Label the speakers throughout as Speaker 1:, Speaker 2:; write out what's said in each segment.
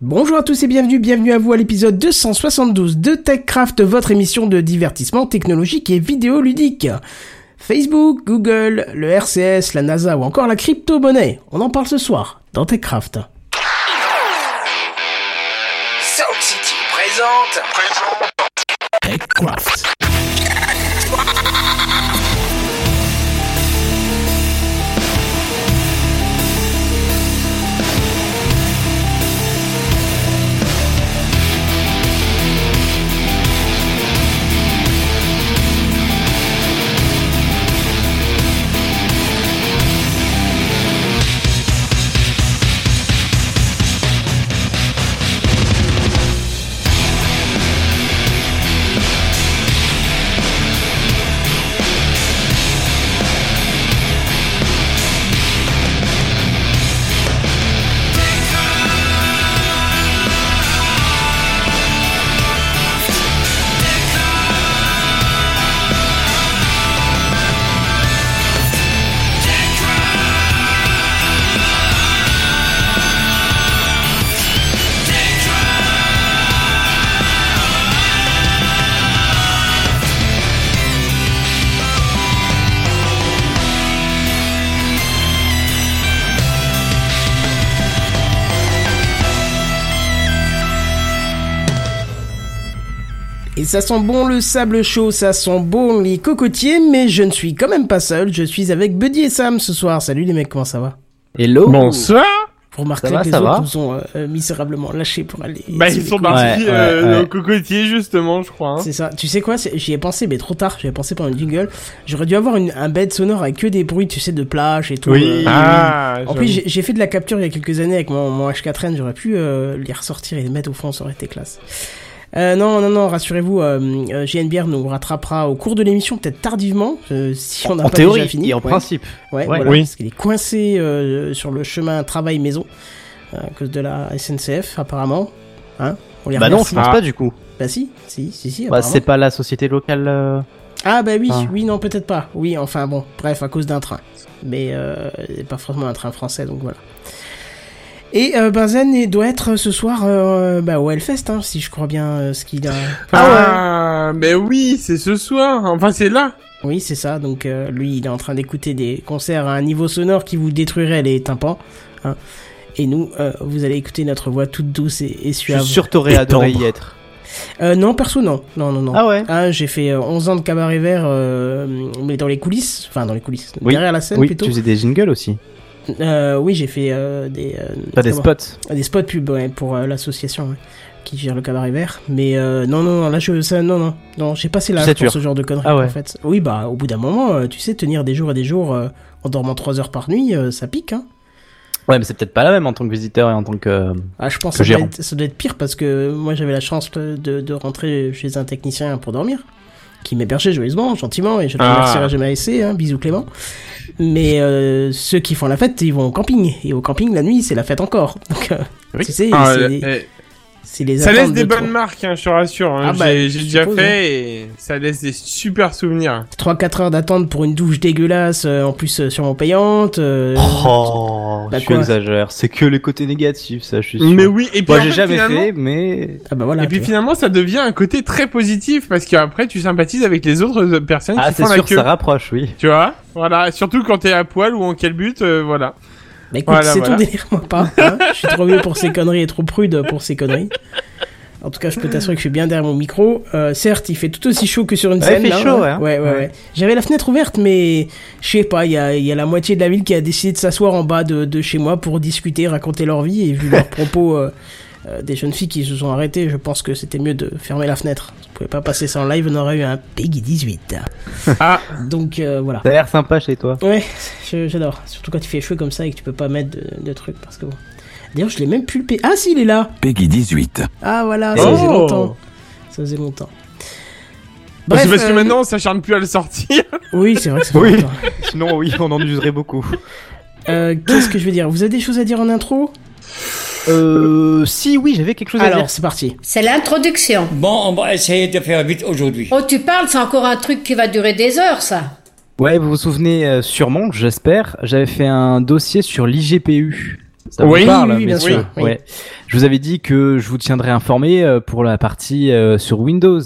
Speaker 1: Bonjour à tous et bienvenue, bienvenue à vous à l'épisode 272 de TechCraft, votre émission de divertissement technologique et vidéoludique. Facebook, Google, le RCS, la NASA ou encore la crypto-monnaie. On en parle ce soir dans TechCraft.
Speaker 2: Soul City présente.
Speaker 1: TechCraft. Et ça sent bon le sable chaud, ça sent bon les cocotiers, mais je ne suis quand même pas seul, je suis avec Buddy et Sam ce soir. Salut les mecs, comment ça va
Speaker 3: Hello
Speaker 4: Bonsoir
Speaker 1: Vous remarquerez
Speaker 3: Ça va,
Speaker 1: que les
Speaker 3: ça va
Speaker 1: autres nous ont euh, euh, misérablement lâchés pour aller...
Speaker 4: Bah
Speaker 1: sur
Speaker 4: ils
Speaker 1: les
Speaker 4: sont
Speaker 1: cocotiers.
Speaker 4: partis
Speaker 3: ouais,
Speaker 4: euh,
Speaker 3: ouais.
Speaker 4: au cocotier justement je crois. hein.
Speaker 1: C'est ça. Tu sais quoi c'est- J'y ai pensé, mais trop tard. J'y ai pensé pendant le jingle. J'aurais dû avoir une- un bed sonore avec que des bruits, tu sais, de plage et tout. euh,
Speaker 4: Ah,
Speaker 1: en
Speaker 4: je-
Speaker 1: plus, j'ai j'ai fait de la capture il y a quelques années avec mon, mon H4N. J'aurais pu euh, les ressortir et les mettre au fond. Ça aurait été classe. Euh, non, non, non, rassurez-vous, euh, euh, GNBR nous rattrapera au cours de l'émission, peut-être tardivement, euh, si on n'a
Speaker 3: En
Speaker 1: pas
Speaker 3: théorie
Speaker 1: déjà fini.
Speaker 3: et en
Speaker 1: Ouais.
Speaker 3: principe.
Speaker 1: Ouais,
Speaker 3: Ouais.
Speaker 1: voilà,
Speaker 4: Oui.
Speaker 1: parce qu'il est coincé euh, sur le chemin travail-maison euh, à cause de la SNCF, apparemment. Hein on les
Speaker 3: Bah non, je
Speaker 1: remercie.
Speaker 3: pense
Speaker 4: Ah.
Speaker 3: pas du coup.
Speaker 1: Bah si, si, si, si.
Speaker 3: Bah
Speaker 1: apparemment.
Speaker 3: c'est pas la société locale. euh,
Speaker 1: Ah bah oui,
Speaker 3: Ah.
Speaker 1: oui, non, peut-être pas. Oui, enfin bon, bref, à cause d'un train. Mais euh, pas forcément un train français, donc voilà. Et euh, Benzen est- doit être euh, ce soir euh, bah, au Hellfest, hein, si je crois bien euh, ce qu'il a...
Speaker 4: Ah, mais oui c'est ce soir, enfin c'est là.
Speaker 1: Oui, c'est ça, donc euh, lui, il est en train d'écouter des concerts à un niveau sonore qui vous détruirait les tympans. hein. Et nous, euh, vous allez écouter notre voix toute douce et, et
Speaker 3: Je
Speaker 1: suave.
Speaker 3: suis sûr t'aurais
Speaker 1: Et
Speaker 3: adoré
Speaker 1: tendre.
Speaker 3: y être.
Speaker 1: Euh, non, perso, non. Non, non, non.
Speaker 3: Ah ouais
Speaker 1: Ah, j'ai fait euh, 11 ans de cabaret vert, euh, mais dans les coulisses, enfin dans les coulisses,
Speaker 3: Oui,
Speaker 1: derrière la scène
Speaker 3: Oui,
Speaker 1: plutôt.
Speaker 3: tu faisais des jingles aussi.
Speaker 1: Euh, oui, j'ai fait euh, des, euh,
Speaker 3: Pas des
Speaker 1: comment-
Speaker 3: spots.
Speaker 1: des spots pubs ouais, pour euh, l'association ouais, qui gère le cabaret vert. Mais euh, non, non, non, là, je, ça, non, non, non, j'ai passé l'âge
Speaker 3: Sature.
Speaker 1: pour ce genre de conneries.
Speaker 3: Ah ouais.
Speaker 1: En fait, oui, bah, au bout d'un moment, euh, tu sais, tenir des jours et des jours euh, en dormant 3 heures par nuit, euh, ça pique. Hein.
Speaker 3: Ouais, mais c'est peut-être pas la même en tant que visiteur et en tant que. euh,
Speaker 1: Ah, je pense
Speaker 3: Que
Speaker 1: que ça doit,
Speaker 3: gérant.
Speaker 1: être, ça doit être pire parce que moi, j'avais la chance de, de- de rentrer chez un technicien pour dormir, qui m'hébergeait joyeusement, gentiment, et je ne
Speaker 4: Ah.
Speaker 1: remercierai jamais assez. Hein, bisous Clément. Mais euh, ceux qui font la fête, ils vont au camping, et au camping la nuit, c'est la fête encore. Donc, euh,
Speaker 3: Oui.
Speaker 1: tu sais,
Speaker 4: Ah,
Speaker 1: c'est-
Speaker 4: euh, euh,
Speaker 1: C'est les
Speaker 4: ça
Speaker 1: attentes
Speaker 4: laisse des
Speaker 1: de
Speaker 4: bonnes
Speaker 1: trois-
Speaker 4: marques hein, je te rassure. hein.
Speaker 1: Ah, bah,
Speaker 4: J'ai
Speaker 1: je
Speaker 4: j'ai déjà
Speaker 1: suppose,
Speaker 4: fait et ça laisse des super souvenirs.
Speaker 1: 3-4 heures d'attente pour une douche dégueulasse, euh, en plus euh, sûrement payante. euh,
Speaker 3: Oh,
Speaker 1: Bah
Speaker 3: tu
Speaker 1: quoi
Speaker 3: exagères. C'est que le côté négatif, ça, je suis sûr.
Speaker 4: Mais oui et puis
Speaker 3: Moi
Speaker 4: en
Speaker 3: j'ai
Speaker 4: fait,
Speaker 3: jamais
Speaker 4: finalement-
Speaker 3: fait, mais.
Speaker 1: Ah bah voilà.
Speaker 4: Et puis
Speaker 1: tu
Speaker 4: finalement ça devient un côté très positif parce qu'après tu sympathises avec les autres euh, personnes
Speaker 3: Ah,
Speaker 4: qui
Speaker 3: c'est
Speaker 4: font la
Speaker 3: sûr,
Speaker 4: queue.
Speaker 3: ça rapproche, oui.
Speaker 4: Tu vois Voilà, surtout quand t'es à poil ou en calbute, euh, voilà.
Speaker 1: vois. Bah écoute,
Speaker 4: Voilà,
Speaker 1: c'est
Speaker 4: voilà.
Speaker 1: ton délire, moi pas. hein. je suis trop vieux pour ces conneries et trop prude pour ces conneries. En tout cas, je peux t'assurer que je suis bien derrière mon micro. Euh, certes, il fait tout aussi chaud que sur une
Speaker 3: Ouais,
Speaker 1: scène.
Speaker 3: il
Speaker 1: là,
Speaker 3: fait chaud, hein.
Speaker 1: Ouais, ouais, ouais.
Speaker 3: Ouais.
Speaker 1: J'avais la fenêtre ouverte, mais je sais pas, il y a, il y a la moitié de la ville qui a décidé de s'asseoir en bas de, de chez moi pour discuter, raconter leur vie. Et vu leurs propos euh, euh, des jeunes filles qui se sont arrêtées, je pense que c'était mieux de fermer la fenêtre. On pouvait pas passer ça en live, on aurait eu un Peggy 18.
Speaker 4: Ah.
Speaker 1: Donc euh, voilà.
Speaker 3: Ça a l'air sympa chez toi.
Speaker 1: Ouais, je- j'adore. Surtout quand il fait chaud comme ça et que tu peux pas mettre de, de trucs parce que bon. D'ailleurs, je l'ai même plus le P. Ah si, il est là.
Speaker 5: Peggy 18.
Speaker 1: Ah voilà, ça
Speaker 4: Oh.
Speaker 1: faisait longtemps. Ça faisait longtemps.
Speaker 4: Bah, c'est parce que
Speaker 1: euh,
Speaker 4: maintenant on s'acharne plus à le sortir.
Speaker 1: Oui, c'est vrai que ça fait
Speaker 3: Oui.
Speaker 1: longtemps.
Speaker 3: Sinon, oui, on en userait beaucoup.
Speaker 1: Euh, Qu'est-ce que je veux dire Vous avez des choses à dire en intro
Speaker 3: Euh. Si, oui, j'avais quelque chose à dire.
Speaker 1: Alors, c'est parti.
Speaker 6: C'est l'introduction.
Speaker 7: Bon, on va essayer de faire vite aujourd'hui.
Speaker 6: Oh, tu parles, c'est encore un truc qui va durer des heures, ça.
Speaker 3: Ouais, vous vous souvenez euh, sûrement, j'espère, j'avais fait un dossier sur l'IGPU. Ça vous
Speaker 4: Oui,
Speaker 3: parle,
Speaker 1: oui, oui, bien
Speaker 3: messieurs
Speaker 1: sûr, oui.
Speaker 3: Ouais. Je vous avais dit que je vous tiendrai informé euh, pour la partie euh, sur Windows. hein,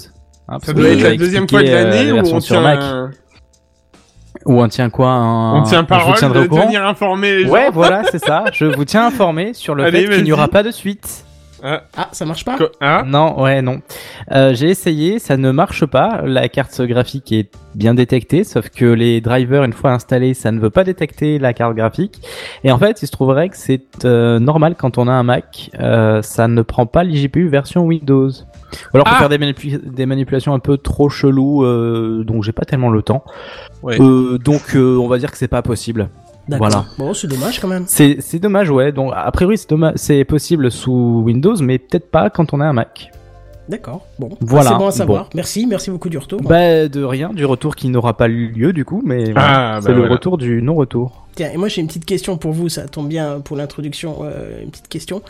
Speaker 3: parce
Speaker 4: Ça
Speaker 3: que
Speaker 4: doit
Speaker 3: je
Speaker 4: être
Speaker 3: vous
Speaker 4: la
Speaker 3: avais
Speaker 4: deuxième fois
Speaker 3: expliqué,
Speaker 4: de
Speaker 3: euh,
Speaker 4: l'année
Speaker 3: la
Speaker 4: où
Speaker 3: version
Speaker 4: on
Speaker 3: sur
Speaker 4: tient,
Speaker 3: Mac.
Speaker 4: un-
Speaker 3: Ou on tient quoi un-
Speaker 4: on tient
Speaker 3: Je vous
Speaker 4: parole
Speaker 3: tiendrai
Speaker 4: de
Speaker 3: au courant.
Speaker 4: tenir informé les gens.
Speaker 3: Ouais, voilà, c'est ça. Je vous tiens informé sur le
Speaker 4: Allez,
Speaker 3: fait qu'il n'y
Speaker 4: vas-y.
Speaker 3: aura pas de suite.
Speaker 1: Ah, ça marche pas
Speaker 4: Co- hein
Speaker 3: Non, ouais, non. Euh, J'ai essayé, ça ne marche pas. La carte graphique est bien détectée, sauf que les drivers, une fois installés, ça ne veut pas détecter la carte graphique. Et en fait, il se trouverait que c'est euh, normal quand on a un Mac, euh, ça ne prend pas l'IGPU version Windows. Ou alors pour
Speaker 4: Ah
Speaker 3: faire des, manipu- des manipulations un peu trop cheloues, euh, donc j'ai pas tellement le temps.
Speaker 4: Ouais.
Speaker 3: Euh, donc euh, on va dire que c'est pas possible.
Speaker 1: D'accord.
Speaker 3: Voilà.
Speaker 1: Bon, c'est dommage quand même.
Speaker 3: C'est c'est dommage, ouais. Donc a priori c'est dommage- c'est possible sous Windows, mais peut-être pas quand on a un Mac.
Speaker 1: D'accord. Bon, Ah,
Speaker 3: Voilà,
Speaker 1: c'est bon à savoir. Merci, merci beaucoup du retour.
Speaker 3: Bah de rien, du retour qui n'aura pas eu lieu du coup, mais voilà.
Speaker 4: Ah,
Speaker 3: c'est
Speaker 4: bah
Speaker 3: le
Speaker 4: voilà.
Speaker 3: retour du non-retour.
Speaker 1: Tiens, et moi j'ai une petite question pour vous, ça tombe bien pour l'introduction, euh, une petite question.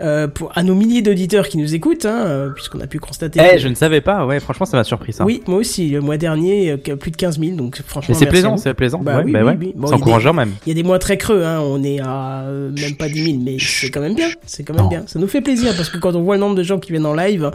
Speaker 1: Euh, pour, à nos milliers d'auditeurs qui nous écoutent, hein, euh, puisqu'on a pu constater...
Speaker 3: Eh,
Speaker 1: que-
Speaker 3: je ne savais pas, ouais, franchement ça m'a surpris ça.
Speaker 1: Oui, moi aussi, le mois dernier, euh, que- plus de 15 000, donc franchement...
Speaker 3: Mais
Speaker 1: merci
Speaker 3: c'est
Speaker 1: à
Speaker 3: plaisant,
Speaker 1: vous.
Speaker 3: c'est plaisant.
Speaker 1: Bah
Speaker 3: ouais,
Speaker 1: oui,
Speaker 3: bah
Speaker 1: oui,
Speaker 3: ouais.
Speaker 1: oui. Bon,
Speaker 3: C'est
Speaker 1: il est-
Speaker 3: encourageant même.
Speaker 1: Il y a des mois très creux, hein, on est à euh, même pas 10 000, mais c'est quand même bien, c'est quand même
Speaker 3: Non.
Speaker 1: bien. Ça nous fait plaisir, parce que quand on voit le nombre de gens qui viennent en live,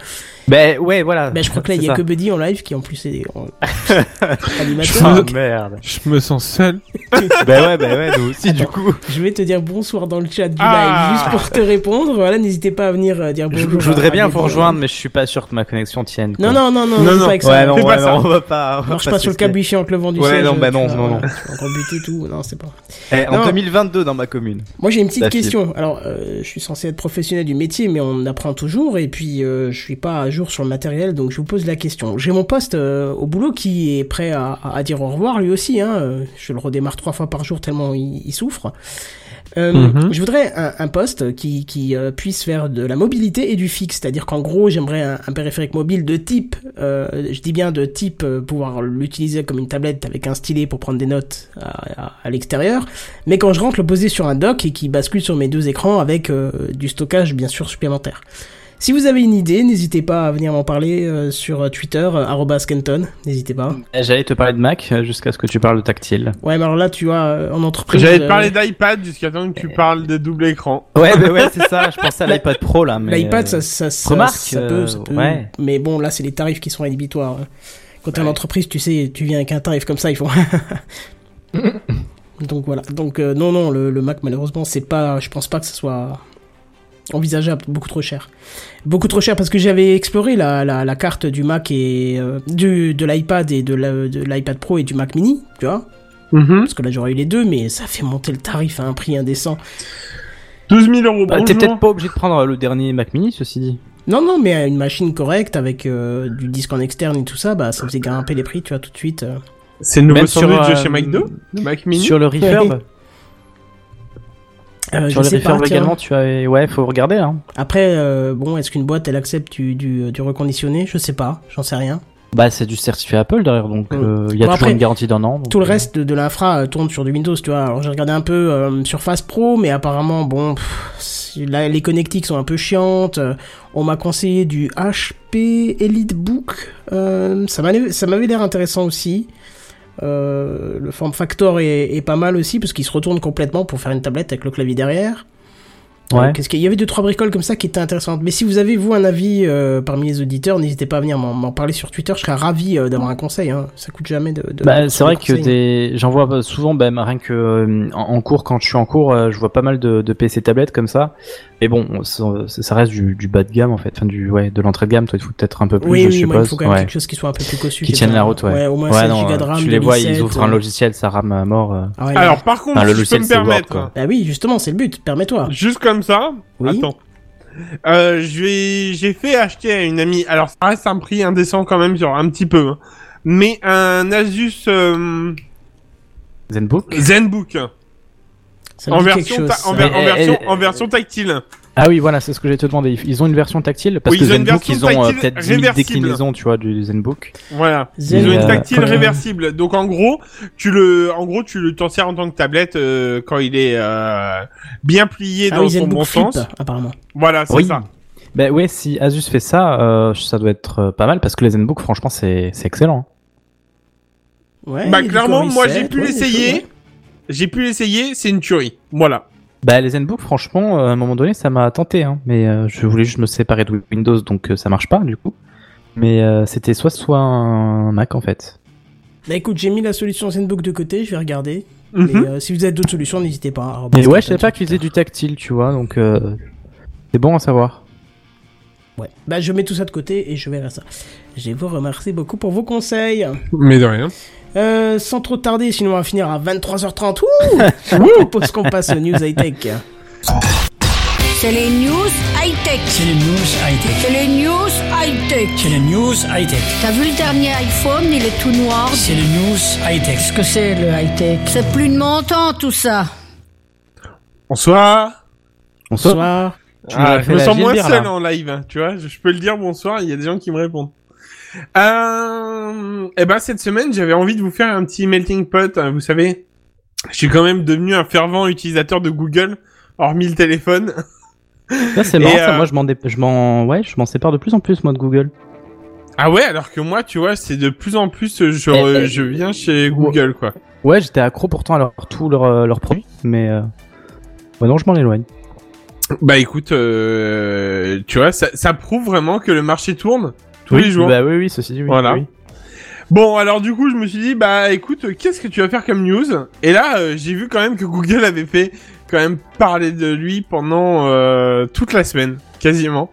Speaker 3: Bah ouais, voilà.
Speaker 1: ben, je crois que là, il y
Speaker 3: C'est
Speaker 1: a
Speaker 3: ça.
Speaker 1: que Buddy en live, qui en plus est en-
Speaker 3: Ah,
Speaker 1: animateur.
Speaker 3: merde.
Speaker 4: Je me sens seul.
Speaker 3: bah ouais, bah ouais, nous aussi du coup.
Speaker 1: Je vais te dire bonsoir dans le chat du
Speaker 4: Ah
Speaker 1: live, juste pour te répondre. Voilà, n'hésitez pas à venir euh, dire
Speaker 3: Je,
Speaker 1: bonjour.
Speaker 3: je
Speaker 1: à-
Speaker 3: voudrais
Speaker 1: à
Speaker 3: bien
Speaker 1: des
Speaker 3: vous
Speaker 1: gens.
Speaker 3: rejoindre, mais je suis pas sûr que ma connexion tienne. quoi.
Speaker 1: Non, non, non, non,
Speaker 4: Non,
Speaker 1: non,
Speaker 4: non.
Speaker 1: pas avec
Speaker 3: Ouais,
Speaker 1: ça.
Speaker 3: non,
Speaker 4: Fais
Speaker 3: ouais,
Speaker 4: pas ça.
Speaker 3: non, on va pas. on va
Speaker 1: Marche
Speaker 3: pas
Speaker 1: pas sur le
Speaker 3: s'exciter.
Speaker 1: câble wifi en te levant du
Speaker 3: Ouais,
Speaker 1: siège,
Speaker 3: non, bah
Speaker 1: tu
Speaker 3: non,
Speaker 1: vas-
Speaker 3: non, non.
Speaker 1: tu vas encore buter tout. Non, c'est pas.
Speaker 3: Eh, en
Speaker 1: Non.
Speaker 3: 2022 dans ma commune.
Speaker 1: Moi, j'ai une petite
Speaker 3: La fibre.
Speaker 1: question. Alors, euh, je suis censé être professionnel du métier, mais on apprend toujours. Et puis, euh, je suis pas à jour sur le matériel, donc je vous pose la question. J'ai mon poste euh, au boulot qui est prêt à, à dire au revoir, lui aussi. Hein. Euh, Je le redémarre trois fois par jour tellement il, il souffre. Euh,
Speaker 4: Mhm.
Speaker 1: Je voudrais un, un poste qui, qui euh, puisse faire de la mobilité et du fixe, c'est-à-dire qu'en gros j'aimerais un, un périphérique mobile de type, euh, je dis bien de type, euh, pouvoir l'utiliser comme une tablette avec un stylet pour prendre des notes à, à- à l'extérieur, mais quand je rentre le poser sur un dock et qui bascule sur mes deux écrans avec euh, du stockage bien sûr supplémentaire. Si vous avez une idée, n'hésitez pas à venir m'en parler euh, sur Twitter, euh, arobase Kenton, n'hésitez pas.
Speaker 4: Mm.
Speaker 3: Eh, J'allais te parler de Mac euh, jusqu'à ce que tu parles de tactile.
Speaker 1: Ouais, mais alors là tu vois, euh, en entreprise...
Speaker 4: J'allais te
Speaker 1: euh,
Speaker 4: parler d'iPad jusqu'à temps que tu parles de double écran.
Speaker 3: Ouais, bah ouais, c'est ça. Je pensais à l'iPad Pro là, mais.
Speaker 1: L'iPad,
Speaker 3: euh,
Speaker 1: ça, ça, ça,
Speaker 3: remarque,
Speaker 1: ça peut, ça
Speaker 3: euh,
Speaker 1: peut.
Speaker 3: ouais.
Speaker 1: Mais bon, là, c'est les tarifs qui sont rédhibitoires. hein. Quand t'es
Speaker 3: Ouais.
Speaker 1: en entreprise, tu sais, tu viens avec un tarif comme ça, ils font. Donc voilà. Donc euh, non, non, le, le Mac, malheureusement, c'est pas. Je pense pas que ce soit envisageable. Beaucoup trop cher. Beaucoup trop cher parce que j'avais exploré la, la, la carte du Mac et euh, du, de l'iPad et de la- de l'iPad Pro et du Mac Mini, tu vois. Parce que là, j'aurais eu les deux, mais ça fait monter le tarif à un prix indécent.
Speaker 4: 12 000 euros.
Speaker 3: Bah,
Speaker 4: bonjour.
Speaker 3: T'es peut-être pas obligé de prendre euh, le dernier Mac Mini, ceci dit.
Speaker 1: Non, non, mais à une machine correcte avec euh, du disque en externe et tout ça, bah, ça faisait grimper les prix, tu vois, tout de suite. euh.
Speaker 4: C'est le nouveau
Speaker 3: Même sur,
Speaker 4: sandwich de
Speaker 3: euh,
Speaker 4: chez McDo Le Mac Mini
Speaker 3: Sur le reverb,
Speaker 1: Euh,
Speaker 3: sur
Speaker 1: je
Speaker 3: le
Speaker 1: sais
Speaker 3: reverb
Speaker 1: pas, tiens.
Speaker 3: également, tu as. Ouais, faut regarder. Hein.
Speaker 1: Après, euh, bon, est-ce qu'une boîte, elle accepte du, du, du reconditionné Je sais pas, j'en sais rien.
Speaker 3: Bah, c'est du certificat Apple derrière, donc
Speaker 1: Mm.
Speaker 3: euh, il y a
Speaker 1: Bon,
Speaker 3: toujours
Speaker 1: après,
Speaker 3: une garantie d'un an. donc,
Speaker 1: Tout le
Speaker 3: euh,
Speaker 1: reste de, de l'infra euh, tourne sur du Windows, tu vois. Alors, j'ai regardé un peu euh, Surface Pro, mais apparemment, bon, pff, c'est- là, les connectiques sont un peu chiantes. Euh, On m'a conseillé du HP Elite Book. Euh, ça m'allait- ça m'avait l'air intéressant aussi. Euh, le form factor est, est pas mal aussi parce qu'il se retourne complètement pour faire une tablette avec le clavier derrière.
Speaker 3: Ouais.
Speaker 1: Donc, est-ce qu'il y avait deux trois bricoles comme ça qui étaient intéressantes. Mais si vous avez vous un avis euh, parmi les auditeurs, n'hésitez pas à venir m'en m'en parler sur Twitter. Je serais ravi euh, d'avoir un conseil. Hein. Ça coûte jamais de. de-
Speaker 3: Bah,
Speaker 1: de-
Speaker 3: c'est vrai que
Speaker 1: conseils.
Speaker 3: des... j'en vois souvent, bah, rien que euh, en, en cours, quand je suis en cours, euh, je vois pas mal de, de PC tablettes comme ça. Mais bon, ça, ça reste du, du bas de gamme en fait, enfin, du, ouais, de l'entrée de gamme. Toi, il te faut peut-être un peu plus,
Speaker 1: Oui,
Speaker 3: je
Speaker 1: oui, moi, il me
Speaker 3: suppose.
Speaker 1: faut quand même
Speaker 3: ouais.
Speaker 1: quelque chose qui soit un peu plus cossu.
Speaker 3: Qui
Speaker 1: je sais
Speaker 3: tiennent
Speaker 1: pas.
Speaker 3: la route, ouais.
Speaker 1: Ouais, au moins
Speaker 3: Ouais,
Speaker 1: 16
Speaker 3: non,
Speaker 1: gigas de
Speaker 3: euh,
Speaker 1: RAM.
Speaker 3: tu les vois, ils
Speaker 1: 2007,
Speaker 3: ouvrent un
Speaker 1: euh,
Speaker 3: logiciel, ça rame à mort. euh.
Speaker 1: ah ouais.
Speaker 4: Alors par contre,
Speaker 3: Enfin, le
Speaker 4: si je peux
Speaker 3: logiciel,
Speaker 4: me
Speaker 3: c'est Word,
Speaker 4: permettre,
Speaker 3: quoi.
Speaker 1: Bah oui, justement, c'est le but. Permets-toi.
Speaker 4: juste comme ça,
Speaker 1: Oui.
Speaker 4: attends. Euh, je vais- j'ai fait acheter à une amie, alors ça reste un prix indécent quand même, genre un petit peu, hein. mais un Asus euh,
Speaker 3: Zenbook
Speaker 4: ZenBook
Speaker 1: Ça me
Speaker 4: en
Speaker 1: dit quelque
Speaker 4: version,
Speaker 1: chose.
Speaker 4: ta-
Speaker 1: ça.
Speaker 4: en, ver- en
Speaker 3: Eh, eh,
Speaker 4: version,
Speaker 3: eh,
Speaker 4: en version tactile.
Speaker 3: Ah oui, voilà, c'est ce que j'allais te demander. Ils ont une version tactile parce
Speaker 4: Oui,
Speaker 3: que
Speaker 4: ils ont une
Speaker 3: Zenbook,
Speaker 4: version
Speaker 3: ils ont euh,
Speaker 4: tactile
Speaker 3: peut-être 10 000
Speaker 4: réversible.
Speaker 3: déclinaisons, tu vois, du Zenbook.
Speaker 4: Voilà.
Speaker 1: Zen-
Speaker 4: Ils ont une
Speaker 3: euh,
Speaker 4: tactile
Speaker 1: quand-
Speaker 4: réversible. Donc en gros, tu le, en gros, tu le t'en sers en tant que tablette euh, quand il est euh, bien plié
Speaker 1: Ah
Speaker 4: dans
Speaker 1: oui,
Speaker 4: son
Speaker 1: Zenbook
Speaker 4: bon
Speaker 1: Flip,
Speaker 4: sens.
Speaker 1: apparemment.
Speaker 4: Voilà, c'est
Speaker 3: Oui.
Speaker 4: ça.
Speaker 3: Bah ouais, si Asus fait ça, euh, ça doit être euh, pas mal parce que les Zenbook, franchement, c'est c'est excellent. hein.
Speaker 1: Ouais,
Speaker 4: bah
Speaker 1: il y a du
Speaker 4: clairement,
Speaker 1: Core
Speaker 4: moi
Speaker 1: i7,
Speaker 4: j'ai pu
Speaker 1: ouais, des choses,
Speaker 4: l'essayer.
Speaker 1: ouais.
Speaker 4: J'ai pu l'essayer, c'est une tuerie. Voilà.
Speaker 3: Bah, les Zenbook, franchement, euh, à un moment donné, ça m'a tenté, hein, mais euh, je voulais juste me séparer de Windows, donc euh, ça marche pas, du coup. Mais euh, c'était soit soit un Mac, en fait.
Speaker 1: Bah écoute, j'ai mis la solution Zenbook de côté, je vais regarder. Mais
Speaker 4: Mhm.
Speaker 1: euh, si vous avez d'autres solutions, n'hésitez pas. hein, à
Speaker 3: Mais ouais,
Speaker 1: rebattre
Speaker 3: je savais pas
Speaker 1: sur
Speaker 3: utiliser
Speaker 1: Twitter.
Speaker 3: du tactile, tu vois, donc euh, c'est bon à savoir.
Speaker 1: Ouais. Bah je mets tout ça de côté et je verrai ça. Je vous remercie beaucoup pour vos conseils.
Speaker 4: Mais de rien.
Speaker 1: Euh, sans trop tarder, sinon on va finir à 23h30. Ouh Parce qu'on passe aux news high-tech.
Speaker 5: C'est les news high-tech.
Speaker 7: C'est les news high-tech.
Speaker 5: C'est les news high-tech.
Speaker 7: C'est les news high-tech.
Speaker 5: T'as vu le dernier iPhone, il est tout noir.
Speaker 7: C'est les news high-tech.
Speaker 5: que c'est le high-tech C'est plus de mon temps tout ça.
Speaker 4: Bonsoir.
Speaker 3: Bonsoir.
Speaker 1: Bonsoir.
Speaker 3: Tu
Speaker 4: Ah,
Speaker 3: m'as
Speaker 4: je
Speaker 3: fait
Speaker 4: me
Speaker 3: la
Speaker 4: sens moins
Speaker 3: Gilbert,
Speaker 4: seul
Speaker 3: là.
Speaker 4: en live, hein, tu vois. Je, je peux le dire bonsoir, il y a des gens qui me répondent. Euh, eh ben, cette semaine, j'avais envie de vous faire un petit melting pot, hein, vous savez. Je suis quand même devenu un fervent utilisateur de Google, hormis le téléphone.
Speaker 3: Ça, c'est
Speaker 4: Et,
Speaker 3: marrant, ça,
Speaker 4: euh,
Speaker 3: moi, je m'en, dé- je m'en, ouais, je m'en sépare de plus en plus, moi, de Google.
Speaker 4: Ah ouais, alors que moi, tu vois, c'est de plus en plus, euh, je,
Speaker 3: Eh,
Speaker 4: euh,
Speaker 3: eh,
Speaker 4: je viens chez
Speaker 3: ouais.
Speaker 4: Google, quoi.
Speaker 3: Ouais, j'étais accro pourtant à leur, tous leurs euh, leurs produits, mais euh... ouais, non, je m'en éloigne.
Speaker 4: Bah écoute, euh, tu vois, ça, ça prouve vraiment que le marché tourne tous les jours.
Speaker 3: Bah oui, oui, ceci dit, oui.
Speaker 4: Voilà.
Speaker 3: oui.
Speaker 4: Bon, alors du coup, je me suis dit, bah écoute, euh, qu'est-ce que tu vas faire comme news Et là, euh, j'ai vu quand même que Google avait fait quand même parler de lui pendant euh, toute la semaine, quasiment.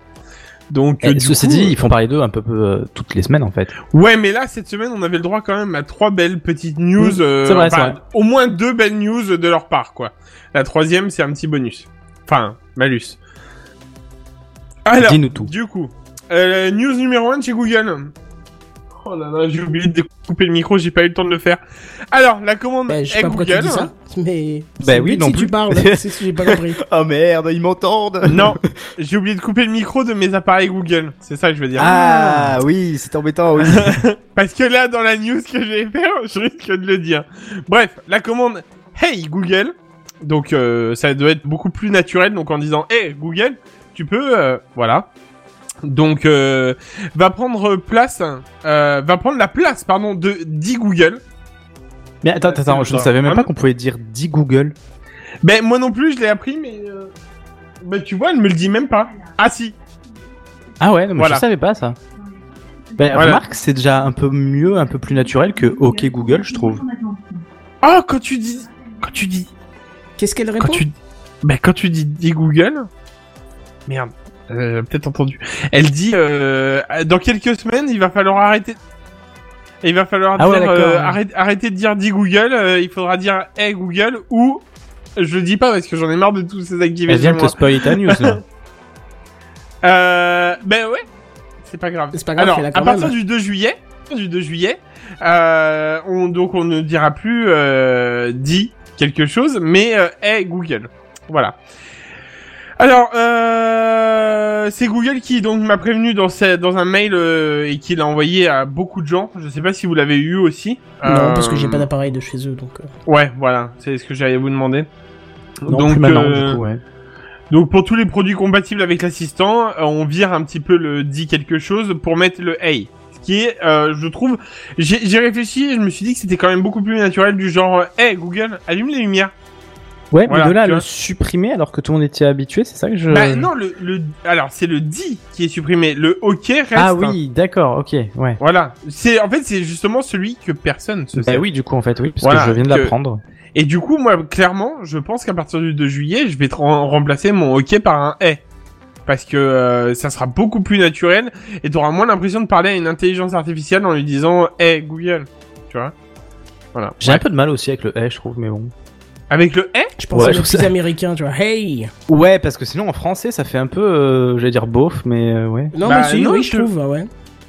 Speaker 4: Donc, euh,
Speaker 3: Eh,
Speaker 4: du
Speaker 3: ceci
Speaker 4: coup,
Speaker 3: dit, ils font parler d'eux un peu, peu, euh, toutes les semaines en fait.
Speaker 4: ouais, mais là, cette semaine, on avait le droit quand même à trois belles petites news. euh,
Speaker 3: c'est vrai, c'est
Speaker 4: enfin,
Speaker 3: vrai.
Speaker 4: Au moins deux belles news de leur part, quoi. La troisième, c'est un petit bonus. Enfin, malus. Alors,
Speaker 3: Dis-nous tout.
Speaker 4: du coup, euh, news numéro 1 chez Google. Oh là là, j'ai oublié de couper le micro, j'ai pas eu le temps de le faire. Alors, la commande
Speaker 1: Bah,
Speaker 4: est
Speaker 1: je sais pas pourquoi
Speaker 4: Google. hein.
Speaker 1: tu dis ça, mais.
Speaker 3: Bah
Speaker 1: c'est
Speaker 3: oui,
Speaker 1: le but
Speaker 3: non
Speaker 1: si
Speaker 3: plus.
Speaker 1: tu parles, c'est ce que j'ai pas compris.
Speaker 8: Oh merde, ils m'entendent
Speaker 4: non, j'ai oublié de couper le micro de mes appareils Google. C'est ça que je veux dire.
Speaker 8: Ah oui, c'est embêtant, oui.
Speaker 4: Parce que là, dans la news que je vais faire, je risque de le dire. Bref, la commande Hey Google. Donc, euh, ça doit être beaucoup plus naturel. Donc, en disant Hey Google, tu peux. euh, voilà. Donc, euh, va prendre place. euh, va prendre la place, pardon, de dit Google.
Speaker 3: Mais attends, attends,
Speaker 4: c'est
Speaker 3: attends, je ne
Speaker 4: bizarre.
Speaker 3: savais même
Speaker 4: Ah
Speaker 3: pas
Speaker 4: non.
Speaker 3: qu'on pouvait dire dit Google.
Speaker 4: Ben, moi non plus, je l'ai appris, mais. euh, Ben, tu vois, elle me le dit même pas. Ah, si.
Speaker 3: Ah ouais, non, mais
Speaker 4: Voilà.
Speaker 3: je savais pas ça. Bah,
Speaker 4: Voilà.
Speaker 3: remarque, c'est déjà un peu mieux, un peu plus naturel que OK Google, je trouve.
Speaker 4: Ah, quand tu dis. Quand tu dis.
Speaker 1: Qu'est-ce qu'elle
Speaker 4: Quand
Speaker 1: répond
Speaker 4: tu. Ben, quand tu dis, dis Google. Merde. Euh, peut-être entendu. Elle dit euh, dans quelques semaines, il va falloir arrêter. Il va falloir
Speaker 3: Ah ouais,
Speaker 4: dire,
Speaker 3: d'accord.
Speaker 4: euh, arrête- arrêter de dire dis Google. euh, il faudra dire hey Google ou je le dis pas parce que j'en ai marre de tous ces
Speaker 3: Elle vient
Speaker 4: activations.
Speaker 3: de te spoiler ta news. là.
Speaker 4: Euh, ben ouais, c'est pas grave.
Speaker 1: C'est pas Ah, grave,
Speaker 4: Alors,
Speaker 1: fais-la
Speaker 4: à
Speaker 1: quand
Speaker 4: partir
Speaker 1: même.
Speaker 4: du 2 juillet, à partir du 2 juillet, euh, on, donc on ne dira plus euh, dit quelque chose, mais euh, est Google. Voilà. Alors, euh, c'est Google qui donc m'a prévenu dans, sa- dans un mail euh, et qui l'a envoyé à beaucoup de gens. Je sais pas si vous l'avez eu aussi.
Speaker 1: Non, parce que j'ai
Speaker 4: Euh,
Speaker 1: pas d'appareil de chez eux, donc. euh,
Speaker 4: Ouais, voilà, c'est ce que j'allais vous demander.
Speaker 3: Non, plus maintenant,
Speaker 4: euh,
Speaker 3: du coup, ouais.
Speaker 4: donc pour tous les produits compatibles avec l'assistant, euh, on vire un petit peu le dit quelque chose pour mettre le hey. Ce qui est, euh, je trouve, j'ai j'ai réfléchi et je me suis dit que c'était quand même beaucoup plus naturel du genre euh, hey Google, allume les lumières.
Speaker 3: Ouais,
Speaker 4: voilà,
Speaker 3: mais de là à
Speaker 4: tu
Speaker 3: le
Speaker 4: vois.
Speaker 3: supprimer alors que tout le monde était habitué, c'est ça que je.
Speaker 4: Bah non, le, le alors c'est le dit qui est supprimé, le ok reste. hein.
Speaker 3: ah oui, d'accord, ok, ouais.
Speaker 4: Voilà, c'est en fait c'est justement celui que personne se
Speaker 3: Bah
Speaker 4: sert.
Speaker 3: oui, du coup, en fait, oui, parce
Speaker 4: Voilà,
Speaker 3: que je viens de
Speaker 4: que-
Speaker 3: l'apprendre.
Speaker 4: Et du coup moi clairement, je pense qu'à partir du 2 juillet, je vais tra- remplacer mon ok par un hey. parce que euh, ça sera beaucoup plus naturel et tu auras moins l'impression de parler à une intelligence artificielle en lui disant hey, Google, tu vois. Voilà.
Speaker 3: J'ai
Speaker 4: Ouais.
Speaker 3: un peu de mal aussi avec le eh, je trouve, mais bon.
Speaker 4: Avec le hey,
Speaker 1: Je pense
Speaker 3: Ouais,
Speaker 1: à
Speaker 3: je
Speaker 1: nos
Speaker 3: sais.
Speaker 1: petits américains, tu vois. Hey
Speaker 3: Ouais, parce que sinon en français ça fait un peu, euh, j'allais dire beauf, mais euh, ouais.
Speaker 1: Non,
Speaker 4: Bah,
Speaker 1: mais si,
Speaker 4: non,
Speaker 1: oui,
Speaker 4: je-
Speaker 1: je trouve, ah ouais.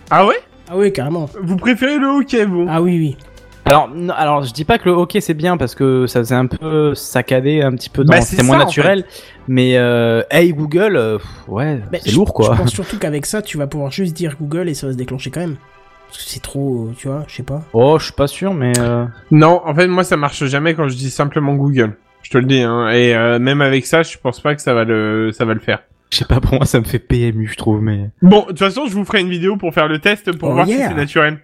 Speaker 4: ah ouais,
Speaker 1: Ah oui, carrément.
Speaker 4: vous préférez le ok vous
Speaker 1: Ah oui, oui.
Speaker 3: Alors, non, alors je dis pas que le hockey c'est bien parce que ça faisait un peu saccadé, un petit peu dans.
Speaker 4: Bah, c'est
Speaker 3: C'était moins
Speaker 4: ça, en
Speaker 3: naturel, mais euh, hey Google, euh, pff, ouais,
Speaker 1: Mais
Speaker 3: c'est
Speaker 1: je-
Speaker 3: lourd quoi.
Speaker 1: Je pense surtout qu'avec ça, tu vas pouvoir juste dire Google et ça va se déclencher quand même. Parce que c'est trop, euh, tu vois, je sais pas.
Speaker 3: Oh, je suis pas sûr, mais euh,
Speaker 4: Non, en fait moi ça marche jamais quand je dis simplement Google. Je te le dis hein. et euh, même avec ça, je pense pas que ça va le ça va le faire.
Speaker 3: je sais pas pour moi ça me fait PMU, je trouve, mais.
Speaker 4: Bon, de toute façon, je vous ferai une vidéo pour faire le test pour
Speaker 1: Oh
Speaker 4: voir si
Speaker 1: yeah.
Speaker 4: c'est naturel.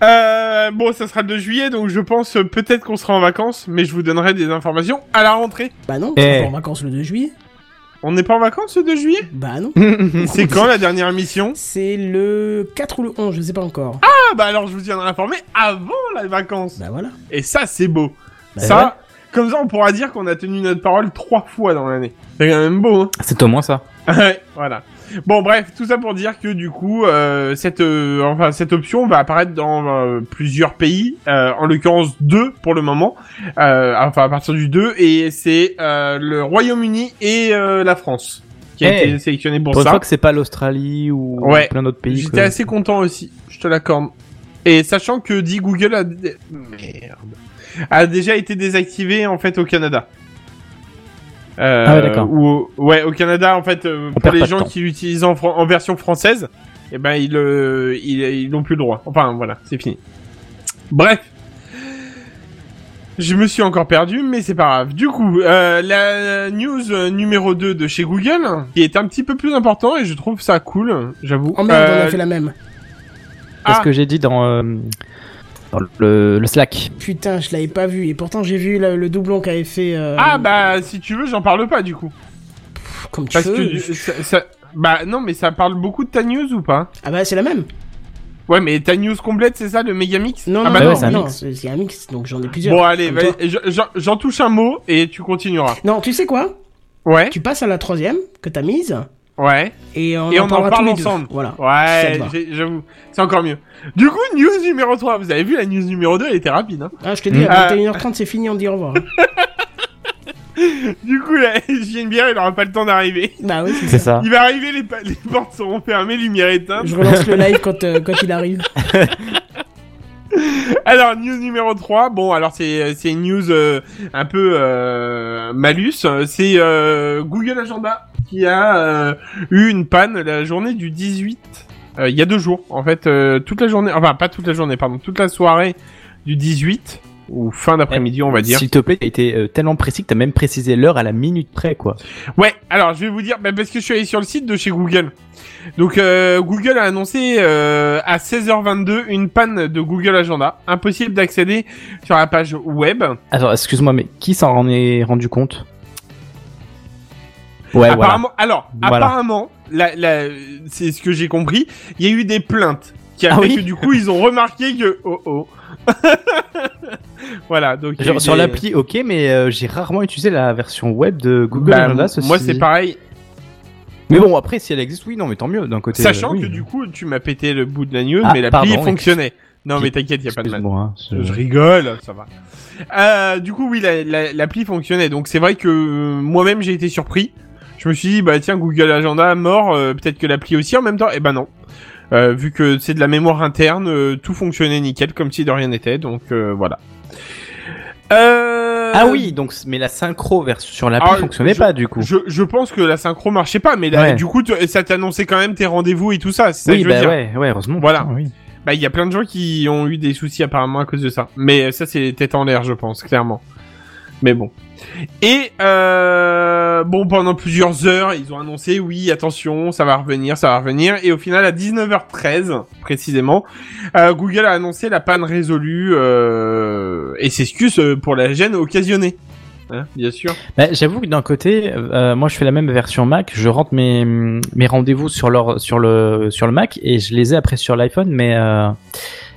Speaker 4: Euh, bon, ça sera le 2 juillet, donc je pense euh, peut-être qu'on sera en vacances, mais je vous donnerai des informations à la rentrée.
Speaker 1: Bah non,
Speaker 3: Eh.
Speaker 1: c'est pas en vacances le 2 juillet.
Speaker 4: On n'est pas en vacances le 2 juillet
Speaker 1: Bah
Speaker 3: Hmm.
Speaker 1: non.
Speaker 4: C'est quand la dernière mission
Speaker 1: C'est le 4 ou le 11, je sais pas encore.
Speaker 4: Ah bah alors je vous tiendrai informé avant les vacances.
Speaker 1: Bah voilà.
Speaker 4: Et ça, c'est beau.
Speaker 3: Bah
Speaker 4: ça, comme ça, on pourra dire qu'on a tenu notre parole trois fois dans l'année. C'est quand même beau, hein
Speaker 3: C'est au moins ça.
Speaker 4: Ouais, voilà. Bon, bref, tout ça pour dire que du coup, euh, cette, euh, enfin, cette option va apparaître dans euh, plusieurs pays, euh, en l'occurrence deux pour le moment, euh, enfin à partir du 2, et c'est euh, le Royaume-Uni et euh, la France qui a
Speaker 3: Eh.
Speaker 4: été sélectionné pour
Speaker 3: Pour une
Speaker 4: ça.
Speaker 3: fois que c'est pas l'Australie ou
Speaker 4: Ouais.
Speaker 3: plein d'autres pays.
Speaker 4: J'étais
Speaker 3: quoi.
Speaker 4: assez content aussi, je te l'accorde. Et sachant que dit Google a... dé- Merde. a déjà été désactivé en fait au Canada. Euh,
Speaker 3: Ah ouais, d'accord.
Speaker 4: ou au- ouais, au Canada en fait, euh, pour
Speaker 3: perd
Speaker 4: les
Speaker 3: pas de
Speaker 4: gens
Speaker 3: temps.
Speaker 4: qui l'utilisent en, fran- en version française, eh ben ils euh, ils ils n'ont plus le droit. Enfin voilà, c'est fini. Bref. Je me suis encore perdu, mais c'est pas grave. Du coup, euh, la news euh, numéro 2 de chez Google, qui est un petit peu plus important, et je trouve ça cool, j'avoue.
Speaker 1: Oh merde, on
Speaker 4: Euh,
Speaker 1: a fait la même.
Speaker 3: C'est
Speaker 4: Ah.
Speaker 3: ce que j'ai dit dans, euh, dans le, le Slack.
Speaker 1: Putain, je l'avais pas vu. Et pourtant, j'ai vu le, le doublon qu'avait fait. euh,
Speaker 4: Ah bah si tu veux j'en parle pas du coup.
Speaker 1: pff, Comme tu
Speaker 4: Parce
Speaker 1: veux.
Speaker 4: que ça, ça- bah non mais ça parle beaucoup de ta news ou pas
Speaker 1: Ah bah, c'est la même.
Speaker 4: Ouais mais ta news complète c'est ça le méga mix
Speaker 1: Non,
Speaker 4: ah,
Speaker 1: non,
Speaker 4: bah
Speaker 1: non,
Speaker 3: ouais, c'est un
Speaker 1: non,
Speaker 3: mix.
Speaker 1: c'est c'est un mix, donc j'en ai plusieurs.
Speaker 4: Bon allez
Speaker 1: Comme
Speaker 4: vas-y,
Speaker 1: toi.
Speaker 4: je- j'en- j'en touche un mot et tu continueras.
Speaker 1: Non, tu sais quoi
Speaker 4: Ouais
Speaker 1: Tu passes à la troisième que t'as mise
Speaker 4: ouais
Speaker 1: et on,
Speaker 4: et on
Speaker 1: en, parlera
Speaker 4: en parle
Speaker 1: tous les deux.
Speaker 4: ensemble.
Speaker 1: Voilà. Ça te
Speaker 4: Ouais
Speaker 1: va.
Speaker 4: j'ai- j'avoue c'est encore mieux. Du coup news numéro 3 vous avez vu la news numéro 2 elle était rapide hein.
Speaker 1: Ah, je te dis,
Speaker 4: Mm.
Speaker 1: à 21h30, c'est fini, on dit au revoir.
Speaker 4: Du coup la bière il aura pas le temps d'arriver.
Speaker 1: bah oui,
Speaker 3: C'est ça.
Speaker 4: Il va arriver les, pa- les portes seront fermées lumière éteinte.
Speaker 1: Je relance le live quand, euh, quand il arrive.
Speaker 4: Alors, news numéro 3. Bon, alors c'est c'est une news euh, un peu euh, malus. C'est euh, Google Agenda qui a euh, eu une panne la journée du 18. euh, Il y a deux jours, en fait, euh, toute la journée, enfin pas toute la journée, pardon, toute la soirée du 18 ou fin d'après-midi, on va dire.
Speaker 3: S'il te plaît, t'as été euh, tellement précis que t'as même précisé l'heure à la minute près, quoi.
Speaker 4: Ouais, alors je vais vous dire, bah, parce que je suis allé sur le site de chez Google. Donc euh, Google a annoncé euh, à 16h22 une panne de Google Agenda, impossible d'accéder sur la page web.
Speaker 3: Alors, excuse-moi, mais qui s'en en est rendu compte Ouais, voilà.
Speaker 4: apparemment, alors,
Speaker 3: Voilà.
Speaker 4: apparemment, la, la- c'est ce que j'ai compris, il y a eu des plaintes qui a
Speaker 3: Ah
Speaker 4: fait
Speaker 3: oui
Speaker 4: que du coup ils ont remarqué que oh oh. voilà, donc il y a eu
Speaker 3: Genre, sur
Speaker 4: des-
Speaker 3: l'appli, ok, mais euh, j'ai rarement utilisé la version web de Google
Speaker 4: Bah,
Speaker 3: Agenda. ceci
Speaker 4: moi c'est
Speaker 3: dit.
Speaker 4: pareil,
Speaker 3: Mais bon, après, si elle existe, oui, non, mais tant mieux d'un côté. euh,
Speaker 4: sachant que du coup tu m'as pété le bout de la news,
Speaker 3: Ah,
Speaker 4: mais l'appli
Speaker 3: pardon,
Speaker 4: fonctionnait. Non mais t'inquiète, y a pas de mal.
Speaker 3: Moi,
Speaker 4: Je rigole, ça va. Euh, du coup, oui, la- la- l'appli fonctionnait. Donc c'est vrai que euh, moi-même j'ai été surpris. Je me suis dit, bah tiens, Google Agenda mort, euh, peut-être que l'appli aussi en même temps. Eh ben non. Euh, vu que c'est de la mémoire interne, euh, tout fonctionnait nickel, comme si de rien n'était. Donc euh, voilà. Euh,
Speaker 3: Ah oui, donc, mais la synchro vers- sur l'appli
Speaker 4: Ah,
Speaker 3: fonctionnait
Speaker 4: je-
Speaker 3: pas du coup.
Speaker 4: Je, je pense que la synchro marchait pas, mais là,
Speaker 3: Ouais.
Speaker 4: du coup, tu- ça t'annonçait quand même tes rendez-vous et tout ça. C'est ça que
Speaker 3: Oui,
Speaker 4: je veux
Speaker 3: bah
Speaker 4: dire.
Speaker 3: ouais, ouais, heureusement.
Speaker 4: Voilà.
Speaker 3: Putain, oui.
Speaker 4: Bah, il y a plein de gens qui ont eu des soucis apparemment à cause de ça. Mais euh, ça, c'est les têtes en l'air, je pense, clairement. Mais bon. Et euh, bon, pendant plusieurs heures, ils ont annoncé, oui, attention, ça va revenir, ça va revenir. Et au final, à 19h13, précisément, euh, Google a annoncé la panne résolue euh, et s'excuse euh, pour la gêne occasionnée. Hein, bien sûr.
Speaker 3: Bah, J'avoue que d'un côté, euh, moi je fais la même version Mac, je rentre mes, mes rendez-vous sur, leur, sur, le, sur le Mac et je les ai après sur l'iPhone, mais euh,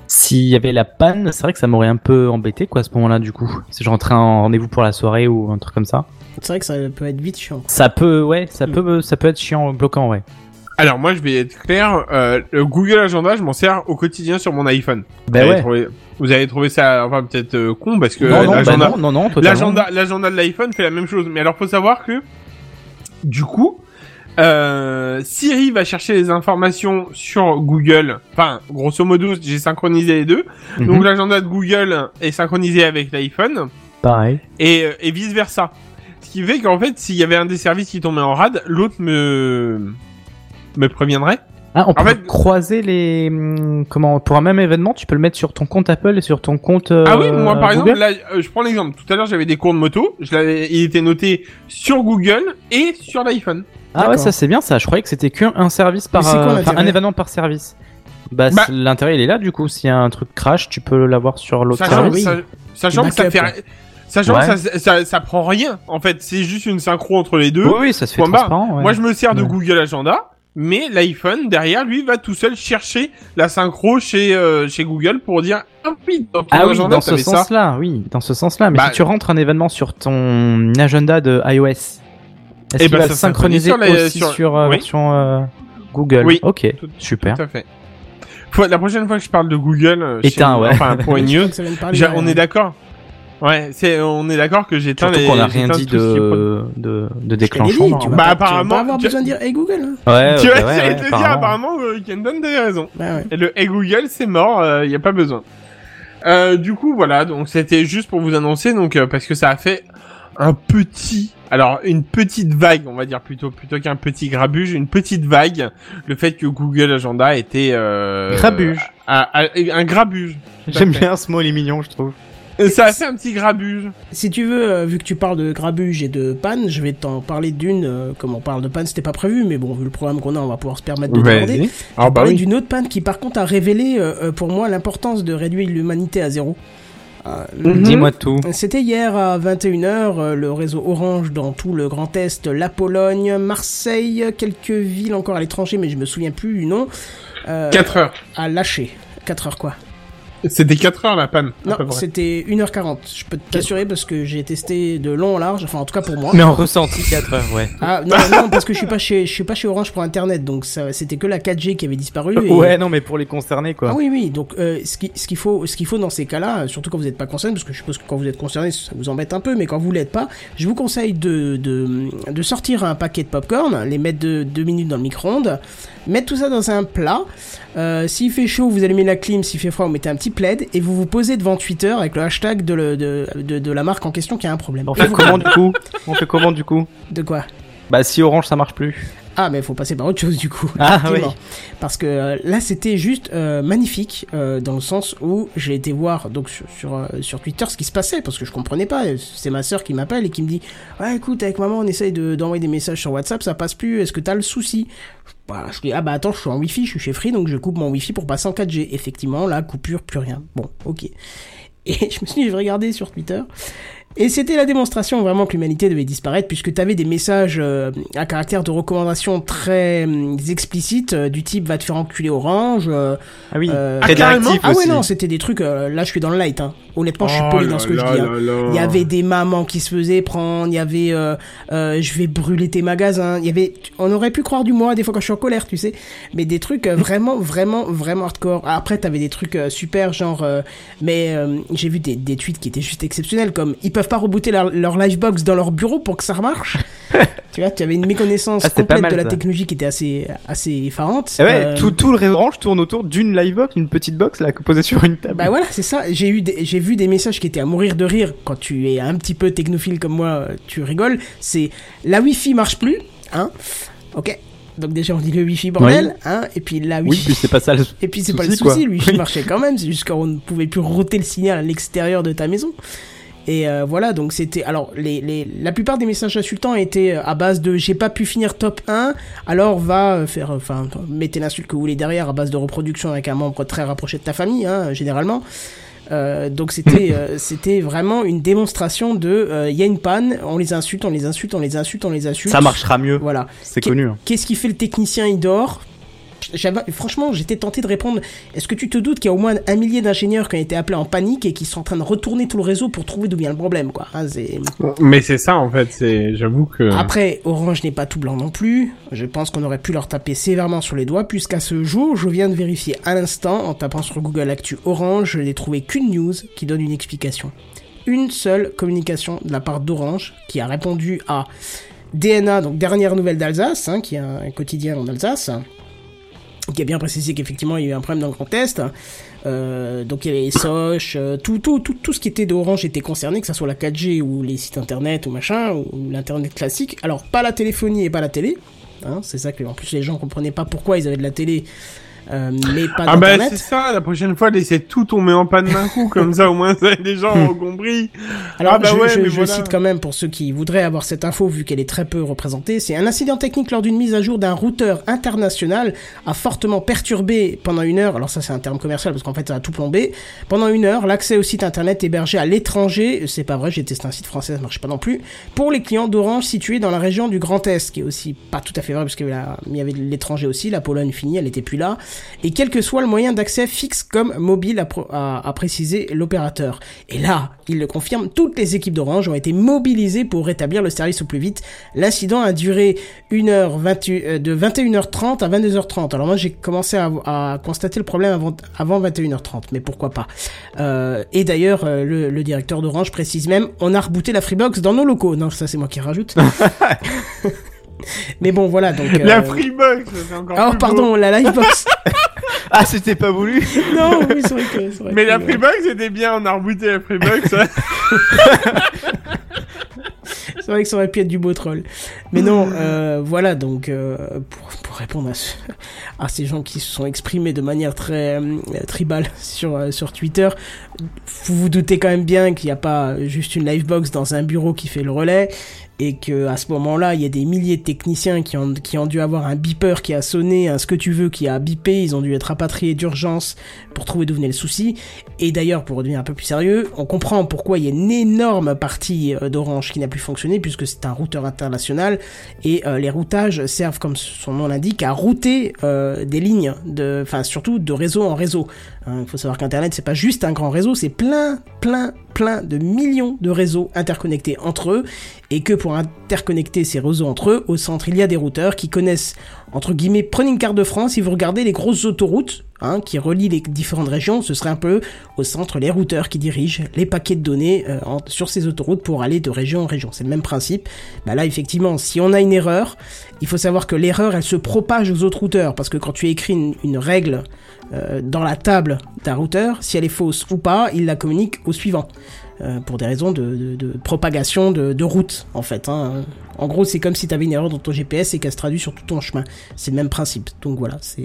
Speaker 3: s'il y avait la panne, c'est vrai que ça m'aurait un peu embêté quoi à ce moment-là du coup. Si je rentrais en rendez-vous pour la soirée ou un truc comme ça.
Speaker 1: C'est vrai que ça peut être vite chiant.
Speaker 3: Ça peut, ouais, ça,
Speaker 1: Mm.
Speaker 3: peut, ça peut être chiant, bloquant, ouais.
Speaker 4: Alors moi, je vais être clair. euh, le Google Agenda, je m'en sers au quotidien sur mon iPhone.
Speaker 3: Bah
Speaker 4: vous, avez
Speaker 3: ouais.
Speaker 4: trouvé, vous avez trouvé ça, enfin peut-être euh, con parce que
Speaker 3: non, non, bah
Speaker 4: l'agenda,
Speaker 3: non, non, non, totalement.
Speaker 4: l'agenda, l'agenda de l'iPhone fait la même chose. Mais alors faut savoir que du coup, euh, Siri va chercher les informations sur Google. Enfin, grosso modo, j'ai synchronisé les deux.
Speaker 3: Mhm.
Speaker 4: Donc l'agenda de Google est synchronisé avec l'iPhone
Speaker 3: Pareil.
Speaker 4: et, euh, et vice versa. Ce qui fait qu'en fait, s'il y avait un des services qui tombait en rade, l'autre me me préviendrait.
Speaker 3: Ah, on peut
Speaker 4: fait-
Speaker 3: croiser les. hum, Comment Pour un même événement, tu peux le mettre sur ton compte Apple et sur ton compte. euh,
Speaker 4: Ah oui, moi par exemple,
Speaker 3: Google
Speaker 4: là, euh, je prends l'exemple. Tout à l'heure, j'avais des cours de moto. Je l'avais, il était noté sur Google et sur l'iPhone.
Speaker 3: Ah ouais,
Speaker 1: D'accord.
Speaker 3: ça c'est bien ça. Je croyais que c'était qu'un un service par.
Speaker 1: Mais c'est quoi
Speaker 3: euh, enfin, un
Speaker 1: l'intérêt
Speaker 3: événement par service. Bah,
Speaker 4: Bah.
Speaker 3: c'est- l'intérêt il est là du coup. S'il y a un truc crash, tu peux l'avoir sur l'autre
Speaker 4: Sachant,
Speaker 1: Ah
Speaker 3: service.
Speaker 4: que
Speaker 1: oui.
Speaker 4: ça- sachant que ça
Speaker 1: Backup,
Speaker 4: fait.
Speaker 1: ouais.
Speaker 4: ri- Sachant
Speaker 3: Ouais.
Speaker 4: que ça, ça, ça prend rien, en fait. C'est juste une synchro entre les deux.
Speaker 3: Oui, oui, ça se fait
Speaker 4: Point barre.
Speaker 3: transparent. ouais.
Speaker 4: Moi, je me sers de
Speaker 3: Ouais.
Speaker 4: Google Agenda, mais l'iPhone, derrière, lui, va tout seul chercher la synchro chez, euh, chez Google pour dire Ah oui, dans ton
Speaker 3: Ah oui,
Speaker 4: agenda,
Speaker 3: dans ce
Speaker 4: t'avais ça.
Speaker 3: sens-là, oui, dans ce sens-là. Mais
Speaker 4: Bah-
Speaker 3: si tu rentres un événement sur ton agenda de iOS, est-ce qu'il
Speaker 4: ben,
Speaker 3: va
Speaker 4: ça
Speaker 3: le synchroniser
Speaker 4: synchronise sur la-
Speaker 3: aussi
Speaker 4: sur-
Speaker 3: sur, euh,
Speaker 4: oui.
Speaker 3: version euh, Google
Speaker 4: Oui.
Speaker 3: Ok,
Speaker 4: Tout-
Speaker 3: super.
Speaker 4: Tout à fait. Faut- la prochaine fois que je parle de Google, euh,
Speaker 3: Éteins,
Speaker 4: chez-
Speaker 3: ouais.
Speaker 4: enfin, pour une news,
Speaker 1: Donc, ça vient de parler, euh,
Speaker 4: j'ai-
Speaker 1: Ah, ouais.
Speaker 4: on est d'accord. Ouais, c'est, on est d'accord que j'éteins
Speaker 3: Surtout
Speaker 4: les.
Speaker 3: qu'on n'a rien
Speaker 4: j'éteins
Speaker 3: dit
Speaker 4: tout ce qui est pro-
Speaker 3: de, de, de
Speaker 1: Je t'ai dit,
Speaker 3: déclenchement.
Speaker 1: tu
Speaker 3: hein.
Speaker 1: vas
Speaker 4: Bah,
Speaker 1: pas- tu vas
Speaker 4: apparemment,
Speaker 1: pas avoir
Speaker 4: tu-
Speaker 1: besoin de dire Hey Google. hein.
Speaker 3: Ouais,
Speaker 4: Tu
Speaker 3: ouais,
Speaker 4: vois,
Speaker 3: ouais,
Speaker 4: j'allais
Speaker 3: ouais,
Speaker 4: te le dire,
Speaker 3: apparemment.
Speaker 4: apparemment, euh, Kendon, t'avais raison.
Speaker 1: Bah ouais.
Speaker 4: Et le et Google, c'est mort, il a pas besoin. Euh, du coup, voilà, donc c'était juste pour vous annoncer, donc euh, parce que ça a fait un petit, alors une petite vague, on va dire plutôt plutôt qu'un petit grabuge, une petite vague, le fait que Google Agenda était euh,
Speaker 8: Grabuge.
Speaker 4: à- à- un grabuge. Tout à
Speaker 8: J'aime
Speaker 4: fait.
Speaker 8: bien ce mot, il est mignon, je trouve.
Speaker 4: Et Ça a fait un petit grabuge.
Speaker 1: Si tu veux, euh, vu que tu parles de grabuge et de panne, je vais t'en parler d'une. euh, comme on parle de panne, c'était pas prévu, mais bon, vu le programme qu'on a, on va pouvoir se permettre de demander.
Speaker 4: Ah
Speaker 1: parler d'une autre panne qui, par contre, a révélé euh, euh, pour moi l'importance de réduire l'humanité à zéro. Euh,
Speaker 3: Dis-moi tout.
Speaker 1: C'était hier à 21h, euh, le réseau Orange dans tout le Grand Est, la Pologne, Marseille, quelques villes encore à l'étranger, mais je me souviens plus du nom, euh,
Speaker 4: 4 heures.
Speaker 1: a lâché. 4 heures quoi
Speaker 4: C'était 4 heures la panne. à
Speaker 1: Non,
Speaker 4: peu près.
Speaker 1: c'était 1h40. Je peux t'assurer parce que j'ai testé de long en large, enfin en tout cas pour moi.
Speaker 3: Mais en ressenti 4 heures, ouais.
Speaker 1: Ah non, non parce que je suis pas chez je suis pas chez Orange pour internet donc ça c'était que la 4G qui avait disparu et-
Speaker 3: Ouais, non, mais pour les concerner, quoi.
Speaker 1: Ah oui oui, donc euh, ce qui- ce qu'il faut ce qu'il faut dans ces cas-là, euh, surtout quand vous n'êtes pas concerné parce que je suppose que quand vous êtes concerné ça vous embête un peu mais quand vous l'êtes pas, je vous conseille de, de de sortir un paquet de popcorn, les mettre de, deux minutes dans le micro-ondes, mettre tout ça dans un plat. Euh, s'il fait chaud, vous allumez la clim, s'il fait froid, vous mettez un petit plaid et vous vous posez devant Twitter avec le hashtag de le- de, de, de la marque en question qui a un problème.
Speaker 3: On fait comment du coup On fait comment du coup
Speaker 1: De quoi
Speaker 3: Bah, si Orange ça marche plus.
Speaker 1: Ah, mais faut passer par autre chose du coup.
Speaker 3: Ah,
Speaker 1: Effectivement.
Speaker 3: oui.
Speaker 1: Parce que euh, là, c'était juste euh, magnifique euh, dans le sens où j'ai été voir donc sur sur, euh, sur Twitter ce qui se passait parce que je comprenais pas. C'est ma sœur qui m'appelle et qui me dit ouais écoute avec maman on essaye de d'envoyer des messages sur WhatsApp ça passe plus. Est-ce que t'as le souci Bah, Je dis ah bah attends je suis en Wi-Fi je suis chez Free donc je coupe mon Wi-Fi pour passer en 4G. Effectivement là coupure plus rien. Bon ok. Et je me suis dit, je vais regarder sur Twitter. Et c'était la démonstration vraiment que l'humanité devait disparaître, puisque tu avais des messages euh, à caractère de recommandation très hum, explicites, euh, du type va te faire enculer orange. euh,
Speaker 3: Ah oui.
Speaker 1: euh,
Speaker 4: Très carrément
Speaker 8: directif
Speaker 1: Ah ouais,
Speaker 8: aussi.
Speaker 1: non, c'était des trucs. euh, là, je suis dans le light. Hein. Honnêtement, je suis
Speaker 4: Oh
Speaker 1: poli
Speaker 4: là
Speaker 1: dans ce que
Speaker 4: là
Speaker 1: je dis. hein.
Speaker 4: là là.
Speaker 3: Oh.
Speaker 1: Il y avait des mamans qui se faisaient prendre, il y avait euh, euh, je vais brûler tes magasins, il y avait on aurait pu croire du moi des fois quand je suis en colère, tu sais, mais des trucs euh, vraiment vraiment vraiment hardcore. Après t'avais des trucs euh, super genre euh, mais euh, j'ai vu des, des tweets qui étaient juste exceptionnels comme ils peuvent pas rebooter leur, leur livebox dans leur bureau pour que ça remarche. tu vois, tu avais une méconnaissance
Speaker 3: Ah, c'est pas
Speaker 1: complète
Speaker 3: mal,
Speaker 1: de la
Speaker 3: ça. Eh
Speaker 1: technologie qui était assez assez effarante.
Speaker 8: Et Eh ouais,
Speaker 1: Euh,
Speaker 8: tout, tout le réseau Orange tourne autour d'une livebox, une petite box là, posée sur une table.
Speaker 1: Bah voilà, c'est ça. J'ai eu, des- j'ai vu des messages qui étaient à mourir de rire. Quand tu es un petit peu technophile comme moi, euh, tu rigoles. C'est la Wi-Fi marche plus, hein Ok. Donc déjà on dit le Wi-Fi bordel, hein Et puis la
Speaker 3: Oui,
Speaker 1: Wi-Fi.
Speaker 3: puis c'est pas ça le
Speaker 1: et puis c'est pas le
Speaker 8: souci,
Speaker 1: souci,
Speaker 8: quoi.
Speaker 1: le Wi-Fi marchait quand même. C'est juste qu'on ne pouvait plus router le signal à l'extérieur de ta maison. Et euh, voilà, donc c'était. Alors, les, les, la plupart des messages insultants étaient euh, à base de j'ai pas pu finir top 1, alors va euh, faire. Enfin, mettez l'insulte que vous voulez derrière à base de reproduction avec un membre très rapproché de ta famille, hein, généralement. Euh, donc c'était euh, c'était vraiment une démonstration de euh, il y a une panne, on les insulte, on les insulte, on les insulte, on les insulte.
Speaker 3: Ça marchera mieux.
Speaker 1: Voilà.
Speaker 8: c'est
Speaker 1: Qu'est-
Speaker 8: connu. hein.
Speaker 1: Qu'est-ce qui fait le technicien Il dort. J'avais- Franchement, j'étais tenté de répondre. Est-ce que tu te doutes qu'il y a au moins un millier d'ingénieurs qui ont été appelés en panique et qui sont en train de retourner tout le réseau pour trouver d'où vient le problème, quoi. Hein, c'est-
Speaker 4: Mais c'est ça en fait, c'est j'avoue que
Speaker 1: Après, Orange n'est pas tout blanc non plus. Je pense qu'on aurait pu leur taper sévèrement sur les doigts, puisqu'à ce jour, je viens de vérifier à l'instant, en tapant sur Google Actu Orange, je n'ai trouvé qu'une news qui donne une explication. Une seule communication de la part d'Orange qui a répondu à DNA, donc dernière nouvelle d'Alsace, hein, qui est un quotidien en Alsace, qui a bien précisé qu'effectivement il y a eu un problème dans le Grand Est. Euh, donc il y avait Soch, euh, tout, tout, tout, tout ce qui était d'Orange était concerné, que ce soit la 4G ou les sites internet ou machin, ou, ou l'internet classique. Alors pas la téléphonie et pas la télé. hein, c'est ça que en plus les gens comprenaient pas pourquoi ils avaient de la télé euh, mais pas
Speaker 4: Ah bah c'est
Speaker 1: d'internet.
Speaker 4: ça, la prochaine fois laissez tout tomber en panne d'un coup, comme ça au moins les gens ont compris.
Speaker 1: Alors
Speaker 4: Ah bah
Speaker 1: je,
Speaker 4: ouais,
Speaker 1: je-
Speaker 4: mais
Speaker 1: je
Speaker 4: voilà.
Speaker 1: cite quand même pour ceux qui voudraient avoir cette info vu qu'elle est très peu représentée, c'est un incident technique lors d'une mise à jour d'un routeur international a fortement perturbé pendant une heure, alors ça c'est un terme commercial parce qu'en fait ça a tout plombé, pendant une heure l'accès au site internet hébergé à l'étranger, c'est pas vrai j'ai testé un site français ça marche pas non plus, pour les clients d'Orange situés dans la région du Grand Est, ce qui est aussi pas tout à fait vrai parce qu'il y avait la- il y avait de l'étranger aussi, la Pologne finie, elle était plus là, et quel que soit le moyen d'accès fixe comme mobile, a, pro- a- a précisé l'opérateur. Et là, il le confirme, toutes les équipes d'Orange ont été mobilisées pour rétablir le service au plus vite. L'incident a duré 1h28, euh, de 21h30 à 22h30. Alors moi, j'ai commencé à, à constater le problème avant, avant 21h30, mais pourquoi pas. Euh, et d'ailleurs, euh, le, le directeur d'Orange précise même, on a rebooté la Freebox dans nos locaux. Non, ça c'est moi qui rajoute. mais bon, voilà, donc... euh,
Speaker 4: La Freebox, c'est encore
Speaker 1: Oh
Speaker 4: plus beau.
Speaker 1: pardon, la Livebox
Speaker 8: Ah, c'était pas voulu
Speaker 1: Non, oui, c'est vrai que. c'est vrai
Speaker 4: Mais
Speaker 1: que-
Speaker 4: la Freebox était bien, on a rebooté la Freebox.
Speaker 1: euh, C'est vrai que ça aurait pu être du beau troll. Mais non, euh, voilà, donc, euh, pour, pour répondre à, ce- à ces gens qui se sont exprimés de manière très euh, tribale sur, euh, sur Twitter, vous vous doutez quand même bien qu'il n'y a pas juste une livebox dans un bureau qui fait le relais. Et que à ce moment-là, il y a des milliers de techniciens qui ont, qui ont dû avoir un beeper qui a sonné, un ce que tu veux qui a bipé. Ils ont dû être rapatriés d'urgence pour trouver d'où venait le souci. Et d'ailleurs, pour redevenir un peu plus sérieux, on comprend pourquoi il y a une énorme partie euh, d'Orange qui n'a plus fonctionné, puisque c'est un routeur international, et euh, les routages servent, comme son nom l'indique, à router euh, des lignes, de, enfin surtout de réseau en réseau. Hein, Il faut savoir qu'Internet, c'est pas juste un grand réseau, c'est plein, plein, plein de millions de réseaux interconnectés entre eux, et que pour interconnecter ces réseaux entre eux, au centre, il y a des routeurs qui connaissent, entre guillemets, prenez une carte de France, si vous regardez les grosses autoroutes, hein, qui relient les différentes régions, ce serait un peu au centre les routeurs qui dirigent les paquets de données euh, en- sur ces autoroutes pour aller de région en région. C'est le même principe. Bah là, effectivement, si on a une erreur, il faut savoir que l'erreur, elle se propage aux autres routeurs, parce que quand tu écris une, une règle euh, dans la table d'un routeur, si elle est fausse ou pas, il la communique au suivant. euh, pour des raisons de, de- de propagation de, de route, en fait. hein. En gros, c'est comme si tu avais une erreur dans ton GPS et qu'elle se traduit sur tout ton chemin. C'est le même principe. Donc voilà, c'est...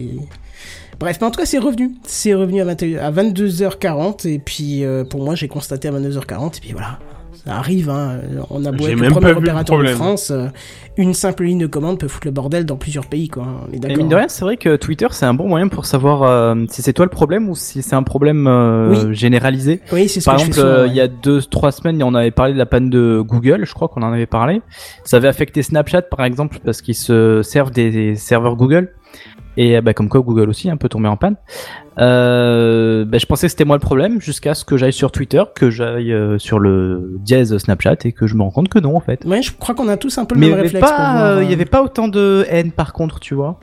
Speaker 1: Bref, mais en tout cas, c'est revenu. C'est revenu à, 21 à 22h40, et puis euh, pour moi, j'ai constaté à 22h40, et puis voilà. Ça arrive, hein. euh, on a beau
Speaker 4: J'ai
Speaker 1: être le
Speaker 4: même
Speaker 1: premier
Speaker 4: pas vu le
Speaker 1: opérateur de
Speaker 4: problème.
Speaker 1: France, euh, une simple ligne de commande peut foutre le bordel dans plusieurs pays, quoi. hein, On est
Speaker 3: Et
Speaker 1: d'accord.
Speaker 3: mine de rien, c'est vrai que Twitter, c'est un bon moyen pour savoir euh, si c'est toi le problème ou si c'est un problème euh, généralisé.
Speaker 1: Oui, c'est ce
Speaker 3: Par
Speaker 1: que je
Speaker 3: exemple,
Speaker 1: fais souvent,
Speaker 3: euh,
Speaker 1: ouais.
Speaker 3: il y a deux, trois semaines, on avait parlé de la panne de Google. Je crois qu'on en avait parlé. Ça avait affecté Snapchat, par exemple, parce qu'ils se servent des serveurs Google. Et euh, bah, comme quoi, Google aussi est un peu tombé en panne. Euh, bah, je pensais que c'était moi le problème jusqu'à ce que j'aille sur Twitter, que j'aille euh, sur le dièse Snapchat et que je me rends compte que non, en fait.
Speaker 1: Ouais, je crois qu'on a tous un peu le
Speaker 3: Mais il
Speaker 1: même
Speaker 3: n'y avait,
Speaker 1: réflexe. pour voir,
Speaker 3: pas, euh, il y
Speaker 1: euh,
Speaker 3: avait pas autant de haine, par contre, tu vois.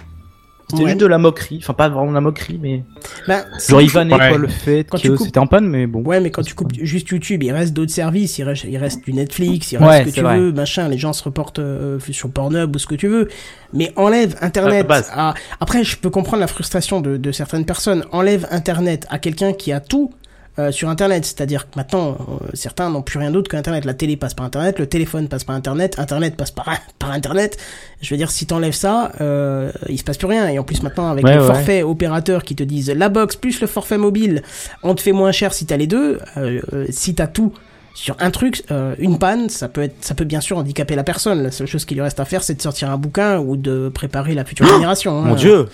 Speaker 3: C'était
Speaker 1: Ouais.
Speaker 3: juste de la moquerie. Enfin, pas vraiment de la moquerie, mais.
Speaker 1: bah,
Speaker 3: Genre, ils vannaient
Speaker 4: Ouais.
Speaker 3: quoi, le fait
Speaker 1: Quand tu
Speaker 3: que
Speaker 1: coupes-
Speaker 3: c'était en panne, mais bon.
Speaker 1: Ouais, mais quand tu coupes juste YouTube, il reste d'autres services, il reste, il reste du Netflix, il
Speaker 3: Ouais,
Speaker 1: reste ce que
Speaker 3: c'est
Speaker 1: tu
Speaker 3: vrai.
Speaker 1: veux, machin, les gens se reportent euh, sur Pornhub ou ce que tu veux. Mais enlève Internet
Speaker 3: Ah, À la base.
Speaker 1: à... Après, je peux comprendre la frustration de, de certaines personnes. Enlève Internet à quelqu'un qui a tout euh, sur Internet. C'est-à-dire que maintenant, euh, certains n'ont plus rien d'autre qu'Internet. La télé passe par Internet, le téléphone passe par Internet, Internet passe par, par Internet. Je veux dire, si t'enlèves ça, euh, il se passe plus rien. Et en plus, maintenant, avec
Speaker 3: Ouais,
Speaker 1: les
Speaker 3: ouais.
Speaker 1: forfaits opérateurs qui te disent la box plus le forfait mobile, on te fait moins cher si t'as les deux. Euh, euh, si t'as tout sur un truc, euh, une panne, ça peut être, ça peut bien sûr handicaper la personne. La seule chose qu'il lui reste à faire, c'est de sortir un bouquin ou de préparer la future génération. hein.
Speaker 3: Oh Mon dieu!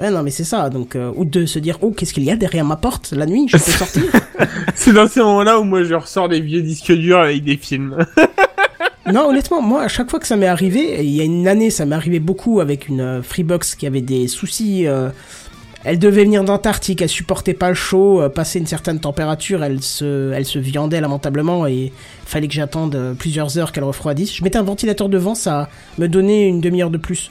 Speaker 1: Ouais, non, mais c'est ça. Donc, euh, ou de se dire, oh, qu'est-ce qu'il y a derrière ma porte la nuit Je peux sortir.
Speaker 4: c'est dans ces moments-là où moi je ressors des vieux disques durs avec des films.
Speaker 1: Non, honnêtement, moi, à chaque fois que ça m'est arrivé, et il y a une année, ça m'est arrivé beaucoup avec une euh, Freebox qui avait des soucis. euh, elle devait venir d'Antarctique, elle supportait pas le chaud, euh, passer une certaine température, elle se, elle se viandait lamentablement et fallait que j'attende euh, plusieurs heures qu'elle refroidisse. Je mettais un ventilateur devant, ça me donnait une demi-heure de plus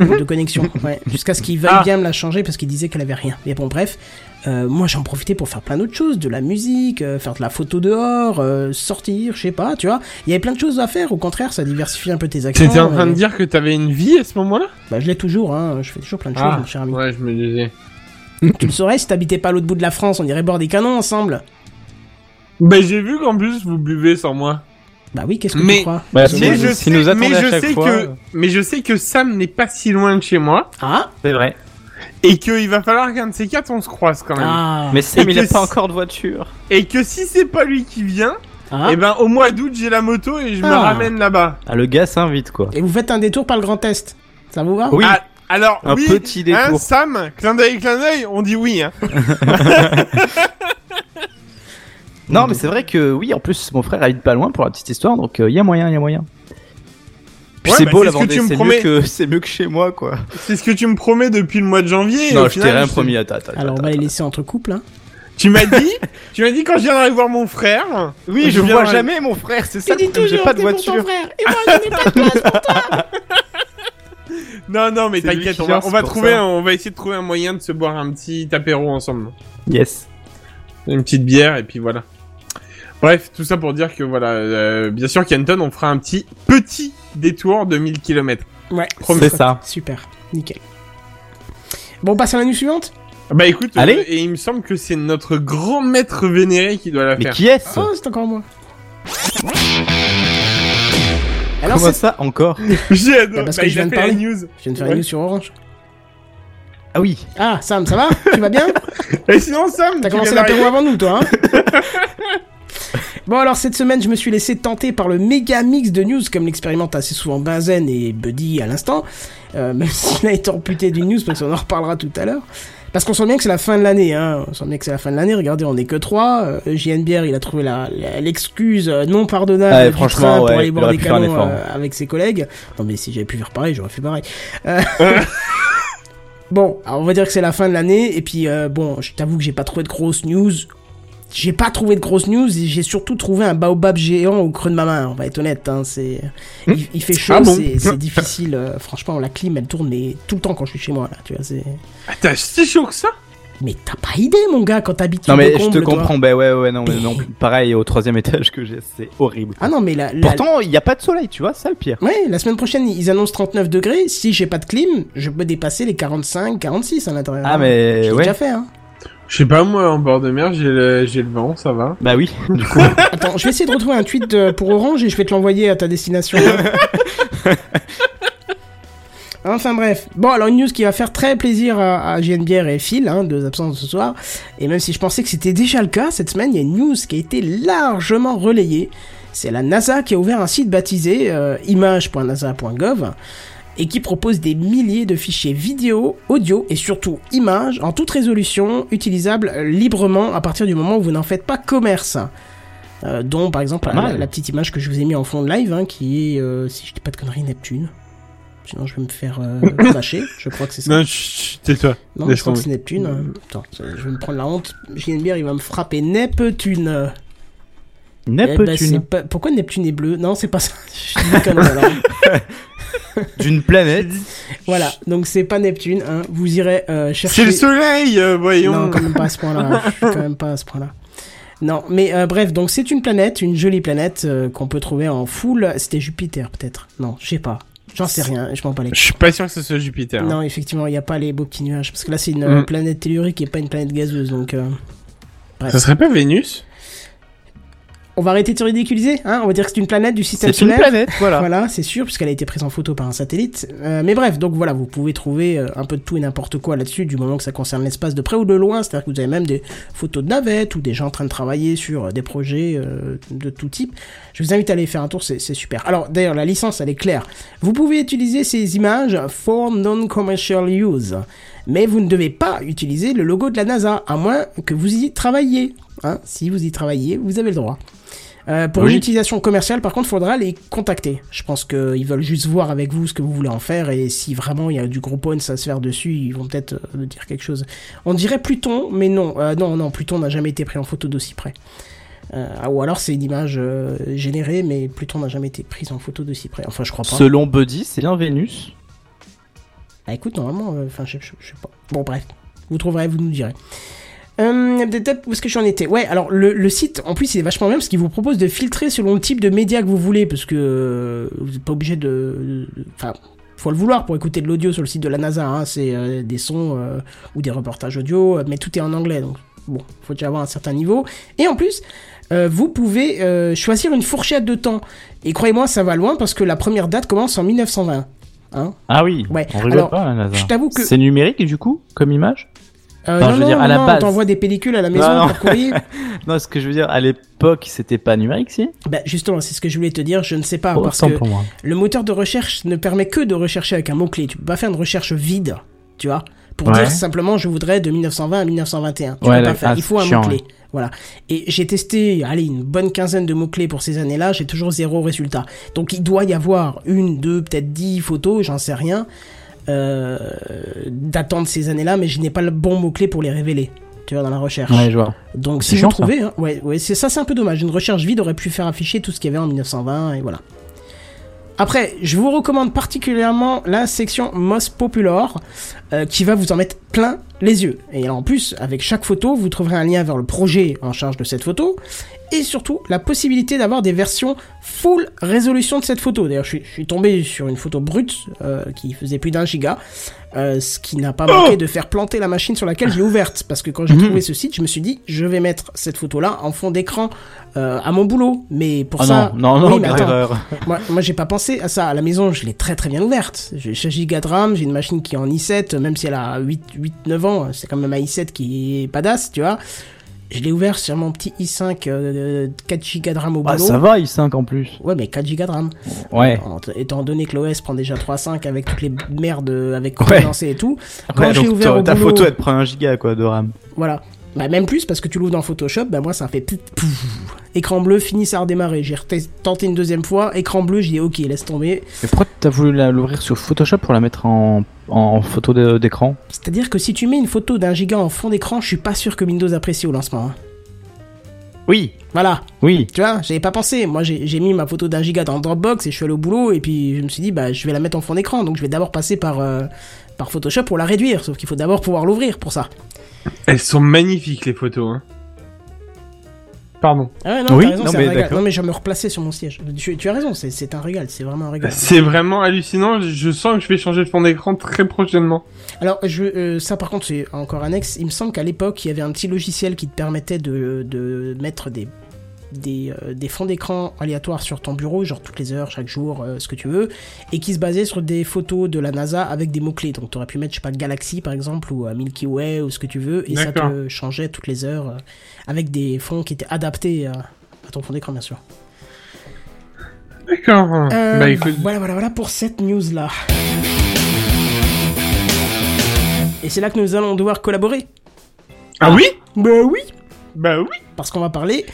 Speaker 1: euh, de connexion, ouais, jusqu'à ce qu'il veuille
Speaker 4: Mhm. Ah.
Speaker 1: bien me la changer parce qu'il disait qu'elle avait rien. Mais bon, bref. Euh, moi, j'en profitais pour faire plein d'autres choses, de la musique, euh, faire de la photo dehors, euh, sortir, je sais pas, tu vois. Il y avait plein de choses à faire. Au contraire, ça diversifie un peu tes actions.
Speaker 4: T'étais en train de
Speaker 1: et-
Speaker 4: dire que t'avais une vie à ce moment-là
Speaker 1: Bah, je l'ai toujours, hein. Je fais toujours plein de choses,
Speaker 4: Ah,
Speaker 1: mon cher ami.
Speaker 4: ouais, je me disais.
Speaker 1: Tu le saurais si t'habitais pas à l'autre bout de la France, on irait boire des canons ensemble.
Speaker 4: Bah j'ai vu qu'en plus vous buvez sans moi.
Speaker 1: Bah oui, qu'est-ce que
Speaker 4: Mais-
Speaker 1: tu crois
Speaker 3: Bah,
Speaker 1: Ils ont-
Speaker 3: si,
Speaker 4: mais
Speaker 3: nous-
Speaker 4: je
Speaker 3: si
Speaker 4: sais,
Speaker 3: nous attendait
Speaker 4: mais
Speaker 3: à
Speaker 4: je
Speaker 3: chaque
Speaker 4: sais
Speaker 3: fois, euh.
Speaker 4: que, mais je sais que Sam n'est pas si loin de chez moi.
Speaker 1: Ah
Speaker 3: C'est vrai.
Speaker 4: Et qu'il va falloir qu'un de ces quatre, on se croise quand même.
Speaker 1: Ah,
Speaker 3: Mais Sam,
Speaker 4: Et
Speaker 3: il a
Speaker 4: que
Speaker 3: pas
Speaker 4: si-
Speaker 3: encore de voiture.
Speaker 4: Et que si c'est pas lui qui vient,
Speaker 1: Ah.
Speaker 4: et ben au mois d'août, j'ai la moto et je me
Speaker 1: Ah.
Speaker 4: ramène là-bas.
Speaker 3: Ah, le gars s'invite, quoi.
Speaker 1: Et vous faites un détour par le Grand Est. Ça vous va
Speaker 3: Oui.
Speaker 4: Ah, alors,
Speaker 3: Un
Speaker 4: oui,
Speaker 3: petit détour.
Speaker 4: hein, Sam, clin d'œil, clin d'œil, on dit oui. Hein.
Speaker 3: Non, mais c'est vrai que oui, en plus, mon frère habite pas loin pour la petite histoire, donc il y a moyen, il y a moyen.
Speaker 8: Puis
Speaker 4: Ouais,
Speaker 8: c'est
Speaker 4: bah,
Speaker 8: beau
Speaker 4: c'est
Speaker 8: la
Speaker 4: ce que
Speaker 8: Vendée,
Speaker 4: tu me
Speaker 8: c'est
Speaker 4: promets.
Speaker 8: mieux que Euh, c'est mieux que chez moi quoi.
Speaker 4: C'est ce que tu me promets depuis le mois de janvier. et au
Speaker 3: non, je
Speaker 4: final,
Speaker 3: t'ai rien promis, attends, attends.
Speaker 1: Alors on
Speaker 4: bah,
Speaker 3: attends,
Speaker 1: va les
Speaker 3: attends.
Speaker 1: laisser entre couples. Hein.
Speaker 4: Tu m'as dit, tu m'as dit quand je viendrai voir mon frère.
Speaker 8: Oui, je
Speaker 4: viendrai-
Speaker 8: vois jamais mon frère, c'est ça. le problème, J'ai pas de voiture.
Speaker 1: Et moi je n'ai pas de place.
Speaker 4: Non, non, mais
Speaker 8: C'est lui
Speaker 4: t'inquiète,
Speaker 8: qui
Speaker 4: on va,
Speaker 8: gère,
Speaker 4: on va
Speaker 8: c'est pour
Speaker 4: trouver,
Speaker 8: ça.
Speaker 4: un- on va essayer de trouver un moyen de se boire un petit apéro ensemble,
Speaker 3: Yes.
Speaker 4: une petite bière et puis voilà. Bref, tout ça pour dire que voilà, euh, bien sûr, Kenton, on fera un petit petit détour de 1000 km.
Speaker 1: Ouais,
Speaker 4: Promis.
Speaker 3: C'est
Speaker 1: chouette.
Speaker 3: ça.
Speaker 1: Super, nickel. Bon, on passe à la nuit suivante.
Speaker 4: Bah écoute,
Speaker 3: Allez.
Speaker 4: euh, et il me semble que c'est notre grand maître vénéré qui doit la
Speaker 3: Mais
Speaker 4: faire. Ah,
Speaker 3: qui est-ce
Speaker 1: Oh, c'est encore moi. Alors,
Speaker 3: Comment
Speaker 1: c'est...
Speaker 3: ça encore
Speaker 4: J'ai adoré.
Speaker 1: Bah, parce
Speaker 4: Bah,
Speaker 1: que
Speaker 4: il
Speaker 1: je viens
Speaker 4: a
Speaker 1: de
Speaker 4: fait la
Speaker 1: parler.
Speaker 4: news.
Speaker 1: Je viens de faire
Speaker 4: Ouais.
Speaker 1: une news sur Orange.
Speaker 3: Ah oui.
Speaker 1: Ah, Sam, ça va Tu vas bien
Speaker 4: Et sinon, Sam,
Speaker 1: T'as
Speaker 4: Hein, tu
Speaker 1: commencé
Speaker 4: viens d'arriver.
Speaker 1: l'apéro avant nous, toi. hein bon, alors cette semaine, je me suis laissé tenter par le méga mix de news, comme l'expérimentent assez souvent Benzen et Buddy à l'instant, euh, même s'il a été amputé d'une news, parce qu'on en reparlera tout à l'heure. Parce qu'on sent bien que c'est la fin de l'année, hein. On sent bien que c'est la fin de l'année. Regardez, on est que trois. Euh, JNBR, il a trouvé la- la- l'excuse euh, non pardonnable
Speaker 3: Ah Ouais,
Speaker 1: du
Speaker 3: franchement,
Speaker 1: train pour
Speaker 3: ouais,
Speaker 1: aller
Speaker 3: il
Speaker 1: boire
Speaker 3: aurait
Speaker 1: des
Speaker 3: pu faire un
Speaker 1: canons
Speaker 3: effort.
Speaker 1: euh, avec ses collègues. Non, mais si j'avais pu faire pareil, j'aurais fait pareil. Euh, bon, alors on va dire que c'est la fin de l'année. Et puis, euh, bon, je t'avoue que j'ai pas trouvé de grosses news. J'ai pas trouvé de grosses news. et J'ai surtout trouvé un baobab géant au creux de ma main. On va être honnête, hein, c'est.
Speaker 3: Hum?
Speaker 1: Il, il fait chaud,
Speaker 4: Ah bon
Speaker 1: c'est- c'est difficile. euh, franchement, la clim, elle tourne mais tout le temps quand je suis chez moi. Là, tu vois, c'est.
Speaker 4: Ah, T'as si chaud que ça
Speaker 1: Mais t'as pas idée, mon gars, quand t'habites
Speaker 3: Non
Speaker 1: sur
Speaker 3: mais
Speaker 1: le
Speaker 3: je te
Speaker 1: comble, toi.
Speaker 3: comprends, bah ouais ouais non mais non pareil au troisième étage que j'ai c'est horrible.
Speaker 1: Ah non, mais la, la-
Speaker 3: Pourtant il n'y a pas de soleil tu vois ça le pire.
Speaker 1: Ouais, la semaine prochaine, ils annoncent 39 degrés. Si j'ai pas de clim, je peux dépasser les 45, 46 à l'intérieur.
Speaker 3: Ah mais
Speaker 1: Je l'ai
Speaker 3: ouais
Speaker 1: déjà fait, hein.
Speaker 4: Je sais pas, moi, en bord de mer, j'ai le, j'ai le vent, ça va.
Speaker 3: bah oui.
Speaker 1: Attends, je vais essayer de retrouver un tweet euh, pour Orange et je vais te l'envoyer à ta destination. Enfin bref. Bon, alors une news qui va faire très plaisir à, à JNBR et Phil, hein, deux absences ce soir. Et même si je pensais que c'était déjà le cas, cette semaine, il y a une news qui a été largement relayée. C'est la NASA qui a ouvert un site baptisé euh, image.nasa.gov et qui propose des milliers de fichiers vidéo, audio et surtout images en toute résolution, utilisables euh, librement à partir du moment où vous n'en faites pas commerce. Euh, dont par exemple
Speaker 3: Pas
Speaker 1: la,
Speaker 3: mal.
Speaker 1: la petite image que je vous ai mis en fond de live, hein, qui est, euh, si je dis pas de conneries, Neptune. Sinon je vais me faire euh, lâcher, je crois que c'est ça.
Speaker 4: Non, chut, chut, tais-toi.
Speaker 1: Non,
Speaker 4: Laisse
Speaker 1: je crois que c'est
Speaker 4: tomber.
Speaker 1: Neptune. hein. Attends, ça- je vais me prendre la honte. JNBR, il va me frapper. Neptune. Eh ben, c'est
Speaker 3: Neptune
Speaker 1: pas- Pourquoi Neptune est bleu Non, c'est pas ça. Je dis des conneries, alors.
Speaker 3: d'une planète.
Speaker 1: Voilà, donc c'est pas Neptune. hein. Vous irez euh, chercher...
Speaker 4: C'est le soleil, euh, voyons.
Speaker 1: Non, quand même pas à ce point-là. Je suis quand même pas à ce point-là. Non, mais euh, bref, donc c'est une planète, une jolie planète euh, qu'on peut trouver en full. C'était Jupiter peut-être. Non, je sais pas. J'en sais rien, je m'en bats les.
Speaker 4: Je suis pas sûr que ce soit Jupiter. hein.
Speaker 1: Non, effectivement, il n'y a pas les beaux petits nuages. Parce que là, c'est une euh,
Speaker 4: Mm.
Speaker 1: planète tellurique et pas une planète gazeuse. Donc, euh, bref.
Speaker 4: Ça serait pas Vénus
Speaker 1: On va arrêter de se ridiculiser, hein On va dire que c'est une planète du système
Speaker 3: C'est une
Speaker 1: solaire.
Speaker 3: planète voilà.
Speaker 1: Voilà, c'est sûr, puisqu'elle a été prise en photo par un satellite. Euh, mais bref, donc voilà, vous pouvez trouver euh, un peu de tout et n'importe quoi là-dessus, du moment que ça concerne l'espace de près ou de loin. C'est-à-dire que vous avez même des photos de navettes ou des gens en train de travailler sur euh, des projets euh, de tout type. Je vous invite à aller faire un tour, c'est c'est super. Alors d'ailleurs, la licence, elle est claire. Vous pouvez utiliser ces images for non-commercial use, mais vous ne devez pas utiliser le logo de la NASA, à moins que vous y travailliez. Hein, si vous y travaillez, vous avez le droit. Euh, pour
Speaker 3: Oui.
Speaker 1: une utilisation commerciale, par contre, faudra les contacter. Je pense qu'ils veulent juste voir avec vous ce que vous voulez en faire et si vraiment il y a du gros punch à se faire dessus, ils vont peut-être euh, dire quelque chose. On dirait Pluton, mais non, euh, non, non, Pluton n'a jamais été pris en photo d'aussi près. Euh, ah, ou alors c'est une image euh, générée, mais Pluton n'a jamais été prise en photo d'aussi près. Enfin, je crois pas.
Speaker 3: Selon Buddy c'est bien Vénus.
Speaker 1: Ah, écoute, normalement, euh, enfin, je, je- je sais pas. Bon, bref, vous trouverez, vous nous direz. Euh, peut-être où est-ce que j'en étais Ouais, alors le, le site, en plus, il est vachement bien parce qu'il vous propose de filtrer selon le type de média que vous voulez, parce que euh, vous n'êtes pas obligé de. de- Enfin, faut le vouloir pour écouter de l'audio sur le site de la NASA. hein. C'est euh, des sons euh, ou des reportages audio, euh, mais tout est en anglais, donc bon, faut déjà avoir un certain niveau. Et en plus, euh, vous pouvez euh, choisir une fourchette de temps. Et croyez-moi, ça va loin parce que la première date commence en 1920. Hein
Speaker 3: Ah oui,
Speaker 1: Ouais.
Speaker 3: on rigole
Speaker 1: Alors,
Speaker 3: pas, hein, Lazare.
Speaker 1: je t'avoue que.
Speaker 3: C'est numérique, du coup, comme image
Speaker 1: euh,
Speaker 3: enfin, je veux dire, à la
Speaker 1: non,
Speaker 3: base.
Speaker 1: On t'envoie des pellicules à la maison
Speaker 3: Non, non.
Speaker 1: pour courir.
Speaker 3: Non, ce que je veux dire, à l'époque, c'était pas numérique, si
Speaker 1: bah, justement, c'est ce que je voulais te dire. Je ne sais pas.
Speaker 3: Oh,
Speaker 1: Ah, parce
Speaker 3: autant
Speaker 1: que
Speaker 3: pour moi.
Speaker 1: le moteur de recherche ne permet que de rechercher avec un mot-clé. Tu peux pas faire une recherche vide, tu vois, pour
Speaker 3: Ouais.
Speaker 1: dire simplement je voudrais de 1920 à 1921. Tu
Speaker 3: Ouais,
Speaker 1: peux pas
Speaker 3: là,
Speaker 1: faire.
Speaker 3: ah,
Speaker 1: Il faut un
Speaker 3: c'est chiant,
Speaker 1: mot-clé.
Speaker 3: ouais.
Speaker 1: Voilà. Et j'ai testé, allez, une bonne quinzaine de mots-clés pour ces années-là, j'ai toujours zéro résultat. Donc il doit y avoir une, deux, peut-être dix photos, j'en sais rien, euh, datant de ces années-là, mais je n'ai pas le bon mot-clé pour les révéler, tu vois, dans la recherche.
Speaker 3: Ouais, je vois.
Speaker 1: Donc
Speaker 3: C'est
Speaker 1: si vous
Speaker 3: chiant,
Speaker 1: trouvez, hein, ouais, ouais, c'est ça, c'est un peu dommage. Une recherche vide aurait pu faire afficher tout ce qu'il y avait en 1920 et voilà. Après, je vous recommande particulièrement la section Most Popular, euh, qui va vous en mettre plein les yeux. Et en plus, avec chaque photo, vous trouverez un lien vers le projet en charge de cette photo, et surtout la possibilité d'avoir des versions full résolution de cette photo. D'ailleurs, je suis, je suis tombé sur une photo brute euh, qui faisait plus d'un giga, euh, ce qui n'a pas manqué de faire planter la machine sur laquelle j'ai ouverte. Parce que quand j'ai
Speaker 3: Oh Mhm.
Speaker 1: trouvé ce site, je me suis dit, je vais mettre cette photo-là en fond d'écran euh, à mon boulot. Mais pour
Speaker 3: Oh
Speaker 1: ça,
Speaker 3: non, non, non,
Speaker 1: oui, mais
Speaker 3: grave
Speaker 1: attends,
Speaker 3: erreur.
Speaker 1: moi, moi j'ai pas pensé à ça. À la maison, je l'ai très très bien ouverte. J'ai 16 gigas de RAM, j'ai une machine qui est en i7, même si elle a 8, 8 9 ans, c'est quand même un i7 qui est badass, tu vois. Je l'ai ouvert sur mon petit i5 euh, 4 gigas de RAM au boulot.
Speaker 3: Ah, ça va, i5 en plus.
Speaker 1: Ouais, mais 4 gigas de RAM.
Speaker 3: Ouais.
Speaker 1: En- Étant donné que l'OS prend déjà 3.5 avec toutes les merdes euh, avec
Speaker 3: Ouais.
Speaker 1: condensé et tout, quand
Speaker 8: Ouais,
Speaker 1: j'ai
Speaker 8: donc
Speaker 1: ouvert
Speaker 8: ta-
Speaker 1: au
Speaker 8: ta
Speaker 1: boulot-
Speaker 8: photo, elle te prend un giga, quoi, de RAM.
Speaker 1: voilà. Bah, même plus parce que tu l'ouvres dans Photoshop, bah moi ça fait pit- pouf. écran bleu, fini, ça a redémarré. J'ai reté- tenté une deuxième fois, écran bleu, j'ai dit ok, laisse tomber.
Speaker 3: Mais pourquoi t'as voulu la- l'ouvrir sur Photoshop pour la mettre en, en photo de- d'écran
Speaker 1: C'est-à-dire que si tu mets une photo d'un giga en fond d'écran, je suis pas sûr que Windows apprécie au lancement. hein.
Speaker 3: Oui.
Speaker 1: Voilà,
Speaker 3: Oui.
Speaker 1: tu vois, j'avais pas pensé. Moi j'ai j'ai mis ma photo d'un giga dans Dropbox et je suis allé au boulot et puis je me suis dit bah je vais la mettre en fond d'écran, donc je vais d'abord passer par, euh, par Photoshop pour la réduire, sauf qu'il faut d'abord pouvoir l'ouvrir pour ça.
Speaker 4: Elles sont magnifiques les photos. Hein. Pardon.
Speaker 1: Ah ouais, non,
Speaker 8: Oui,
Speaker 1: t'as raison,
Speaker 8: non,
Speaker 1: c'est
Speaker 8: mais
Speaker 1: un régal.
Speaker 8: d'accord.
Speaker 1: Non mais je vais me replacer sur mon siège. Tu, tu as raison, c'est- c'est un régal, c'est vraiment un régal.
Speaker 4: C'est vraiment hallucinant. Je sens que je vais changer de fond d'écran très prochainement.
Speaker 1: Alors, je, euh, ça par contre, c'est encore annexe. Il me semble qu'à l'époque, il y avait un petit logiciel qui te permettait de, de mettre des, des, euh, des fonds d'écran aléatoires sur ton bureau, genre toutes les heures, chaque jour, euh, ce que tu veux, et qui se basait sur des photos de la NASA avec des mots-clés. Donc, tu aurais pu mettre, je sais pas, Galaxy par exemple, ou euh, Milky Way, ou ce que tu veux, et ça
Speaker 4: D'accord.
Speaker 1: te changeait toutes les heures euh, avec des fonds qui étaient adaptés euh, à ton fond d'écran, bien sûr.
Speaker 4: D'accord.
Speaker 1: Euh,
Speaker 4: bah écoute.
Speaker 1: Voilà, voilà, voilà pour cette news-là. Et c'est là que nous allons devoir collaborer.
Speaker 4: Ah oui
Speaker 1: Bah oui
Speaker 4: Bah oui.
Speaker 1: Parce qu'on va parler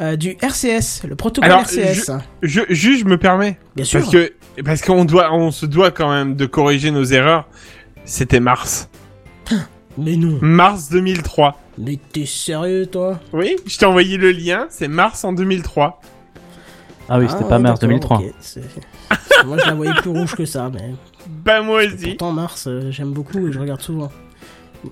Speaker 1: euh, du RCS, le protocole
Speaker 4: Alors,
Speaker 1: RCS.
Speaker 4: Je, juste, je me permets.
Speaker 1: Bien sûr.
Speaker 4: Parce que parce qu'on doit, on se doit quand même de corriger nos erreurs. C'était mars.
Speaker 1: Mais non.
Speaker 4: Mars 2003.
Speaker 1: Mais t'es sérieux, toi
Speaker 4: Oui, je t'ai envoyé le lien. C'est mars en 2003.
Speaker 3: Ah oui, c'était
Speaker 1: Ah,
Speaker 3: pas
Speaker 1: ouais,
Speaker 3: mars
Speaker 1: d'accord,
Speaker 3: 2003.
Speaker 1: ok, c'est- Parce que Moi, je la voyais plus rouge que ça, mais
Speaker 4: Bah moi aussi.
Speaker 1: pourtant, Mars, euh, j'aime beaucoup et je regarde souvent.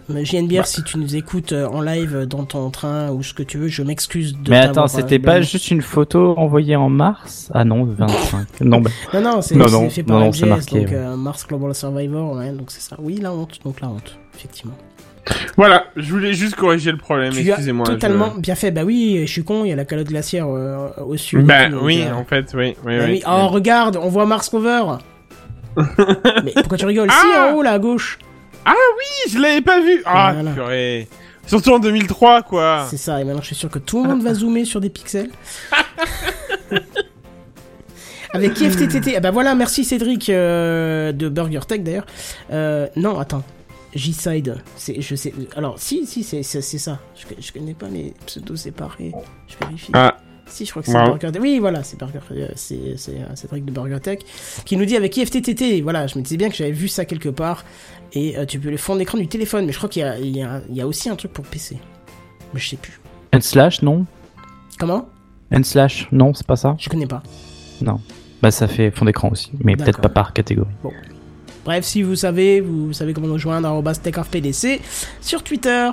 Speaker 1: Mais
Speaker 3: Bah.
Speaker 1: JNBR, si tu nous écoutes euh, en live euh, dans ton train ou ce que tu veux, je m'excuse de
Speaker 3: Mais
Speaker 1: t'avoir,
Speaker 3: attends,
Speaker 1: euh,
Speaker 3: c'était pas
Speaker 1: blâmé.
Speaker 3: juste une photo envoyée en mars Ah non, 25. non, bah,
Speaker 1: Non, non, c'est
Speaker 3: Non,
Speaker 1: c'est
Speaker 3: non,
Speaker 1: fait par
Speaker 3: non, non,
Speaker 1: MGS,
Speaker 3: c'est marqué,
Speaker 1: donc
Speaker 3: ouais.
Speaker 1: euh, Mars Global Survivor, ouais, donc c'est ça. Oui, la honte, donc la honte, effectivement.
Speaker 4: Voilà, je voulais juste corriger le problème.
Speaker 1: tu as
Speaker 4: Excusez-moi. je-
Speaker 1: totalement bien fait, bah oui, je suis con, il y a la calotte glaciaire euh, au sud. et
Speaker 4: Bah
Speaker 1: tout, donc,
Speaker 4: oui,
Speaker 1: euh,
Speaker 4: en fait, oui, oui,
Speaker 1: bah
Speaker 4: Eh oui.
Speaker 1: oui. Oh, regarde, on voit Mars Rover Mais pourquoi tu rigoles Si,
Speaker 4: Ah
Speaker 1: en haut, là, à gauche
Speaker 4: Oui, je l'avais pas vu. Ah
Speaker 1: Voilà.
Speaker 4: purée. Surtout en 2003 quoi.
Speaker 1: C'est ça, et maintenant je suis sûr que tout le monde va zoomer sur des pixels. Avec IFTTT. Ah bah voilà, merci Cédric euh, de Burger Tech d'ailleurs. Euh, non, attends. G-Side, c'est, je sais. Alors, si, si, c'est, c'est, c'est ça. Je, je connais pas les pseudos séparés. Je vérifie.
Speaker 4: Ah.
Speaker 1: Si, je crois que c'est
Speaker 4: Bravo.
Speaker 1: Burger Tech. Oui, voilà, c'est Burger. euh, c'est, c'est euh, Cédric de Burger Tech qui nous dit avec IFTTT. Voilà, je me disais bien que j'avais vu ça quelque part. Et euh, tu peux le fond d'écran du téléphone, mais je crois qu'il y a, il y a- il y a aussi un truc pour PC. Mais je sais plus.
Speaker 3: N slash, non
Speaker 1: Comment
Speaker 3: N slash, non, c'est pas ça
Speaker 1: Je connais pas.
Speaker 3: Bah ça fait fond d'écran aussi, mais peut-être pas
Speaker 1: D'accord.
Speaker 3: par catégorie.
Speaker 1: Bref, si vous savez, vous savez comment nous joindre, arobase techinfpdc sur Twitter.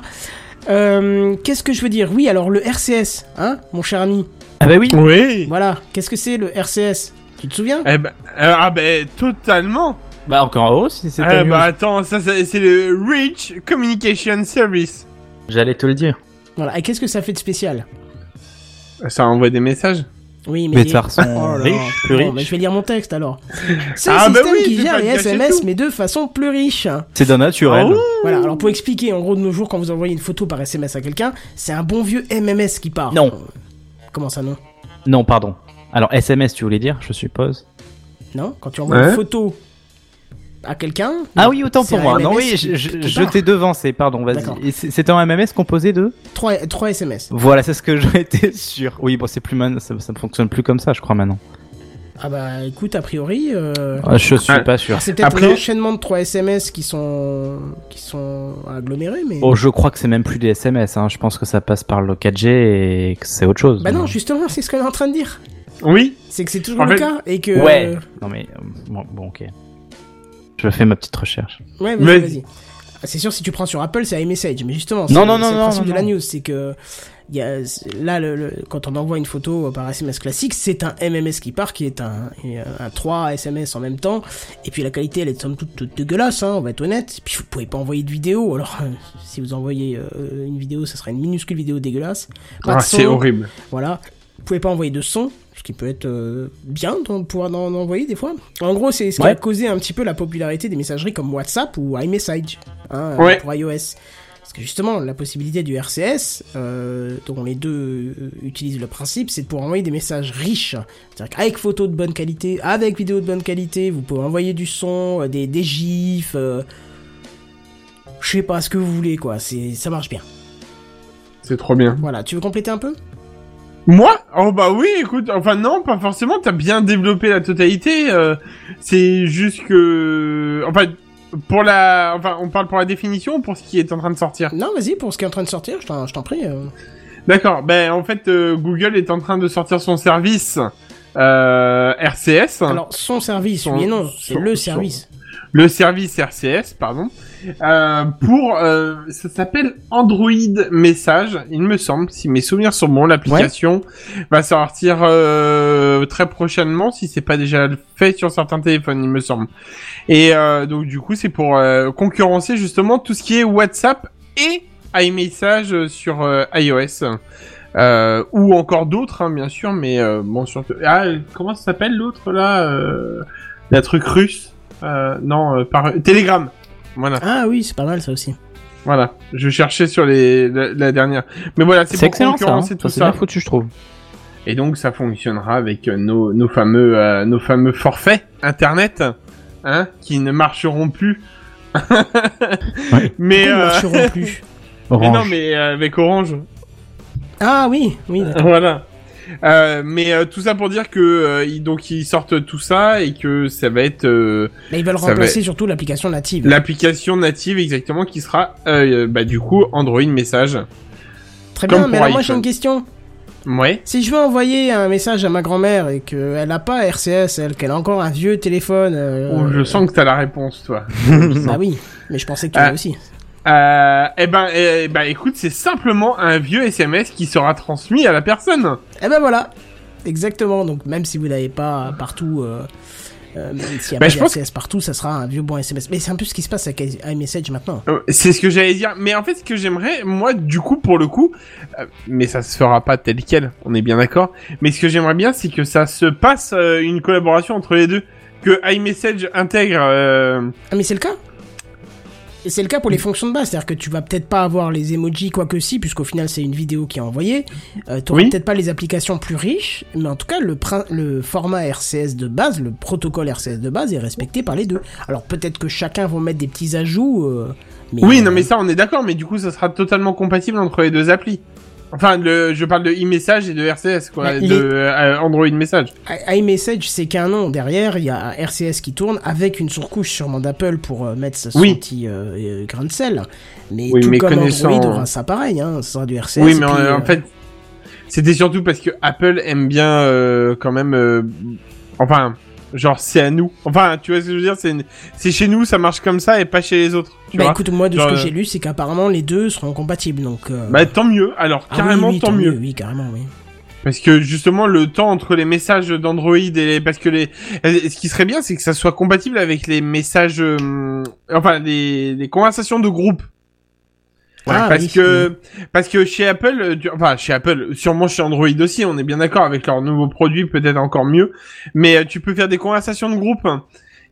Speaker 1: Euh, qu'est-ce que je veux dire Oui, alors le RCS, hein, mon cher ami.
Speaker 3: Ah bah oui
Speaker 4: Oui.
Speaker 1: Voilà, qu'est-ce que c'est le RCS Tu te souviens
Speaker 4: Eh ben, euh, ah ben, totalement.
Speaker 3: Bah encore heureux si c'était
Speaker 4: Ah bah attends, ça, ça- c'est le Rich Communication Service.
Speaker 3: J'allais te le dire.
Speaker 1: Voilà, et qu'est-ce que ça fait de spécial
Speaker 4: Ça envoie des messages.
Speaker 1: Oui, mais.
Speaker 3: Les tsars sont
Speaker 1: Oh là là.
Speaker 3: riches, plus
Speaker 1: Bon, mais
Speaker 3: riches.
Speaker 1: je vais lire mon texte alors. C'est
Speaker 4: Ah,
Speaker 1: le
Speaker 4: bah
Speaker 1: système
Speaker 4: oui,
Speaker 1: qui
Speaker 4: tu
Speaker 1: gère
Speaker 4: vas
Speaker 1: les
Speaker 4: le cacher
Speaker 1: SMS,
Speaker 4: tout.
Speaker 1: mais de façon plus riche.
Speaker 3: C'est d'un naturel.
Speaker 4: Ah
Speaker 1: Voilà, alors pour expliquer, en gros, de nos jours, quand vous envoyez une photo par SMS à quelqu'un, c'est un bon vieux MMS qui part.
Speaker 3: Non.
Speaker 1: Comment ça, non
Speaker 3: non, pardon. Alors SMS, tu voulais dire, je suppose.
Speaker 1: Non Quand tu envoies
Speaker 4: Ouais.
Speaker 1: une photo à quelqu'un.
Speaker 3: Ah oui, autant
Speaker 1: c'est
Speaker 3: pour
Speaker 1: un
Speaker 3: moi. Non,
Speaker 1: MMS
Speaker 3: oui,
Speaker 1: qui-
Speaker 3: je,
Speaker 1: qui
Speaker 3: je, je
Speaker 1: part.
Speaker 3: t'ai devancé, pardon,
Speaker 1: D'accord.
Speaker 3: vas-y. Et c'est- C'est un MMS composé de
Speaker 1: Trois, trois SMS.
Speaker 3: Voilà, c'est ce que j'étais sûr. Oui, bon, c'est plus man... ça, ça ne fonctionne plus comme ça, je crois maintenant.
Speaker 1: Ah bah écoute, a priori. euh,
Speaker 3: Ah, je suis
Speaker 4: Ah.
Speaker 3: pas sûr.
Speaker 1: alors, c'est peut-être
Speaker 4: Après-
Speaker 1: l'enchaînement de trois SMS qui sont. qui sont agglomérés, mais.
Speaker 3: Oh, je crois que c'est même plus des SMS. Hein. Je pense que ça passe par le 4G et que c'est autre chose.
Speaker 1: Bah non, justement, c'est ce qu'on est en train de dire.
Speaker 4: Oui.
Speaker 1: C'est que c'est toujours
Speaker 4: En
Speaker 1: le
Speaker 4: fait-
Speaker 1: cas et que.
Speaker 3: Ouais. Non mais euh, bon, bon, ok. Je fais ma petite recherche.
Speaker 1: Ouais,
Speaker 4: Mais-
Speaker 1: vas-y, vas-y. Ah, C'est sûr, si tu prends sur Apple, c'est iMessage. Mais justement, c'est
Speaker 3: Non, non,
Speaker 1: c'est
Speaker 3: non,
Speaker 1: le
Speaker 3: non,
Speaker 1: principe
Speaker 3: non,
Speaker 1: de la
Speaker 3: non.
Speaker 1: news. C'est que il y a, c'est- là, le, le- quand on envoie une photo par SMS classique, c'est un MMS qui part, qui est un, un 3 SMS en même temps. Et puis la qualité, elle est somme toute, toute dégueulasse, hein, on va être honnête. Et puis vous pouvez pas envoyer de vidéo. Alors, euh, si vous envoyez euh, une vidéo, ça sera une minuscule vidéo dégueulasse. Pas
Speaker 4: Ah,
Speaker 1: de
Speaker 4: c'est
Speaker 1: son,
Speaker 4: horrible.
Speaker 1: voilà. Vous pouvez pas envoyer de son, ce qui peut être euh, bien de pouvoir en en envoyer des fois. En gros, c'est ce qui
Speaker 3: Ouais.
Speaker 1: a causé un petit peu la popularité des messageries comme WhatsApp ou iMessage hein, euh,
Speaker 4: Ouais.
Speaker 1: pour iOS. Parce que justement, la possibilité du RCS, euh, dont les deux euh, utilisent le principe, c'est de pouvoir envoyer des messages riches. C'est-à-dire qu'avec photos de bonne qualité, avec vidéos de bonne qualité, vous pouvez envoyer du son, euh, des, des gifs, euh, je sais pas ce que vous voulez quoi, C'est- ça marche bien.
Speaker 4: C'est trop bien.
Speaker 1: Voilà, tu veux compléter un peu
Speaker 4: Moi Oh bah oui, écoute, enfin non, pas forcément, t'as bien développé la totalité, euh, c'est juste que... Enfin, pour la... Enfin, on parle pour la définition ou pour ce qui est en train de sortir
Speaker 1: Non, vas-y, pour ce qui est en train de sortir, je t'en je t'en prie. euh.
Speaker 4: D'accord, ben en fait, euh, Google est en train de sortir son service euh, RCS,
Speaker 1: Alors, son service,
Speaker 4: Son-
Speaker 1: oui et non,
Speaker 4: son-
Speaker 1: c'est le
Speaker 4: son-
Speaker 1: service.
Speaker 4: le service RCS, pardon, euh, pour... euh, ça s'appelle Android Message, il me semble, si mes souvenirs sont bons, l'application va sortir euh, très prochainement, si c'est pas déjà fait sur certains téléphones, il me semble. Et euh, donc du coup, c'est pour euh, concurrencer justement tout ce qui est WhatsApp et iMessage sur euh, iOS. Euh, ou encore d'autres, hein, bien sûr, mais euh, bon, sur... Ah, euh, comment ça s'appelle l'autre, là euh, La truc russe euh, Non, euh, par... Telegram Voilà,
Speaker 1: Ah oui, c'est pas mal ça aussi.
Speaker 4: voilà. Je cherchais sur les... la, la dernière. Mais voilà, c'est
Speaker 3: C'est
Speaker 4: pour
Speaker 3: excellent ça. hein.
Speaker 4: concurrencer
Speaker 3: Ça,
Speaker 4: tout
Speaker 3: C'est bien
Speaker 4: ça.
Speaker 3: foutu, je trouve.
Speaker 4: Et donc ça fonctionnera avec euh, nos, nos fameux euh, nos fameux forfaits internet hein, qui ne marcheront plus. Mais,
Speaker 1: Ils ne
Speaker 4: euh,
Speaker 1: marcheront plus.
Speaker 4: mais non
Speaker 3: Orange.
Speaker 4: mais euh, avec Orange
Speaker 1: Ah oui, oui. d'accord.
Speaker 4: voilà. Euh, mais euh, tout ça pour dire que euh, ils, donc ils sortent tout ça et que ça va être euh,
Speaker 1: Mais ils veulent
Speaker 4: Ça
Speaker 1: remplacer surtout l'application native.
Speaker 4: l'application native exactement qui sera euh, bah, du coup Android message.
Speaker 1: Très
Speaker 4: comme
Speaker 1: bien, mais
Speaker 4: pour
Speaker 1: alors moi j'ai
Speaker 4: iPhone.
Speaker 1: une question.
Speaker 4: Ouais.
Speaker 1: Si je veux envoyer un message à ma grand-mère et qu'elle n'a pas RCS, elle, qu'elle a encore un vieux téléphone. euh,
Speaker 4: Oh, je sens que t'as la réponse toi.
Speaker 1: Bah oui, mais je pensais que tu l'avais
Speaker 4: Ah.
Speaker 1: aussi.
Speaker 4: Euh, eh ben, eh ben, écoute, c'est simplement un vieux SMS qui sera transmis à la personne.
Speaker 1: Et ben voilà, exactement. Donc même si vous n'avez pas partout. Euh... euh, même S'il n'y a
Speaker 4: Bah,
Speaker 1: pas
Speaker 4: je pense
Speaker 1: RCS partout, ça sera un vieux bon SMS. Mais c'est un peu ce qui se passe avec iMessage maintenant.
Speaker 4: Euh, C'est ce que j'allais dire. Mais en fait, ce que j'aimerais, moi, du coup, pour le coup, euh, mais ça se fera pas tel quel, on est bien d'accord. Mais ce que j'aimerais bien, c'est que ça se passe euh, une collaboration entre les deux. Que iMessage intègre. euh,
Speaker 1: Ah mais c'est le cas Et c'est le cas pour
Speaker 4: Mm.
Speaker 1: les fonctions de base, c'est-à-dire que tu vas peut-être pas avoir les emojis, quoi que si, puisqu'au final c'est une vidéo qui est envoyée. Euh, T'auras
Speaker 4: Oui.
Speaker 1: peut-être pas les applications plus riches, mais en tout cas le, prin- le format RCS de base, le protocole RCS de base est respecté par les deux. Alors peut-être que chacun va mettre des petits ajouts. euh, mais,
Speaker 4: Oui,
Speaker 1: euh,
Speaker 4: non, mais ça, on est d'accord. Mais du coup, ça sera totalement compatible entre les deux applis. Enfin, le, je parle de iMessage et de RCS, quoi,
Speaker 1: Bah, il
Speaker 4: de euh, Android Message.
Speaker 1: i- iMessage c'est qu'un nom derrière, il y a un RCS qui tourne avec une surcouche sûrement d'Apple pour euh, mettre son
Speaker 4: Oui.
Speaker 1: petit euh, euh, grain de sel. Mais
Speaker 4: Oui,
Speaker 1: tout
Speaker 4: mais
Speaker 1: comme
Speaker 4: connaissant-
Speaker 1: Android aura ça pareil, hein, ça sera du RCS.
Speaker 4: Oui,
Speaker 1: et
Speaker 4: mais
Speaker 1: puis,
Speaker 4: en, en
Speaker 1: euh,
Speaker 4: fait, c'était surtout parce que Apple aime bien euh, quand même. euh, enfin, genre c'est à nous. Enfin, tu vois ce que je veux dire C'est une- c'est chez nous, ça marche comme ça et pas chez les autres. Tu
Speaker 1: bah
Speaker 4: vois
Speaker 1: écoute, moi de ce
Speaker 4: Genre,
Speaker 1: que
Speaker 4: euh,
Speaker 1: j'ai lu, c'est qu'apparemment les deux seront compatibles donc. euh,
Speaker 4: Bah tant mieux. Alors
Speaker 1: ah oui,
Speaker 4: carrément
Speaker 1: oui,
Speaker 4: tant mieux.
Speaker 1: Oui, carrément, oui.
Speaker 4: Parce que justement le temps entre les messages d'Android et les... parce que les euh, ce qui serait bien c'est que ça soit compatible avec les messages euh, enfin les, les conversations de groupe. Ouais,
Speaker 1: Ah,
Speaker 4: parce
Speaker 1: oui.
Speaker 4: que parce que chez Apple, euh, du- enfin chez Apple, sûrement chez Android aussi, on est bien d'accord avec leurs nouveaux produits, peut-être encore mieux. Mais euh, tu peux faire des conversations de groupe.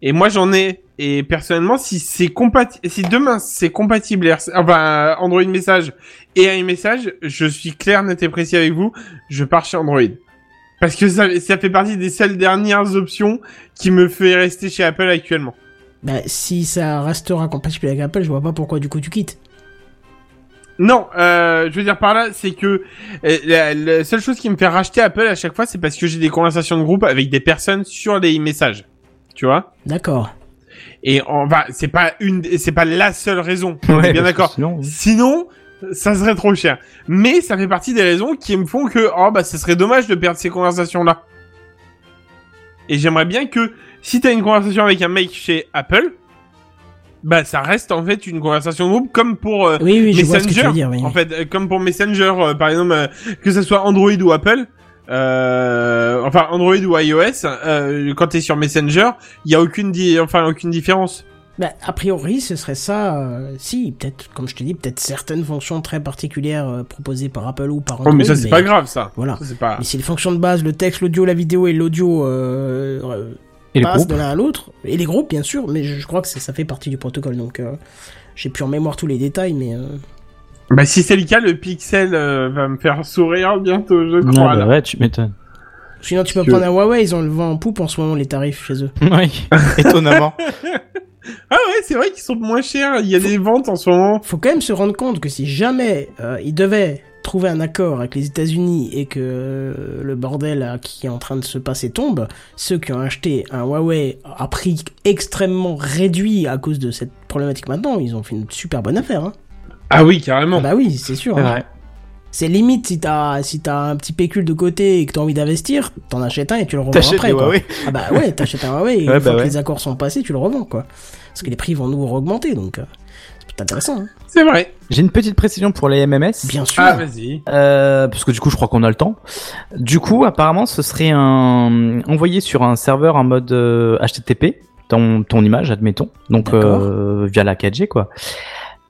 Speaker 4: Et moi j'en ai. Et personnellement, si c'est compatible, si demain c'est compatible, RC enfin euh, Android Message et iMessage, je suis clair, net et précis avec vous, je pars chez Android. Parce que ça, ça fait partie des seules dernières options qui me fait rester chez Apple actuellement.
Speaker 1: Bah, si ça restera compatible avec Apple, je vois pas pourquoi du coup tu quittes.
Speaker 4: Non, euh, je veux dire par là, c'est que euh, la, la seule chose qui me fait racheter Apple à chaque fois, c'est parce que j'ai des conversations de groupe avec des personnes sur les messages. Tu vois
Speaker 1: D'accord.
Speaker 4: Et on va, c'est pas une, c'est pas la seule raison. on est
Speaker 8: Ouais,
Speaker 4: bien
Speaker 8: parce que
Speaker 4: d'accord.
Speaker 8: Sinon,
Speaker 4: Sinon, ça serait trop cher. Mais ça fait partie des raisons qui me font que, oh bah, ce serait dommage de perdre ces conversations-là. Et j'aimerais bien que, si t'as une conversation avec un mec chez Apple, bah, ça reste en fait une conversation de groupe comme pour euh,
Speaker 1: Oui, oui, je vois ce que tu
Speaker 4: Messenger,
Speaker 1: veux dire. Oui.
Speaker 4: en fait, euh, comme pour Messenger, euh, par exemple, euh, que ça soit Android ou Apple, euh, enfin Android ou iOS, euh, quand t'es sur Messenger, il y a aucune, di- enfin aucune différence.
Speaker 1: Bah, a priori, ce serait ça. euh, si, peut-être, comme je te dis, peut-être certaines fonctions très particulières euh, proposées par Apple ou par
Speaker 4: Oh,
Speaker 1: Android.
Speaker 4: mais ça c'est pas grave ça.
Speaker 1: Voilà.
Speaker 4: Ça, c'est pas.
Speaker 1: Mais si les fonctions de base, le texte, l'audio, la vidéo et l'audio euh, euh,
Speaker 3: Et le
Speaker 1: passent
Speaker 3: groupe
Speaker 1: de l'un à l'autre, et les groupes bien sûr, mais je, je crois que c'est- ça fait partie du protocole, donc euh, j'ai plus en mémoire tous les détails, mais... euh,
Speaker 4: Bah si c'est le cas, le Pixel euh, va me faire sourire bientôt, je
Speaker 3: Non,
Speaker 4: crois.
Speaker 3: bah
Speaker 4: là.
Speaker 3: ouais, tu m'étonnes.
Speaker 1: Sinon tu peux
Speaker 4: Que-
Speaker 1: prendre un Huawei, ils ont le vent en poupe en ce moment les tarifs chez eux.
Speaker 3: Oui.
Speaker 8: étonnamment.
Speaker 4: Ah ouais, c'est vrai qu'ils sont moins chers. Il y a des ventes en ce moment.
Speaker 1: Faut quand même se rendre compte que si jamais euh, ils devaient trouver un accord avec les États-Unis et que euh, le bordel là, qui est en train de se passer tombe, ceux qui ont acheté un Huawei à prix extrêmement réduit à cause de cette problématique maintenant, ils ont fait une super bonne affaire. Hein.
Speaker 4: Ah oui, carrément.
Speaker 1: Bah oui, c'est sûr.
Speaker 3: C'est
Speaker 1: hein.
Speaker 3: vrai.
Speaker 1: C'est limite si t'as si t'as un petit pécule de côté et que t'as envie d'investir, t'en achètes un et tu le revends
Speaker 8: T'achètes
Speaker 1: après.
Speaker 8: des
Speaker 1: quoi.
Speaker 8: Huawei.
Speaker 1: Ah bah ouais, t'achètes un Huawei. Et
Speaker 8: Ouais,
Speaker 1: une fois
Speaker 8: bah
Speaker 1: que
Speaker 8: ouais.
Speaker 1: les accords sont passés, tu le revends quoi. Parce que les prix vont nous augmenter donc euh, c'est peut-être intéressant. hein.
Speaker 4: C'est vrai.
Speaker 3: J'ai une petite précision pour les MMS.
Speaker 1: Bien sûr.
Speaker 4: Ah vas-y.
Speaker 3: Euh, parce que du coup, je crois qu'on a le temps. Du coup, apparemment, ce serait un... envoyé sur un serveur en mode euh, HTTP, ton, ton image, admettons, donc
Speaker 1: D'accord.
Speaker 3: euh, via la 4G, quoi.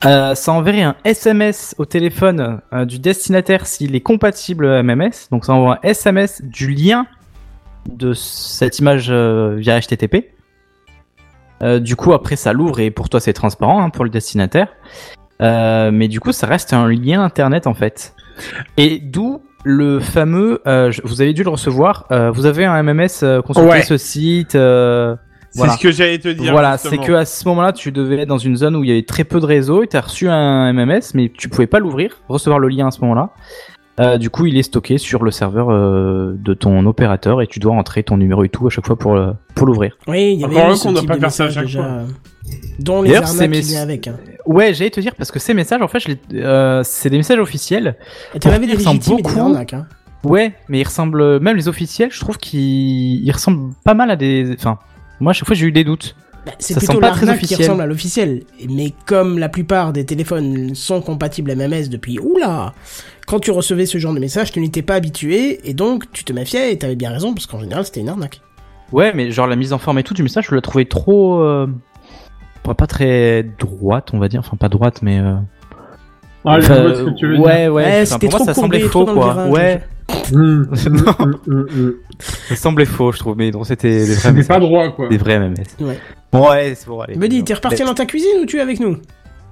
Speaker 3: Euh, ça enverrait un SMS au téléphone euh, du destinataire s'il est compatible MMS. Donc, ça envoie un SMS du lien de cette image euh, via HTTP. Euh, du coup, après, ça l'ouvre et pour toi, c'est transparent hein, pour le destinataire. Euh, mais du coup, ça reste un lien internet en fait. Et d'où le fameux, euh, je- vous avez dû le recevoir. euh, vous avez un MMS, euh, consultez
Speaker 4: Ouais.
Speaker 3: ce site. euh,
Speaker 4: C'est
Speaker 3: voilà.
Speaker 4: ce que j'allais te dire.
Speaker 3: Voilà, c'est
Speaker 4: justement.
Speaker 3: que à ce moment-là, tu devais être dans une zone où il y avait très peu de réseaux et tu as reçu un MMS, mais tu pouvais pas l'ouvrir, recevoir le lien à ce moment-là. Euh, du coup, il est stocké sur le serveur euh, de ton opérateur et tu dois entrer ton numéro et tout à chaque fois pour, le- pour l'ouvrir.
Speaker 1: Oui, il y avait
Speaker 4: Encore
Speaker 1: eu
Speaker 4: un
Speaker 1: ce
Speaker 4: qu'on doit
Speaker 1: type
Speaker 4: pas
Speaker 1: de
Speaker 4: faire ça à
Speaker 1: message
Speaker 4: chaque
Speaker 1: déjà,
Speaker 4: fois.
Speaker 1: euh, dont les
Speaker 3: D'ailleurs, c'est
Speaker 1: arnaques
Speaker 3: mes-
Speaker 1: qui viennent avec. Hein.
Speaker 3: Ouais, j'allais te dire parce que ces messages, en fait, je les- euh, c'est des messages officiels
Speaker 1: Et t'en
Speaker 3: Pour
Speaker 1: avais des
Speaker 3: finir, sans
Speaker 1: légitimes et des
Speaker 3: beaucoup-
Speaker 1: arnaques. Hein.
Speaker 3: Ouais, mais ils ressemblent, même les officiels, je trouve qu'ils ils ressemblent pas mal à des. Enfin, moi, à chaque fois, j'ai eu des doutes.
Speaker 1: Bah, c'est
Speaker 3: Ça
Speaker 1: plutôt
Speaker 3: semble pas très
Speaker 1: l'arnaque qui
Speaker 3: officiel.
Speaker 1: ressemble à l'officiel. Mais comme la plupart des téléphones sont compatibles MMS depuis, oula Quand tu recevais ce genre de message, tu n'étais pas habitué et donc tu te méfiais et t'avais bien raison parce qu'en général c'était une arnaque.
Speaker 3: Ouais, mais genre la mise en forme et tout du message, je le trouvais trop. euh, pas- pas très droite, on va dire. Enfin, pas droite, mais. euh,
Speaker 4: Ah, je vois
Speaker 3: enfin,
Speaker 4: ce que tu veux
Speaker 3: ouais, ouais.
Speaker 1: Ouais,
Speaker 3: enfin,
Speaker 1: c'était
Speaker 3: pour
Speaker 1: trop
Speaker 3: moi, ça semblait
Speaker 1: courbé,
Speaker 3: faux,
Speaker 1: trop dans le
Speaker 3: quoi.
Speaker 1: virage,
Speaker 3: ouais,
Speaker 4: dire. Hum, hum, hum, hum.
Speaker 3: ça semblait faux, je trouve. Mais donc, c'était des vrais
Speaker 4: C'était pas
Speaker 3: messages.
Speaker 4: droit quoi.
Speaker 3: Des vrais MMS.
Speaker 1: Ouais.
Speaker 3: Ouais, c'est bon, allez.
Speaker 1: Me dis, t'es reparti dans ta cuisine ou tu es avec nous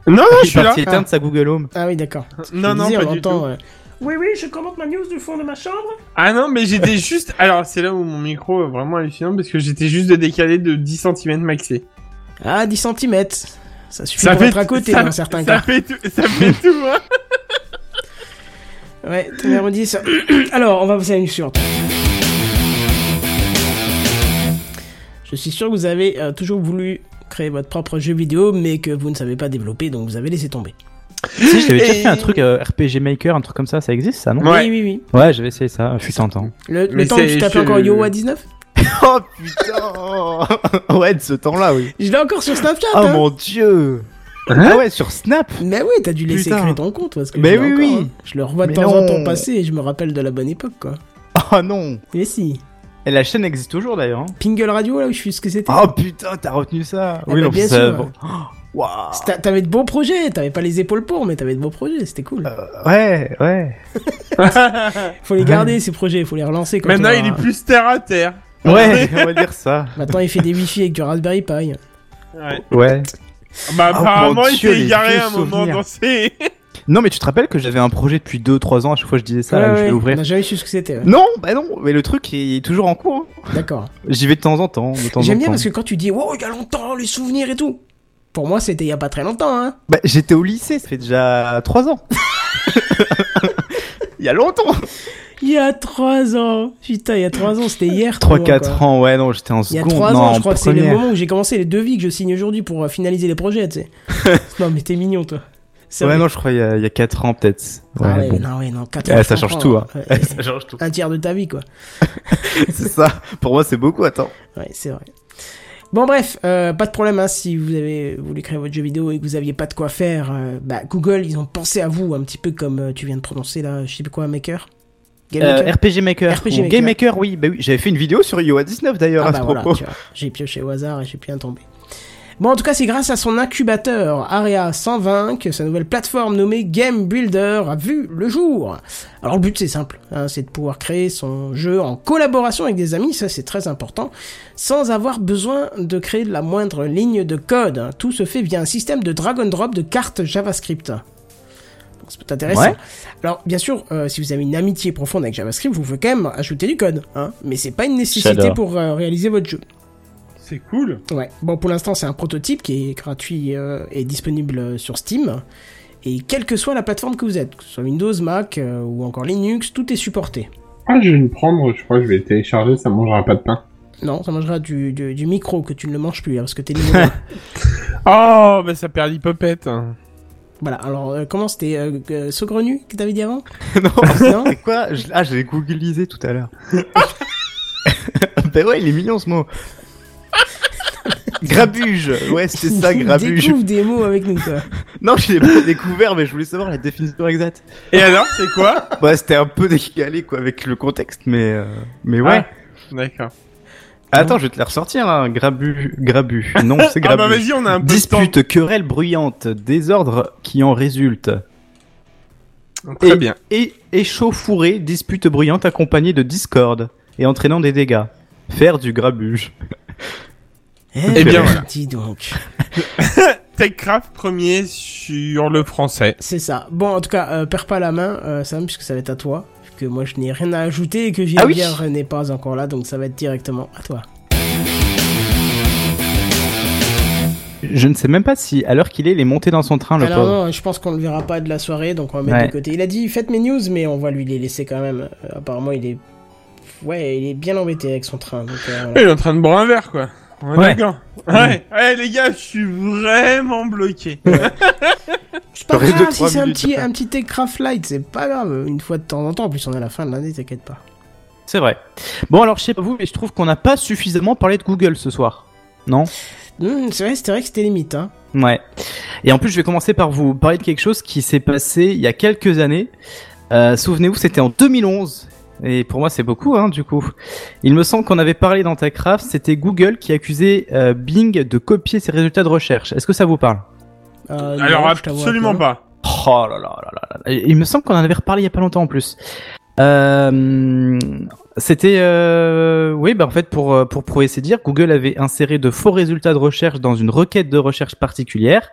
Speaker 4: Non, non,
Speaker 3: Je
Speaker 4: je suis là.
Speaker 3: éteindre sa Google Home.
Speaker 1: Ah oui, d'accord.
Speaker 4: Non, non,
Speaker 1: Désir,
Speaker 4: pas
Speaker 1: on
Speaker 4: du
Speaker 1: entend,
Speaker 4: tout.
Speaker 1: euh, Oui, oui, je commente ma news du fond de ma chambre.
Speaker 4: Ah non, mais j'étais juste. Alors, c'est là où mon micro est vraiment hallucinant parce que j'étais juste de décalé de 10 cm maxi.
Speaker 1: Ah, 10 cm. Ça suffit pour être à côté
Speaker 4: ça,
Speaker 1: dans certains
Speaker 4: ça
Speaker 1: cas.
Speaker 4: fait tout, ça fait tout, hein.
Speaker 1: Ouais, très bien, on dit ça. Alors, on va passer à une suivante. Je suis sûr que vous avez euh, toujours voulu créer votre propre jeu vidéo, mais que vous ne savez pas développer, donc vous avez laissé tomber.
Speaker 3: Si, je t'avais déjà
Speaker 4: Et-
Speaker 3: fait un truc euh, RPG Maker, un truc comme ça, ça existe ça, non
Speaker 4: Ouais.
Speaker 1: Oui, oui, oui.
Speaker 3: Ouais, j'avais essayé ça, fut un temps.
Speaker 1: Le, le
Speaker 4: Mais
Speaker 1: temps que
Speaker 4: c'est-
Speaker 1: tu tapes
Speaker 4: c'est-
Speaker 1: encore Yo à 19
Speaker 8: Oh putain Ouais, de ce temps-là, oui.
Speaker 1: Je l'ai encore sur Snapchat,
Speaker 8: Oh
Speaker 1: hein.
Speaker 8: mon dieu
Speaker 4: Hein
Speaker 8: Ah ouais, sur Snap
Speaker 1: Mais oui, t'as dû laisser
Speaker 8: Putain.
Speaker 1: créer ton compte, parce que je
Speaker 8: Mais
Speaker 1: l'ai
Speaker 8: oui,
Speaker 1: encore,
Speaker 8: oui.
Speaker 1: hein. Je le revois de
Speaker 8: Mais
Speaker 1: temps en temps
Speaker 8: non.
Speaker 1: passer et je me rappelle de la bonne époque, quoi.
Speaker 8: Oh non
Speaker 1: Mais si.
Speaker 8: Et la chaîne existe toujours d'ailleurs. hein. Ah.
Speaker 1: Pingle Radio, là où je suis, ce que c'était
Speaker 8: Oh putain, t'as retenu ça
Speaker 1: bah, bien
Speaker 3: ça-
Speaker 1: sûr.
Speaker 3: bon.
Speaker 8: Waouh.
Speaker 1: C'est- t'a- T'avais de beaux projets, t'avais pas les épaules pour, mais t'avais de beaux projets, c'était cool.
Speaker 8: Ouais, ouais.
Speaker 1: faut les garder ces projets, faut les relancer. Quand
Speaker 4: Maintenant,
Speaker 1: on
Speaker 4: il est
Speaker 1: aura-
Speaker 4: plus terre à terre.
Speaker 8: Ouais, on va dire ça.
Speaker 1: Maintenant, il fait des wifi avec du Raspberry Pi.
Speaker 4: Ouais.
Speaker 8: Ouais.
Speaker 4: Bah,
Speaker 8: Oh,
Speaker 4: apparemment,
Speaker 8: mon
Speaker 4: il
Speaker 8: Dieu,
Speaker 4: s'est
Speaker 8: les
Speaker 4: égaré
Speaker 8: vieux
Speaker 4: à un moment
Speaker 8: souvenirs.
Speaker 4: dans ses.
Speaker 8: Non, mais tu te rappelles que j'avais un projet depuis 2-3 ans, à chaque fois je disais ça, là,
Speaker 1: Ouais,
Speaker 8: je
Speaker 1: ouais,
Speaker 8: vais
Speaker 1: on
Speaker 8: l'ouvrir.
Speaker 1: n'a jamais su ce que c'était. ouais.
Speaker 8: Non, bah non, mais le truc est toujours en cours. hein.
Speaker 1: D'accord.
Speaker 8: J'y vais de temps en temps, de temps en
Speaker 1: J'aime bien
Speaker 8: temps.
Speaker 1: parce que quand tu dis, wow, il y a longtemps, les souvenirs et tout. Pour moi, c'était il y a pas très longtemps, hein.
Speaker 8: Bah, j'étais au lycée, ça fait déjà 3 ans. Il y a longtemps
Speaker 1: Il y a 3 ans. Putain, il y a 3 ans, c'était hier. pour moi,
Speaker 8: 3-4
Speaker 1: quoi.
Speaker 8: ans, ouais, non, j'étais en
Speaker 1: Il y a
Speaker 8: seconde,
Speaker 1: 3
Speaker 8: non,
Speaker 1: ans,
Speaker 8: en
Speaker 1: je crois que c'est le
Speaker 8: première.
Speaker 1: moment où j'ai commencé les devis que je signe aujourd'hui pour euh, finaliser les projets, tu sais. non, mais t'es mignon, toi. C'est
Speaker 8: Ouais,
Speaker 1: vrai.
Speaker 8: non, je crois il y a- il y a 4 ans peut-être. Ouais,
Speaker 1: Ah ouais,
Speaker 8: bon.
Speaker 1: non, ouais, non, 4
Speaker 8: Eh, ça change tout, hein. Ça change tout.
Speaker 1: Un tiers de ta vie, quoi.
Speaker 8: c'est ça. Pour moi, c'est beaucoup, attends.
Speaker 1: Ouais, c'est vrai. Bon, bref, euh, pas de problème, hein, si vous avez voulu créer votre jeu vidéo et que vous aviez pas de quoi faire, euh, bah, Google, ils ont pensé à vous, un petit peu comme euh, tu viens de prononcer, là, je sais plus quoi, Maker Game
Speaker 3: Euh,
Speaker 1: Maker
Speaker 8: RPG Maker.
Speaker 1: RPG
Speaker 8: ou
Speaker 1: Maker.
Speaker 8: Game Maker, oui. Bah oui, j'avais fait une vidéo sur Yoa 19 d'ailleurs
Speaker 1: Ah
Speaker 8: à
Speaker 1: bah
Speaker 8: ce
Speaker 1: voilà,
Speaker 8: propos.
Speaker 1: tu vois, j'ai pioché au hasard et j'ai bien tombé. Bon, en tout cas, c'est grâce à son incubateur Area 120 que sa nouvelle plateforme nommée Game Builder a vu le jour. Alors le but c'est simple, hein, c'est de pouvoir créer son jeu en collaboration avec des amis, ça c'est très important, sans avoir besoin de créer de la moindre ligne de code. hein. Tout se fait via un système de drag and drop de cartes JavaScript. Bon, C'est peut-être intéressant.
Speaker 8: Ouais.
Speaker 1: Alors, bien sûr, euh, si vous avez une amitié profonde avec JavaScript, vous pouvez quand même ajouter du code, hein, mais c'est pas une nécessité
Speaker 3: J'adore.
Speaker 1: pour euh, réaliser votre jeu.
Speaker 4: C'est cool.
Speaker 1: Ouais. Bon, pour l'instant, c'est un prototype qui est gratuit euh, et disponible euh, sur Steam. Et quelle que soit la plateforme que vous êtes, que ce soit Windows, Mac euh, ou encore Linux, tout est supporté.
Speaker 4: Ah, je vais le prendre, je crois que je vais le télécharger, ça mangera pas de pain.
Speaker 1: Non, ça mangera du, du, du micro que tu ne le manges plus là, parce que t'es niveau un.
Speaker 4: Oh, bah ça perd l'hypopète.
Speaker 1: Voilà, alors euh, comment c'était euh, euh, Saugrenu que t'avais dit avant
Speaker 8: non,
Speaker 1: Non
Speaker 8: c'est quoi Je- Ah, je l'ai googlisé tout à l'heure. bah ouais, il est mignon ce mot. grabuge. Ouais, c'était ça, grabuge.
Speaker 1: Découvre des mots avec nous, quoi.
Speaker 8: Non, je l'ai pas découvert, mais je voulais savoir la définition exacte.
Speaker 4: Et alors, c'est quoi
Speaker 8: Bah, c'était un peu décalé quoi avec le contexte, mais euh, mais ouais. Ah,
Speaker 4: D'accord.
Speaker 8: Attends, je vais te la ressortir, hein. Grabu, grabu. Non, c'est
Speaker 4: Ah
Speaker 8: grabu.
Speaker 4: bah vas-y, on a un peu de
Speaker 8: Dispute, querelle bruyante, désordre qui en résulte.
Speaker 4: temps. Très
Speaker 8: Et-
Speaker 4: bien.
Speaker 8: Et échauffourée, dispute bruyante accompagnée de discorde et entraînant des dégâts. Faire du grabuge.
Speaker 4: Eh bien, voilà.
Speaker 1: Dis donc.
Speaker 4: Techcraft premier sur le français.
Speaker 1: C'est ça. Bon, en tout cas, euh, perds pas la main, euh, Sam, puisque ça va être à toi. Vu Que moi, je n'ai rien à ajouter et que
Speaker 8: Ah oui.
Speaker 1: JLBR n'est pas encore là, donc ça va être directement à toi.
Speaker 8: Je ne sais même pas si, à l'heure qu'il est, il est monté dans son train, Oh, le
Speaker 1: Alors
Speaker 8: pauvre.
Speaker 1: non, je pense qu'on le verra pas de la soirée, donc on va mettre
Speaker 8: Ouais.
Speaker 1: de côté. Il a dit faites mes news, mais on va lui les laisser quand même. Euh, apparemment, il est, ouais, il est bien embêté avec son train. donc, euh, voilà.
Speaker 4: Il est en train de boire un verre, quoi. On est
Speaker 8: Ouais.
Speaker 4: d'accord. Ouais. ouais, les gars, je suis vraiment bloqué.
Speaker 1: C'est pas
Speaker 8: J'aurais deux,
Speaker 1: grave si
Speaker 8: trois
Speaker 1: c'est un
Speaker 8: minutes
Speaker 1: petit,
Speaker 8: après.
Speaker 1: un petit Techcraft Light, c'est pas grave. Une fois de temps en temps, en plus on est à la fin de l'année, t'inquiète pas.
Speaker 8: C'est vrai. Bon, alors, je sais pas vous, mais je trouve qu'on n'a pas suffisamment parlé de Google ce soir. Non
Speaker 1: Hmm, c'est vrai, c'était vrai que c'était limite. Hein.
Speaker 8: Ouais. Et en plus, je vais commencer par vous parler de quelque chose qui s'est passé il y a quelques années. Euh, Souvenez-vous, c'était en 2011. Et pour moi, c'est beaucoup, hein, du coup. Il me semble qu'on avait parlé dans TechCraft, c'était Google qui accusait euh, Bing de copier ses résultats de recherche. Est-ce que ça vous parle
Speaker 1: Euh, non,
Speaker 4: Alors,
Speaker 1: je t'avoue un peu,
Speaker 4: absolument
Speaker 1: non.
Speaker 4: pas.
Speaker 8: Oh là là là là là. Il me semble qu'on en avait reparlé il y a pas longtemps en plus. Euh, C'était, euh, oui, bah en fait pour euh, pour prouver ses dires, Google avait inséré de faux résultats de recherche dans une requête de recherche particulière.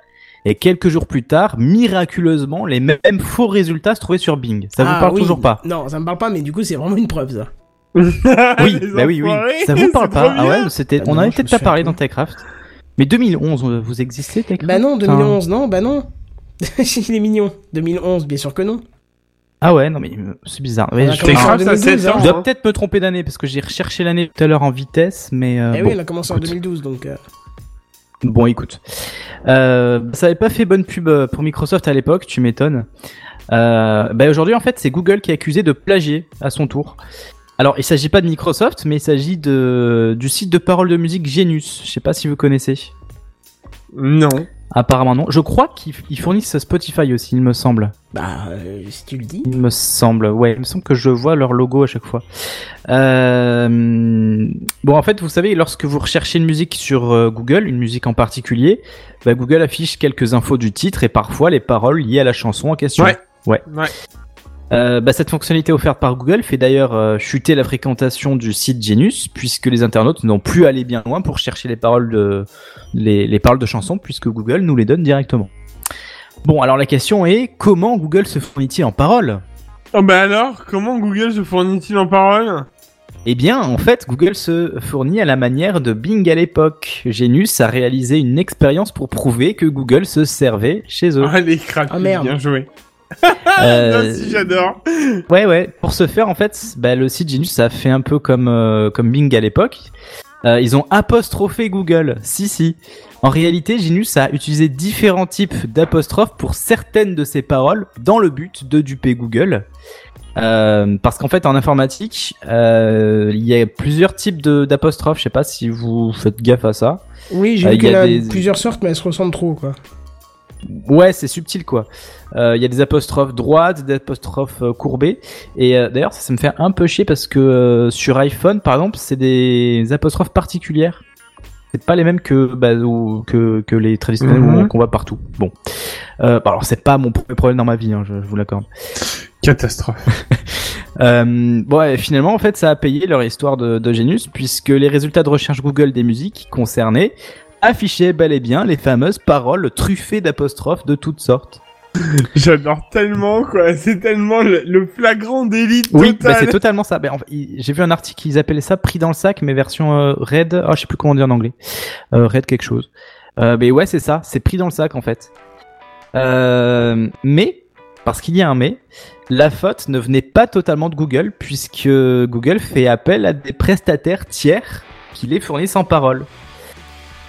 Speaker 8: Et quelques jours plus tard, miraculeusement, les mêmes faux résultats se trouvaient sur Bing. Ça
Speaker 1: Ah
Speaker 8: vous parle
Speaker 1: oui.
Speaker 8: toujours pas
Speaker 1: Non, ça me parle pas, mais du coup, c'est vraiment une preuve ça. Bah
Speaker 8: Oui,
Speaker 4: Les
Speaker 8: bah oui, oui.
Speaker 4: enfoirés,
Speaker 8: Ça vous parle
Speaker 4: c'est
Speaker 8: pas
Speaker 4: trop
Speaker 8: Ah
Speaker 4: bien.
Speaker 8: ouais, c'était.
Speaker 1: Bah
Speaker 8: on
Speaker 1: non,
Speaker 8: en
Speaker 1: je
Speaker 8: avait
Speaker 1: me
Speaker 8: peut-être pas
Speaker 1: souviens
Speaker 8: parlé
Speaker 1: plus.
Speaker 8: dans TechCraft. Mais 2011, euh, vous existez TechCraft
Speaker 1: Bah non,
Speaker 8: Putain.
Speaker 1: 2011, non, bah non. il est mignon. 2011, bien sûr que non.
Speaker 8: Ah ouais, non mais euh, c'est bizarre. Ouais,
Speaker 1: On a
Speaker 8: je-
Speaker 1: commencé en
Speaker 4: Techcraft, ça,
Speaker 1: 2012,
Speaker 4: c'est
Speaker 1: hein.
Speaker 8: Je
Speaker 4: ça.
Speaker 8: dois peut-être me tromper d'année parce que j'ai recherché l'année tout à l'heure en vitesse, mais euh,
Speaker 1: Eh
Speaker 8: bon.
Speaker 1: oui, elle a commencé en
Speaker 8: écoute.
Speaker 1: 2012, donc. euh,
Speaker 8: Bon, écoute. Euh, ça avait pas fait bonne pub euh, pour Microsoft à l'époque, tu m'étonnes. Euh, bah aujourd'hui, en fait, c'est Google qui est accusé de plagier à son tour. Alors, il s'agit pas de Microsoft, mais il s'agit de du site de paroles de musique Genius. Je sais pas si vous connaissez.
Speaker 4: Non.
Speaker 8: Apparemment non. Je crois qu'ils ils fournissent Spotify aussi, il me semble.
Speaker 1: Bah, euh, si tu le dis.
Speaker 8: Il me semble, ouais. Il me semble que je vois leur logo à chaque fois. Euh, Bon, en fait, vous savez, lorsque vous recherchez une musique sur euh, Google, une musique en particulier, bah, Google affiche quelques infos du titre et parfois les paroles liées à la chanson en question.
Speaker 4: Ouais.
Speaker 8: Ouais.
Speaker 4: Ouais.
Speaker 8: Euh, bah, cette fonctionnalité offerte par Google fait d'ailleurs euh, chuter la fréquentation du site Genius, puisque les internautes n'ont plus à aller bien loin pour chercher les paroles de, les, les paroles de chansons, puisque Google nous les donne directement. Bon, alors la question est comment Google se fournit-il en paroles
Speaker 4: Oh bah alors, comment Google se fournit-il en paroles
Speaker 8: Eh bien, en fait, Google se fournit à la manière de Bing à l'époque. Genius a réalisé une expérience pour prouver que Google se servait chez eux.
Speaker 4: Ah les craqués,
Speaker 1: Ah, merde.
Speaker 4: bien joué.
Speaker 8: Euh,
Speaker 4: Ah, si, j'adore.
Speaker 8: Ouais, ouais. Pour ce faire, en fait, bah, le site Genius a fait un peu comme, euh, comme Bing à l'époque. Euh, ils ont apostrophé Google. Si, si. En réalité, Genius a utilisé différents types d'apostrophes pour certaines de ses paroles dans le but de duper Google. Euh, parce qu'en fait, en informatique, euh, il y a plusieurs types de- d'apostrophes. Je sais pas si vous faites gaffe à ça.
Speaker 1: Oui, j'ai
Speaker 8: Euh,
Speaker 1: vu
Speaker 8: il
Speaker 1: qu'il
Speaker 8: y
Speaker 1: Ah, y en
Speaker 8: a
Speaker 1: a
Speaker 8: des-
Speaker 1: plusieurs sortes, mais elles se ressemblent trop, quoi.
Speaker 8: Ouais, c'est subtil quoi. Euh, Il y a des apostrophes droites, des apostrophes euh, courbées. Et euh, d'ailleurs, ça, ça me fait un peu chier parce que euh, sur iPhone, par exemple, c'est des apostrophes particulières. C'est pas les mêmes que bah, ou- que, que les traditionnels
Speaker 4: Mhm.
Speaker 8: qu'on- qu'on voit partout. Bon, euh, bah, alors c'est pas mon premier problème dans ma vie, hein, je- je vous l'accorde.
Speaker 4: Catastrophe.
Speaker 8: Euh, bon, ouais, finalement, en fait, ça a payé leur histoire de, de Genius, puisque les résultats de recherche Google des musiques concernées affichaient bel et bien les fameuses paroles truffées d'apostrophes de toutes sortes.
Speaker 4: J'adore tellement quoi, c'est tellement le, le flagrant délit
Speaker 8: bah, c'est
Speaker 4: total.
Speaker 8: totalement ça. Ben, en fait, il- J'ai vu un article, ils appelaient ça pris dans le sac, mais version euh, Red, oh, je sais plus comment dire en anglais, euh, Red quelque chose. Euh, mais ouais, c'est ça, c'est pris dans le sac en fait. Euh, mais, parce qu'il y a un mais, la faute ne venait pas totalement de Google, puisque Google fait appel à des prestataires tiers qui les fournissent en parole.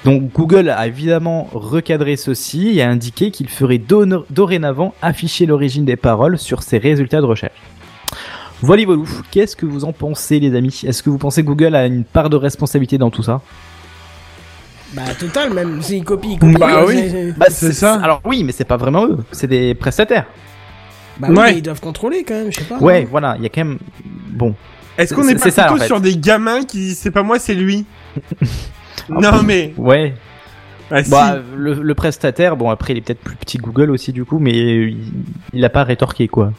Speaker 8: Donc Google a évidemment recadré ceci et a indiqué qu'il ferait dono- dorénavant afficher l'origine des paroles sur ses résultats de recherche. Voilà, voilà. Qu'est-ce que vous en pensez, les amis Est-ce que vous pensez que Google a une part de responsabilité dans tout ça
Speaker 1: Bah, total, même. C'est une copie. ils copient,
Speaker 4: Bah
Speaker 1: hein,
Speaker 4: oui.
Speaker 1: c'est- c'est-
Speaker 8: bah,
Speaker 4: c'est ça.
Speaker 8: Alors oui, mais c'est pas vraiment eux. C'est des prestataires.
Speaker 1: Bah oui,
Speaker 4: Ouais.
Speaker 1: mais ils doivent contrôler quand même, je sais pas.
Speaker 8: Ouais, voilà. Il y a quand même. Bon.
Speaker 4: Est-ce qu'on
Speaker 8: c'est-
Speaker 4: est, pas
Speaker 8: c'est ça,
Speaker 4: plutôt
Speaker 8: en fait.
Speaker 4: sur des gamins qui disent c'est pas moi, c'est lui Non mais,
Speaker 8: Ouais.
Speaker 4: ah, si.
Speaker 8: Bah, le, le prestataire, bon après il est peut-être plus petit que Google aussi du coup, mais il, il a pas rétorqué quoi.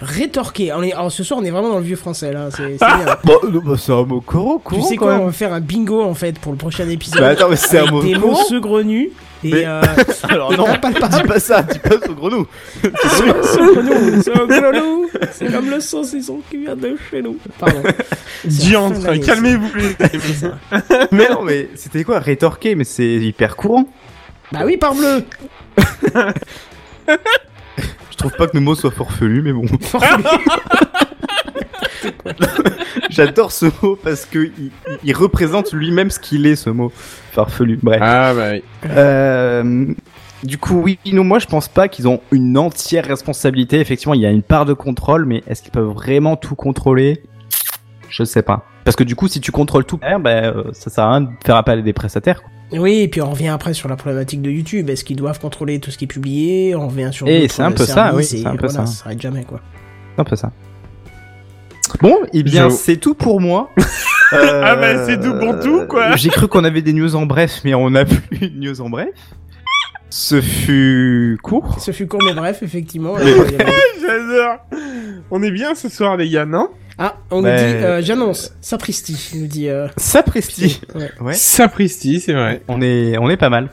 Speaker 1: Rétorquer. On est... alors, ce soir, on est vraiment dans le vieux français là. C'est c'est bien.
Speaker 8: Bah, c'est un mot coro,
Speaker 1: tu sais quoi On va faire un bingo en fait pour le prochain épisode.
Speaker 8: Bah, mais c'est
Speaker 1: Avec des mots saugrenus. Et
Speaker 8: Mais-
Speaker 1: euh,
Speaker 8: Alors non, dis pas ça, dis pas ce grenouille.
Speaker 1: saugrenus, saugrenus, c'est comme le saucisson qui vient de chez nous. Pardon.
Speaker 4: diantre,
Speaker 1: Allez,
Speaker 4: calmez-vous les
Speaker 8: Mais non, mais c'était quoi Rétorquer, mais c'est hyper courant.
Speaker 1: Bah oui, parbleu
Speaker 8: Je trouve pas que nos mots soient forfelus, mais bon. J'adore ce mot parce que il, il- il représente lui-même ce qu'il est, ce mot farfelu. Bref.
Speaker 4: Ah bah oui.
Speaker 8: Euh, du coup, oui, non, moi je pense pas qu'ils ont une entière responsabilité. Effectivement, il y a une part de contrôle, mais est-ce qu'ils peuvent vraiment tout contrôler Je sais pas. Parce que du coup, si tu contrôles tout, eh, bah, euh, ça sert à rien de faire appel à des prestataires. quoi.
Speaker 1: Oui, et puis on revient après sur la problématique de YouTube. Est-ce qu'ils doivent contrôler tout ce qui est publié On revient sur.
Speaker 8: Eh,
Speaker 1: d'autres
Speaker 8: c'est un peu ça,
Speaker 1: services
Speaker 8: oui,
Speaker 1: et
Speaker 8: c'est un peu
Speaker 1: voilà,
Speaker 8: ça.
Speaker 1: s'arrête jamais quoi.
Speaker 8: C'est un peu ça. Bon, et bien
Speaker 4: Je-
Speaker 8: c'est tout pour moi. Euh,
Speaker 4: Ah bah, c'est tout pour tout, quoi.
Speaker 8: J'ai cru qu'on avait des news en bref, mais on n'a plus de news en bref. Ce fut court.
Speaker 1: Ce fut court, mais bref, effectivement.
Speaker 8: Mais-
Speaker 1: euh, il y avait-
Speaker 4: J'adore. On est bien ce soir les gars, non
Speaker 1: Ah, on nous
Speaker 8: Mais-
Speaker 1: dit, euh, j'annonce, sapristi, nous dit. euh,
Speaker 8: Sapristi.
Speaker 1: ouais.
Speaker 8: Ouais.
Speaker 4: Sapristi, c'est vrai.
Speaker 8: On est, on est pas mal.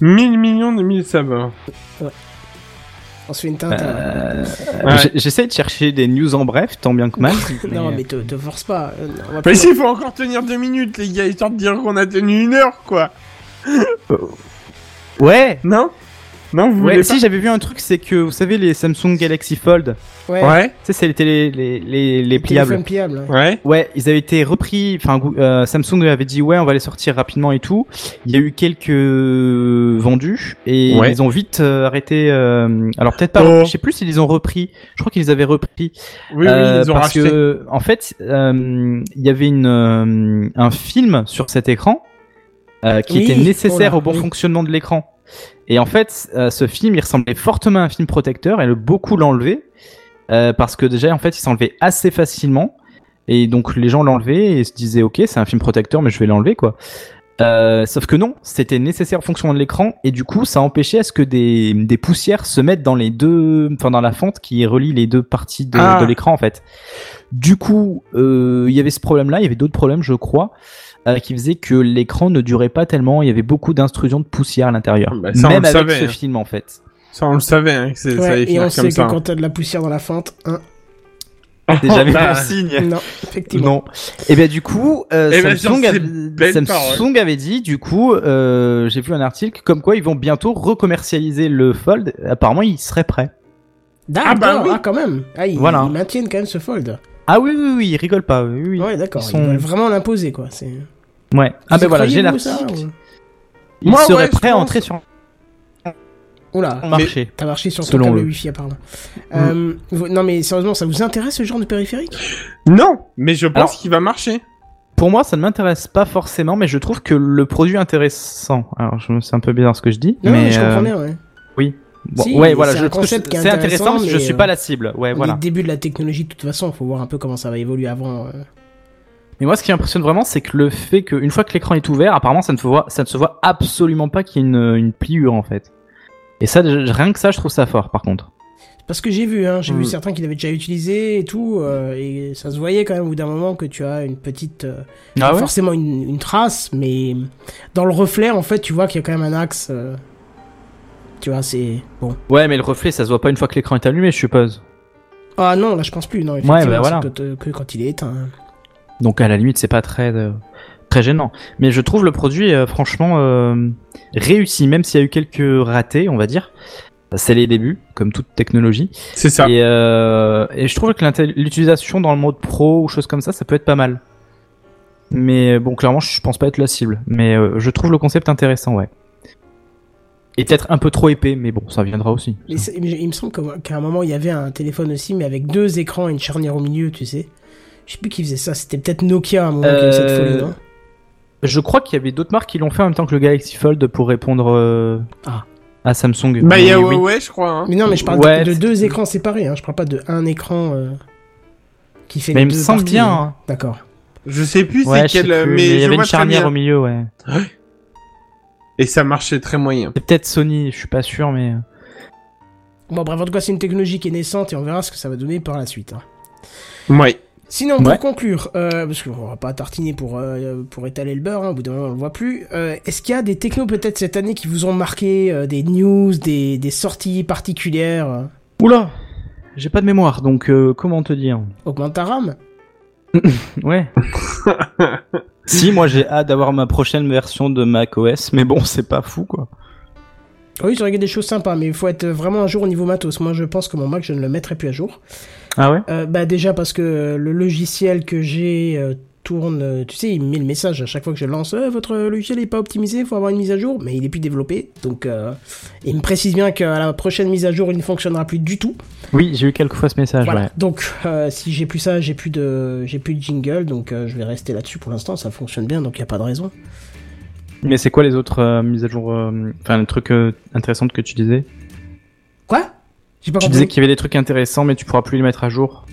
Speaker 4: 1000 millions de mille sabords.
Speaker 1: On se fait une teinte.
Speaker 8: Euh,
Speaker 1: hein.
Speaker 4: Ouais.
Speaker 8: J'- J'essaie de chercher des news en bref, tant bien que mal.
Speaker 1: Non, mais te, te force pas. euh, on va
Speaker 4: Mais
Speaker 1: plus-
Speaker 4: si, faut encore tenir deux minutes, les gars, histoire de dire qu'on a tenu une heure, quoi.
Speaker 8: Ouais.
Speaker 4: Non Non, vous
Speaker 8: Ouais,
Speaker 4: voulez
Speaker 8: si j'avais vu un truc, c'est que vous savez les Samsung Galaxy Fold,
Speaker 1: Ouais,
Speaker 4: pas Ouais,
Speaker 8: tu sais, c'est les télé, les, les, les pliables.
Speaker 1: téléphone pliable. hein.
Speaker 4: ouais.
Speaker 8: Ouais, ils avaient été repris. Enfin, Gou- euh, Samsung avait dit ouais, on va les sortir rapidement et tout. Il y a eu quelques euh, vendus et
Speaker 4: Ouais.
Speaker 8: ils ont vite euh, arrêté. euh, alors peut-être pas.
Speaker 4: Oh.
Speaker 8: Je sais plus s'ils les ont repris. Je crois qu'ils les avaient repris.
Speaker 4: Oui,
Speaker 8: Euh,
Speaker 4: oui, ils ont
Speaker 8: parce
Speaker 4: racheté.
Speaker 8: que en fait, euh, il y avait une euh, un film sur cet écran euh, qui
Speaker 1: Oui.
Speaker 8: était nécessaire
Speaker 1: Oh là,
Speaker 8: au bon
Speaker 1: oui.
Speaker 8: fonctionnement de l'écran. Et en fait, euh, ce film, il ressemblait fortement à un film protecteur et le beaucoup l'enlevaient euh, parce que déjà, en fait, il s'enlevait assez facilement et donc les gens l'enlevaient et se disaient, ok, c'est un film protecteur, mais je vais l'enlever quoi. Euh, sauf que non, c'était nécessaire en fonction de l'écran et du coup, ça empêchait à ce que des, des poussières se mettent dans les deux, enfin dans la fente qui relie les deux parties de,
Speaker 4: Ah.
Speaker 8: de l'écran en fait. Du coup, euh, il y avait ce problème-là, il y avait d'autres problèmes, je crois, euh, qui faisaient que l'écran ne durait pas tellement. Il y avait beaucoup d'intrusions de poussière à l'intérieur,
Speaker 4: Bah, ça, on
Speaker 8: même
Speaker 4: le
Speaker 8: avec
Speaker 4: savait,
Speaker 8: ce
Speaker 4: hein.
Speaker 8: film en fait.
Speaker 4: Ça, on le savait, hein, que c'est- ça
Speaker 1: Ouais,
Speaker 4: allait
Speaker 1: et
Speaker 4: finir
Speaker 1: on
Speaker 4: comme
Speaker 1: sait
Speaker 4: ça. hein.
Speaker 1: que quand t'as de la poussière dans la fente, hein,
Speaker 8: C'est jamais
Speaker 4: bah.
Speaker 8: bon signe.
Speaker 1: non, effectivement.
Speaker 8: Non. Et bien du coup, euh,
Speaker 4: Eh ben,
Speaker 8: Samsung,
Speaker 4: sur ces
Speaker 8: avait-
Speaker 4: belles
Speaker 8: Samsung
Speaker 4: paroles.
Speaker 8: avait dit, du coup, euh, j'ai vu un article comme quoi ils vont bientôt recommercialiser le Fold. Apparemment, il serait prêt.
Speaker 1: D'accord, ah,
Speaker 4: Ah bah oui.
Speaker 1: quand même. Ah, ils,
Speaker 8: Voilà.
Speaker 1: ils maintiennent quand même ce fold.
Speaker 8: Ah oui, oui, oui, il rigole pas. Oui, oui.
Speaker 1: ouais, d'accord.
Speaker 8: ils
Speaker 1: Ils,
Speaker 8: sont-
Speaker 1: veulent vraiment l'imposer, quoi. C'est...
Speaker 8: Ouais.
Speaker 1: Vous
Speaker 8: Ah
Speaker 1: y
Speaker 8: ben voilà, j'ai
Speaker 1: croyez, vous, ça,
Speaker 8: l'article.
Speaker 1: ou-
Speaker 8: Il
Speaker 4: Moi,
Speaker 8: serait
Speaker 4: ouais, je
Speaker 8: prêt à
Speaker 4: pense.
Speaker 8: entrer sur
Speaker 1: Oula,
Speaker 8: le marché.
Speaker 1: t'as marché sur ton
Speaker 8: Selon Mm.
Speaker 1: câble
Speaker 8: eux.
Speaker 1: wifi apparemment. Euh, vous- Non mais sérieusement, ça vous intéresse ce genre de périphérique
Speaker 4: Non, mais je pense
Speaker 8: Alors-
Speaker 4: qu'il va marcher.
Speaker 8: Pour moi, ça ne m'intéresse pas forcément, mais je trouve que le produit est intéressant. Alors, je- c'est un peu bizarre ce que je dis,
Speaker 1: Non,
Speaker 8: mais
Speaker 1: mais je
Speaker 8: euh,
Speaker 1: comprends bien, ouais.
Speaker 8: bon,
Speaker 1: Si,
Speaker 8: ouais,
Speaker 1: mais
Speaker 8: voilà,
Speaker 1: c'est
Speaker 8: je
Speaker 1: un
Speaker 8: trouve que c'est
Speaker 1: concept qui est
Speaker 8: c'est intéressant,
Speaker 1: intéressant,
Speaker 8: mais je
Speaker 1: mais,
Speaker 8: suis
Speaker 1: euh,
Speaker 8: pas la cible. Ouais,
Speaker 1: On est
Speaker 8: voilà.
Speaker 1: au début de la technologie, de toute façon, faut voir un peu comment ça va évoluer avant. euh.
Speaker 8: Mais moi, ce qui impressionne vraiment, c'est que le fait qu'une fois que l'écran est ouvert, apparemment, ça ne, se voit, ça ne se voit absolument pas qu'il y ait une, une pliure, en fait. Et ça, déjà, rien que ça, je trouve ça fort, par contre.
Speaker 1: Parce que j'ai vu, hein, j'ai
Speaker 8: Hmm.
Speaker 1: vu
Speaker 4: Mm.
Speaker 1: certains qui l'avaient déjà utilisé et tout, euh, et ça se voyait quand même au bout d'un moment que tu as une petite, euh,
Speaker 8: Ah
Speaker 1: pas forcément une, une trace, mais dans le reflet, en fait, tu vois qu'il y a quand même un axe. euh, Tu vois, c'est bon.
Speaker 8: Ouais, mais le reflet, ça se voit pas une fois que l'écran est allumé, je suppose.
Speaker 1: Ah non, là, je pense plus, non. effectivement,
Speaker 8: bah
Speaker 1: c'est
Speaker 8: voilà.
Speaker 1: Que, que quand il est éteint. hein.
Speaker 8: Donc, à la limite, c'est pas très, euh, très gênant. Mais je trouve le produit, euh, franchement, euh, réussi, même s'il y a eu quelques ratés, on va dire. C'est les débuts, comme toute technologie.
Speaker 4: C'est ça.
Speaker 8: Et, euh, et je trouve que l'intel- l'utilisation dans le mode pro ou choses comme ça, ça peut être pas mal. Mais euh, bon, clairement, je pense pas être la cible. Mais euh, je trouve le concept intéressant, ouais. Et peut-être un peu trop épais, mais bon, ça viendra aussi.
Speaker 1: Mais c'est- mais il me semble qu'au- qu'à un moment, il y avait un téléphone aussi, mais avec deux écrans et une charnière au milieu, tu sais. Je sais plus qui faisait ça, c'était peut-être Nokia à un moment qui avait cette
Speaker 8: Euh,
Speaker 1: folie, non
Speaker 8: Je crois qu'il y avait d'autres marques qui l'ont fait en même temps que le Galaxy Fold pour répondre euh,
Speaker 1: Ah.
Speaker 8: à Samsung.
Speaker 4: Bah, il y a
Speaker 8: Mais oui.
Speaker 4: Huawei, je crois. Hein.
Speaker 1: Mais non, mais je parle
Speaker 8: ouais,
Speaker 1: de, de
Speaker 8: c'est-
Speaker 1: deux écrans séparés, hein. je parle pas de un écran euh, qui fait
Speaker 8: Mais
Speaker 1: les
Speaker 8: il me
Speaker 1: deux
Speaker 8: semble
Speaker 1: parties,
Speaker 8: bien.
Speaker 1: hein.
Speaker 8: hein.
Speaker 1: D'accord.
Speaker 4: Je sais plus
Speaker 8: Ouais, je
Speaker 4: c'est
Speaker 8: sais
Speaker 4: quel, euh,
Speaker 8: plus,
Speaker 4: mais,
Speaker 8: mais il y
Speaker 4: je
Speaker 8: avait
Speaker 4: vois
Speaker 8: une
Speaker 4: très
Speaker 8: charnière
Speaker 4: bien.
Speaker 8: au milieu, ouais.
Speaker 4: Et ça marchait très moyen.
Speaker 8: C'est peut-être Sony, je suis pas sûr, mais. euh,
Speaker 1: Bon, bref, en tout cas, c'est une technologie qui est naissante et on verra ce que ça va donner par la suite. hein.
Speaker 4: Ouais.
Speaker 1: Sinon, pour
Speaker 8: Ouais.
Speaker 1: conclure, euh, parce qu'on va pas tartiner pour, euh, pour étaler le beurre, hein, au bout d'un moment on le voit plus, euh, est-ce qu'il y a des technos peut-être cette année qui vous ont marqué, euh, des news, des, des sorties particulières euh,
Speaker 8: Oula J'ai pas de mémoire, donc euh, comment te dire
Speaker 1: Augmente ta RAM
Speaker 8: Ouais. si, moi j'ai hâte d'avoir ma prochaine version de macOS, mais bon, c'est pas fou quoi.
Speaker 1: Oui, j'ai regardé des choses sympas, mais il faut être vraiment à jour au niveau matos. Moi, je pense que mon Mac, je ne le mettrai plus à jour.
Speaker 8: Ah ouais
Speaker 1: Euh, bah déjà parce que euh, le logiciel que j'ai euh, tourne, euh, tu sais, il me met le message à chaque fois que je lance, Euh, votre logiciel n'est pas optimisé, il faut avoir une mise à jour, mais il est plus développé, donc euh, il me précise bien qu'à la prochaine mise à jour, il ne fonctionnera plus du tout.
Speaker 8: Oui, j'ai eu quelques fois ce message,
Speaker 1: voilà.
Speaker 8: Ah, ouais.
Speaker 1: Donc euh, si j'ai plus ça, j'ai plus de, j'ai plus de jingle, donc euh, je vais rester là-dessus pour l'instant, ça fonctionne bien, donc il n'y a pas de raison.
Speaker 8: Mais c'est quoi les autres euh, mises à jour euh, Enfin, les trucs euh, intéressants que tu disais
Speaker 1: Quoi J'ai pas
Speaker 8: Tu disais qu'il y avait des trucs intéressants, mais tu pourras plus les mettre à jour.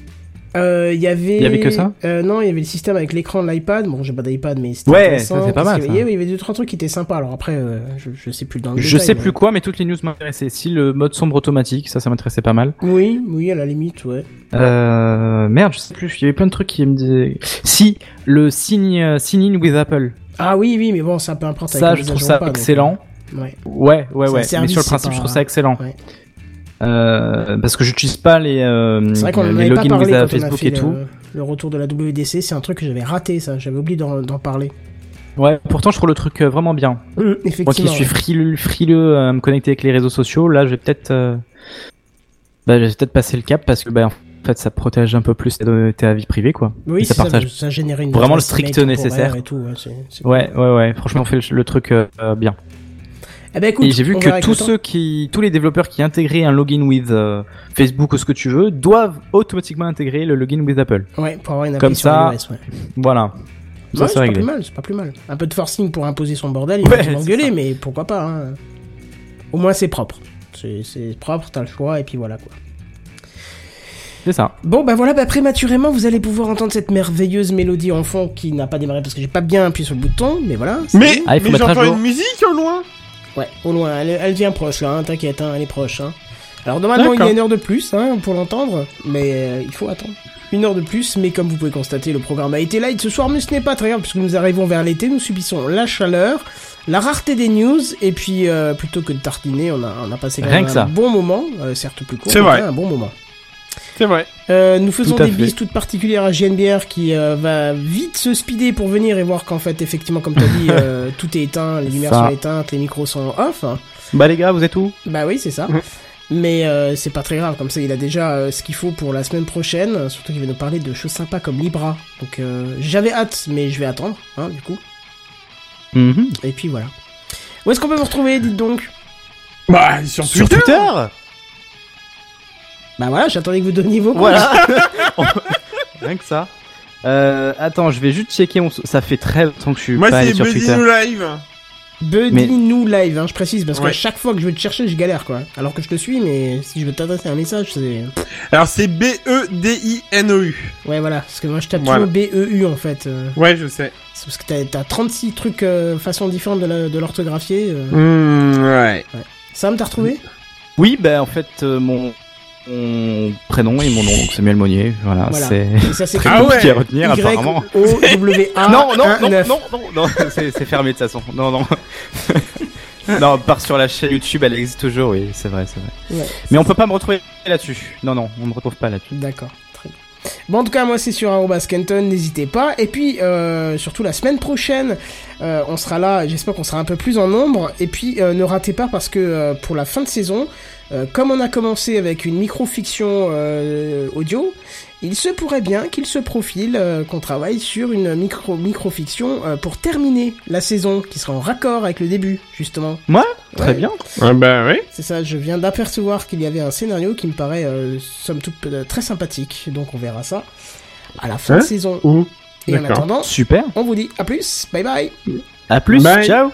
Speaker 1: Euh, Il y avait.
Speaker 8: Il y avait que ça
Speaker 1: Euh, Non, il y avait le système avec l'écran de l'iPad. Bon, j'ai pas d'iPad, mais c'était
Speaker 8: Ouais,
Speaker 1: intéressant,
Speaker 8: ça, c'est pas
Speaker 1: parce
Speaker 8: mal,
Speaker 1: qu'il y avait- Il y avait deux trois trucs qui étaient sympas. Alors après, euh, je, je sais plus dans le.
Speaker 8: Je
Speaker 1: détail,
Speaker 8: sais
Speaker 1: mais-
Speaker 8: plus quoi, mais toutes les news m'intéressaient. Si le mode sombre automatique, ça, ça m'intéressait pas mal.
Speaker 1: Oui, oui, à la limite, ouais.
Speaker 8: Euh, merde, je sais plus. Il y avait plein de trucs qui me disaient. Si, le sign, euh, sign in with Apple.
Speaker 1: Ah oui, oui, mais bon, c'est un peu important.
Speaker 8: Ça, je trouve ça excellent.
Speaker 1: euh,
Speaker 8: Mm.
Speaker 1: Ouais.
Speaker 8: Ouais, ouais,
Speaker 1: hein. C'est un
Speaker 8: ouais. mais
Speaker 1: service,
Speaker 8: sur le
Speaker 1: c'est
Speaker 8: principe,
Speaker 1: pas-
Speaker 8: je trouve ça excellent.
Speaker 1: ouais.
Speaker 8: Euh, parce que j'utilise pas les, euh,
Speaker 1: C'est vrai qu'on en
Speaker 8: les
Speaker 1: avait pas
Speaker 8: logins
Speaker 1: parlé
Speaker 8: via
Speaker 1: quand on a
Speaker 8: Facebook
Speaker 1: fait
Speaker 8: et tout.
Speaker 1: le, le retour de la WDC. C'est un truc que j'avais raté, ça. J'avais oublié d'en d'en parler.
Speaker 8: Ouais, pourtant je trouve le truc euh, vraiment bien.
Speaker 1: Hum,
Speaker 8: Moi qui
Speaker 1: effectivement.
Speaker 8: suis frileux, frileux euh, à me connecter avec les réseaux sociaux, là je vais peut-être, euh, bah, je vais peut-être passer le cap parce que bah, en fait ça protège un peu plus tes, données- tes avis privés quoi.
Speaker 1: Oui,
Speaker 8: Et ça
Speaker 1: c'est ça,
Speaker 8: partage
Speaker 1: ça générait une
Speaker 8: vraiment le
Speaker 1: adresse
Speaker 8: strict
Speaker 1: email temporaire
Speaker 8: nécessaire.
Speaker 1: Et tout, ouais, c'est- c'est-
Speaker 8: Ouais, ouais, ouais. Franchement, on fait le, le truc euh, euh, bien.
Speaker 1: Eh ben, écoute,
Speaker 8: et j'ai vu
Speaker 1: on
Speaker 8: que
Speaker 1: verra avec
Speaker 8: tous
Speaker 1: le temps.
Speaker 8: ceux qui, tous les développeurs qui intégraient un login with euh, Facebook ou ce que tu veux, doivent automatiquement intégrer le login with Apple.
Speaker 1: Ouais, pour avoir une
Speaker 8: comme
Speaker 1: appli sur
Speaker 8: ça,
Speaker 1: iOS, ouais.
Speaker 8: Voilà. Ça
Speaker 1: Ouais, c'est
Speaker 8: c'est
Speaker 1: pas
Speaker 8: réglé.
Speaker 1: plus mal, c'est pas plus mal. Un peu de forcing pour imposer son bordel, il
Speaker 8: Ouais,
Speaker 1: va
Speaker 8: c'est
Speaker 1: m'engueuler,
Speaker 8: ça.
Speaker 1: mais pourquoi pas. hein. Au moins, c'est propre. C'est- C'est propre, t'as le choix, et puis voilà quoi.
Speaker 3: C'est ça.
Speaker 1: Bon, bah voilà, bah, prématurément, vous allez pouvoir entendre cette merveilleuse mélodie en fond qui n'a pas démarré parce que j'ai pas bien appuyé sur le bouton, mais voilà. c'est
Speaker 4: Mais,
Speaker 1: bon.
Speaker 3: Ah, il faut
Speaker 4: mais
Speaker 3: mettre à
Speaker 4: j'entends
Speaker 3: jour.
Speaker 4: une musique au loin.
Speaker 1: Ouais, au loin, elle, elle vient proche, hein, t'inquiète, hein, elle est proche. Hein. Alors, normalement, il y a
Speaker 4: D'accord.
Speaker 1: une heure de plus hein, pour l'entendre, mais euh, il faut attendre. Une heure de plus, mais comme vous pouvez constater, le programme a été light ce soir, mais ce n'est pas très grave puisque nous arrivons vers l'été, nous subissons la chaleur, la rareté des news, et puis euh, plutôt que de tartiner, on a, on a passé quand
Speaker 3: Rien
Speaker 1: même
Speaker 3: que
Speaker 1: un
Speaker 3: ça.
Speaker 1: bon moment, euh, certes plus court,
Speaker 4: C'est
Speaker 1: mais
Speaker 4: vrai.
Speaker 1: un bon moment.
Speaker 4: C'est vrai.
Speaker 1: Euh, nous faisons
Speaker 3: Tout à
Speaker 1: des
Speaker 3: fait.
Speaker 1: bises toutes particulières à JNBR qui euh, va vite se speeder pour venir et voir qu'en fait, effectivement, comme t'as dit, euh, tout est éteint, les lumières
Speaker 3: Ça.
Speaker 1: sont éteintes, les micros sont off. hein.
Speaker 3: Bah les gars, vous êtes où
Speaker 1: Bah oui, c'est ça.
Speaker 4: Mhm.
Speaker 1: Mais euh, c'est pas très grave, comme ça il a déjà euh, ce qu'il faut pour la semaine prochaine, euh, surtout qu'il va nous parler de choses sympas comme Libra. Donc euh, j'avais hâte, mais je vais attendre, hein, du coup.
Speaker 3: Mhm.
Speaker 1: Et puis voilà. Où est-ce qu'on peut vous retrouver, dites donc
Speaker 4: Bah, sur
Speaker 8: Sur
Speaker 4: Twitter.
Speaker 8: Twitter
Speaker 1: Bah voilà, j'attendais que vous donniez vos coups.
Speaker 8: Voilà Rien que ça. Euh, attends, je vais juste checker mon... Ça fait très longtemps que je suis
Speaker 4: Moi,
Speaker 8: pas allé
Speaker 4: c'est
Speaker 8: sur
Speaker 4: Buddy
Speaker 8: Twitter.
Speaker 4: New Live.
Speaker 1: Buddy
Speaker 8: Mais-
Speaker 1: nous live, hein, je précise, parce qu'à
Speaker 4: Ouais.
Speaker 1: chaque fois que je veux te chercher, je galère, quoi. Alors que je te suis, mais si je veux t'adresser un message, c'est...
Speaker 4: Alors, c'est E B-E-D-I-N-O-U.
Speaker 1: Ouais, voilà, parce que moi je tape
Speaker 4: Voilà.
Speaker 1: toujours B-E-U, en fait. euh,
Speaker 4: Ouais, je sais.
Speaker 1: c'est parce que t'as- t'as 36 trucs, euh, façons différentes de la- de l'orthographier. euh.
Speaker 8: Mm.
Speaker 4: Mmh, ouais.
Speaker 1: Sam, t'as retrouvé
Speaker 8: Oui, bah en fait, euh, mon... mon prénom et mon nom, donc Samuel Monnier. Voilà,
Speaker 1: Voilà.
Speaker 8: c'est
Speaker 1: Et ça, c'est
Speaker 8: très
Speaker 4: Ah ouais.
Speaker 8: compliqué à retenir
Speaker 1: Y
Speaker 8: apparemment.
Speaker 1: O W A
Speaker 8: non, non,
Speaker 1: Ah, un,
Speaker 8: non,
Speaker 1: neuf.
Speaker 8: non, non, non, c'est c'est fermé de toute façon. Non, non. non, part sur la chaîne YouTube, elle existe toujours, oui, c'est vrai, c'est vrai.
Speaker 1: Ouais.
Speaker 8: Mais on peut pas me retrouver là-dessus. Non, non, on me retrouve pas là-dessus.
Speaker 1: D'accord, très bien. Bon, en tout cas, moi, c'est sur arobase Kenton, n'hésitez pas. Et puis, euh, surtout la semaine prochaine, euh, on sera là, j'espère qu'on sera un peu plus en nombre. Et puis, euh, ne ratez pas parce que euh, pour la fin de saison, euh, comme on a commencé avec une micro-fiction euh, audio, il se pourrait bien qu'il se profile euh, qu'on travaille sur une micro- micro-fiction euh, pour terminer la saison, qui sera en raccord avec le début, justement.
Speaker 8: Moi
Speaker 1: Ouais.
Speaker 8: Très bien.
Speaker 4: Ah, bah, oui.
Speaker 1: C'est ça, je viens d'apercevoir qu'il y avait un scénario qui me paraît, euh, somme toute, euh, très sympathique. Donc on verra ça à la fin
Speaker 4: Hein
Speaker 1: de saison.
Speaker 4: Ou.
Speaker 1: Et en
Speaker 4: D'accord.
Speaker 1: attendant,
Speaker 8: Super.
Speaker 1: on vous dit à plus. Bye bye.
Speaker 8: À plus.
Speaker 4: Bye.
Speaker 8: Ciao.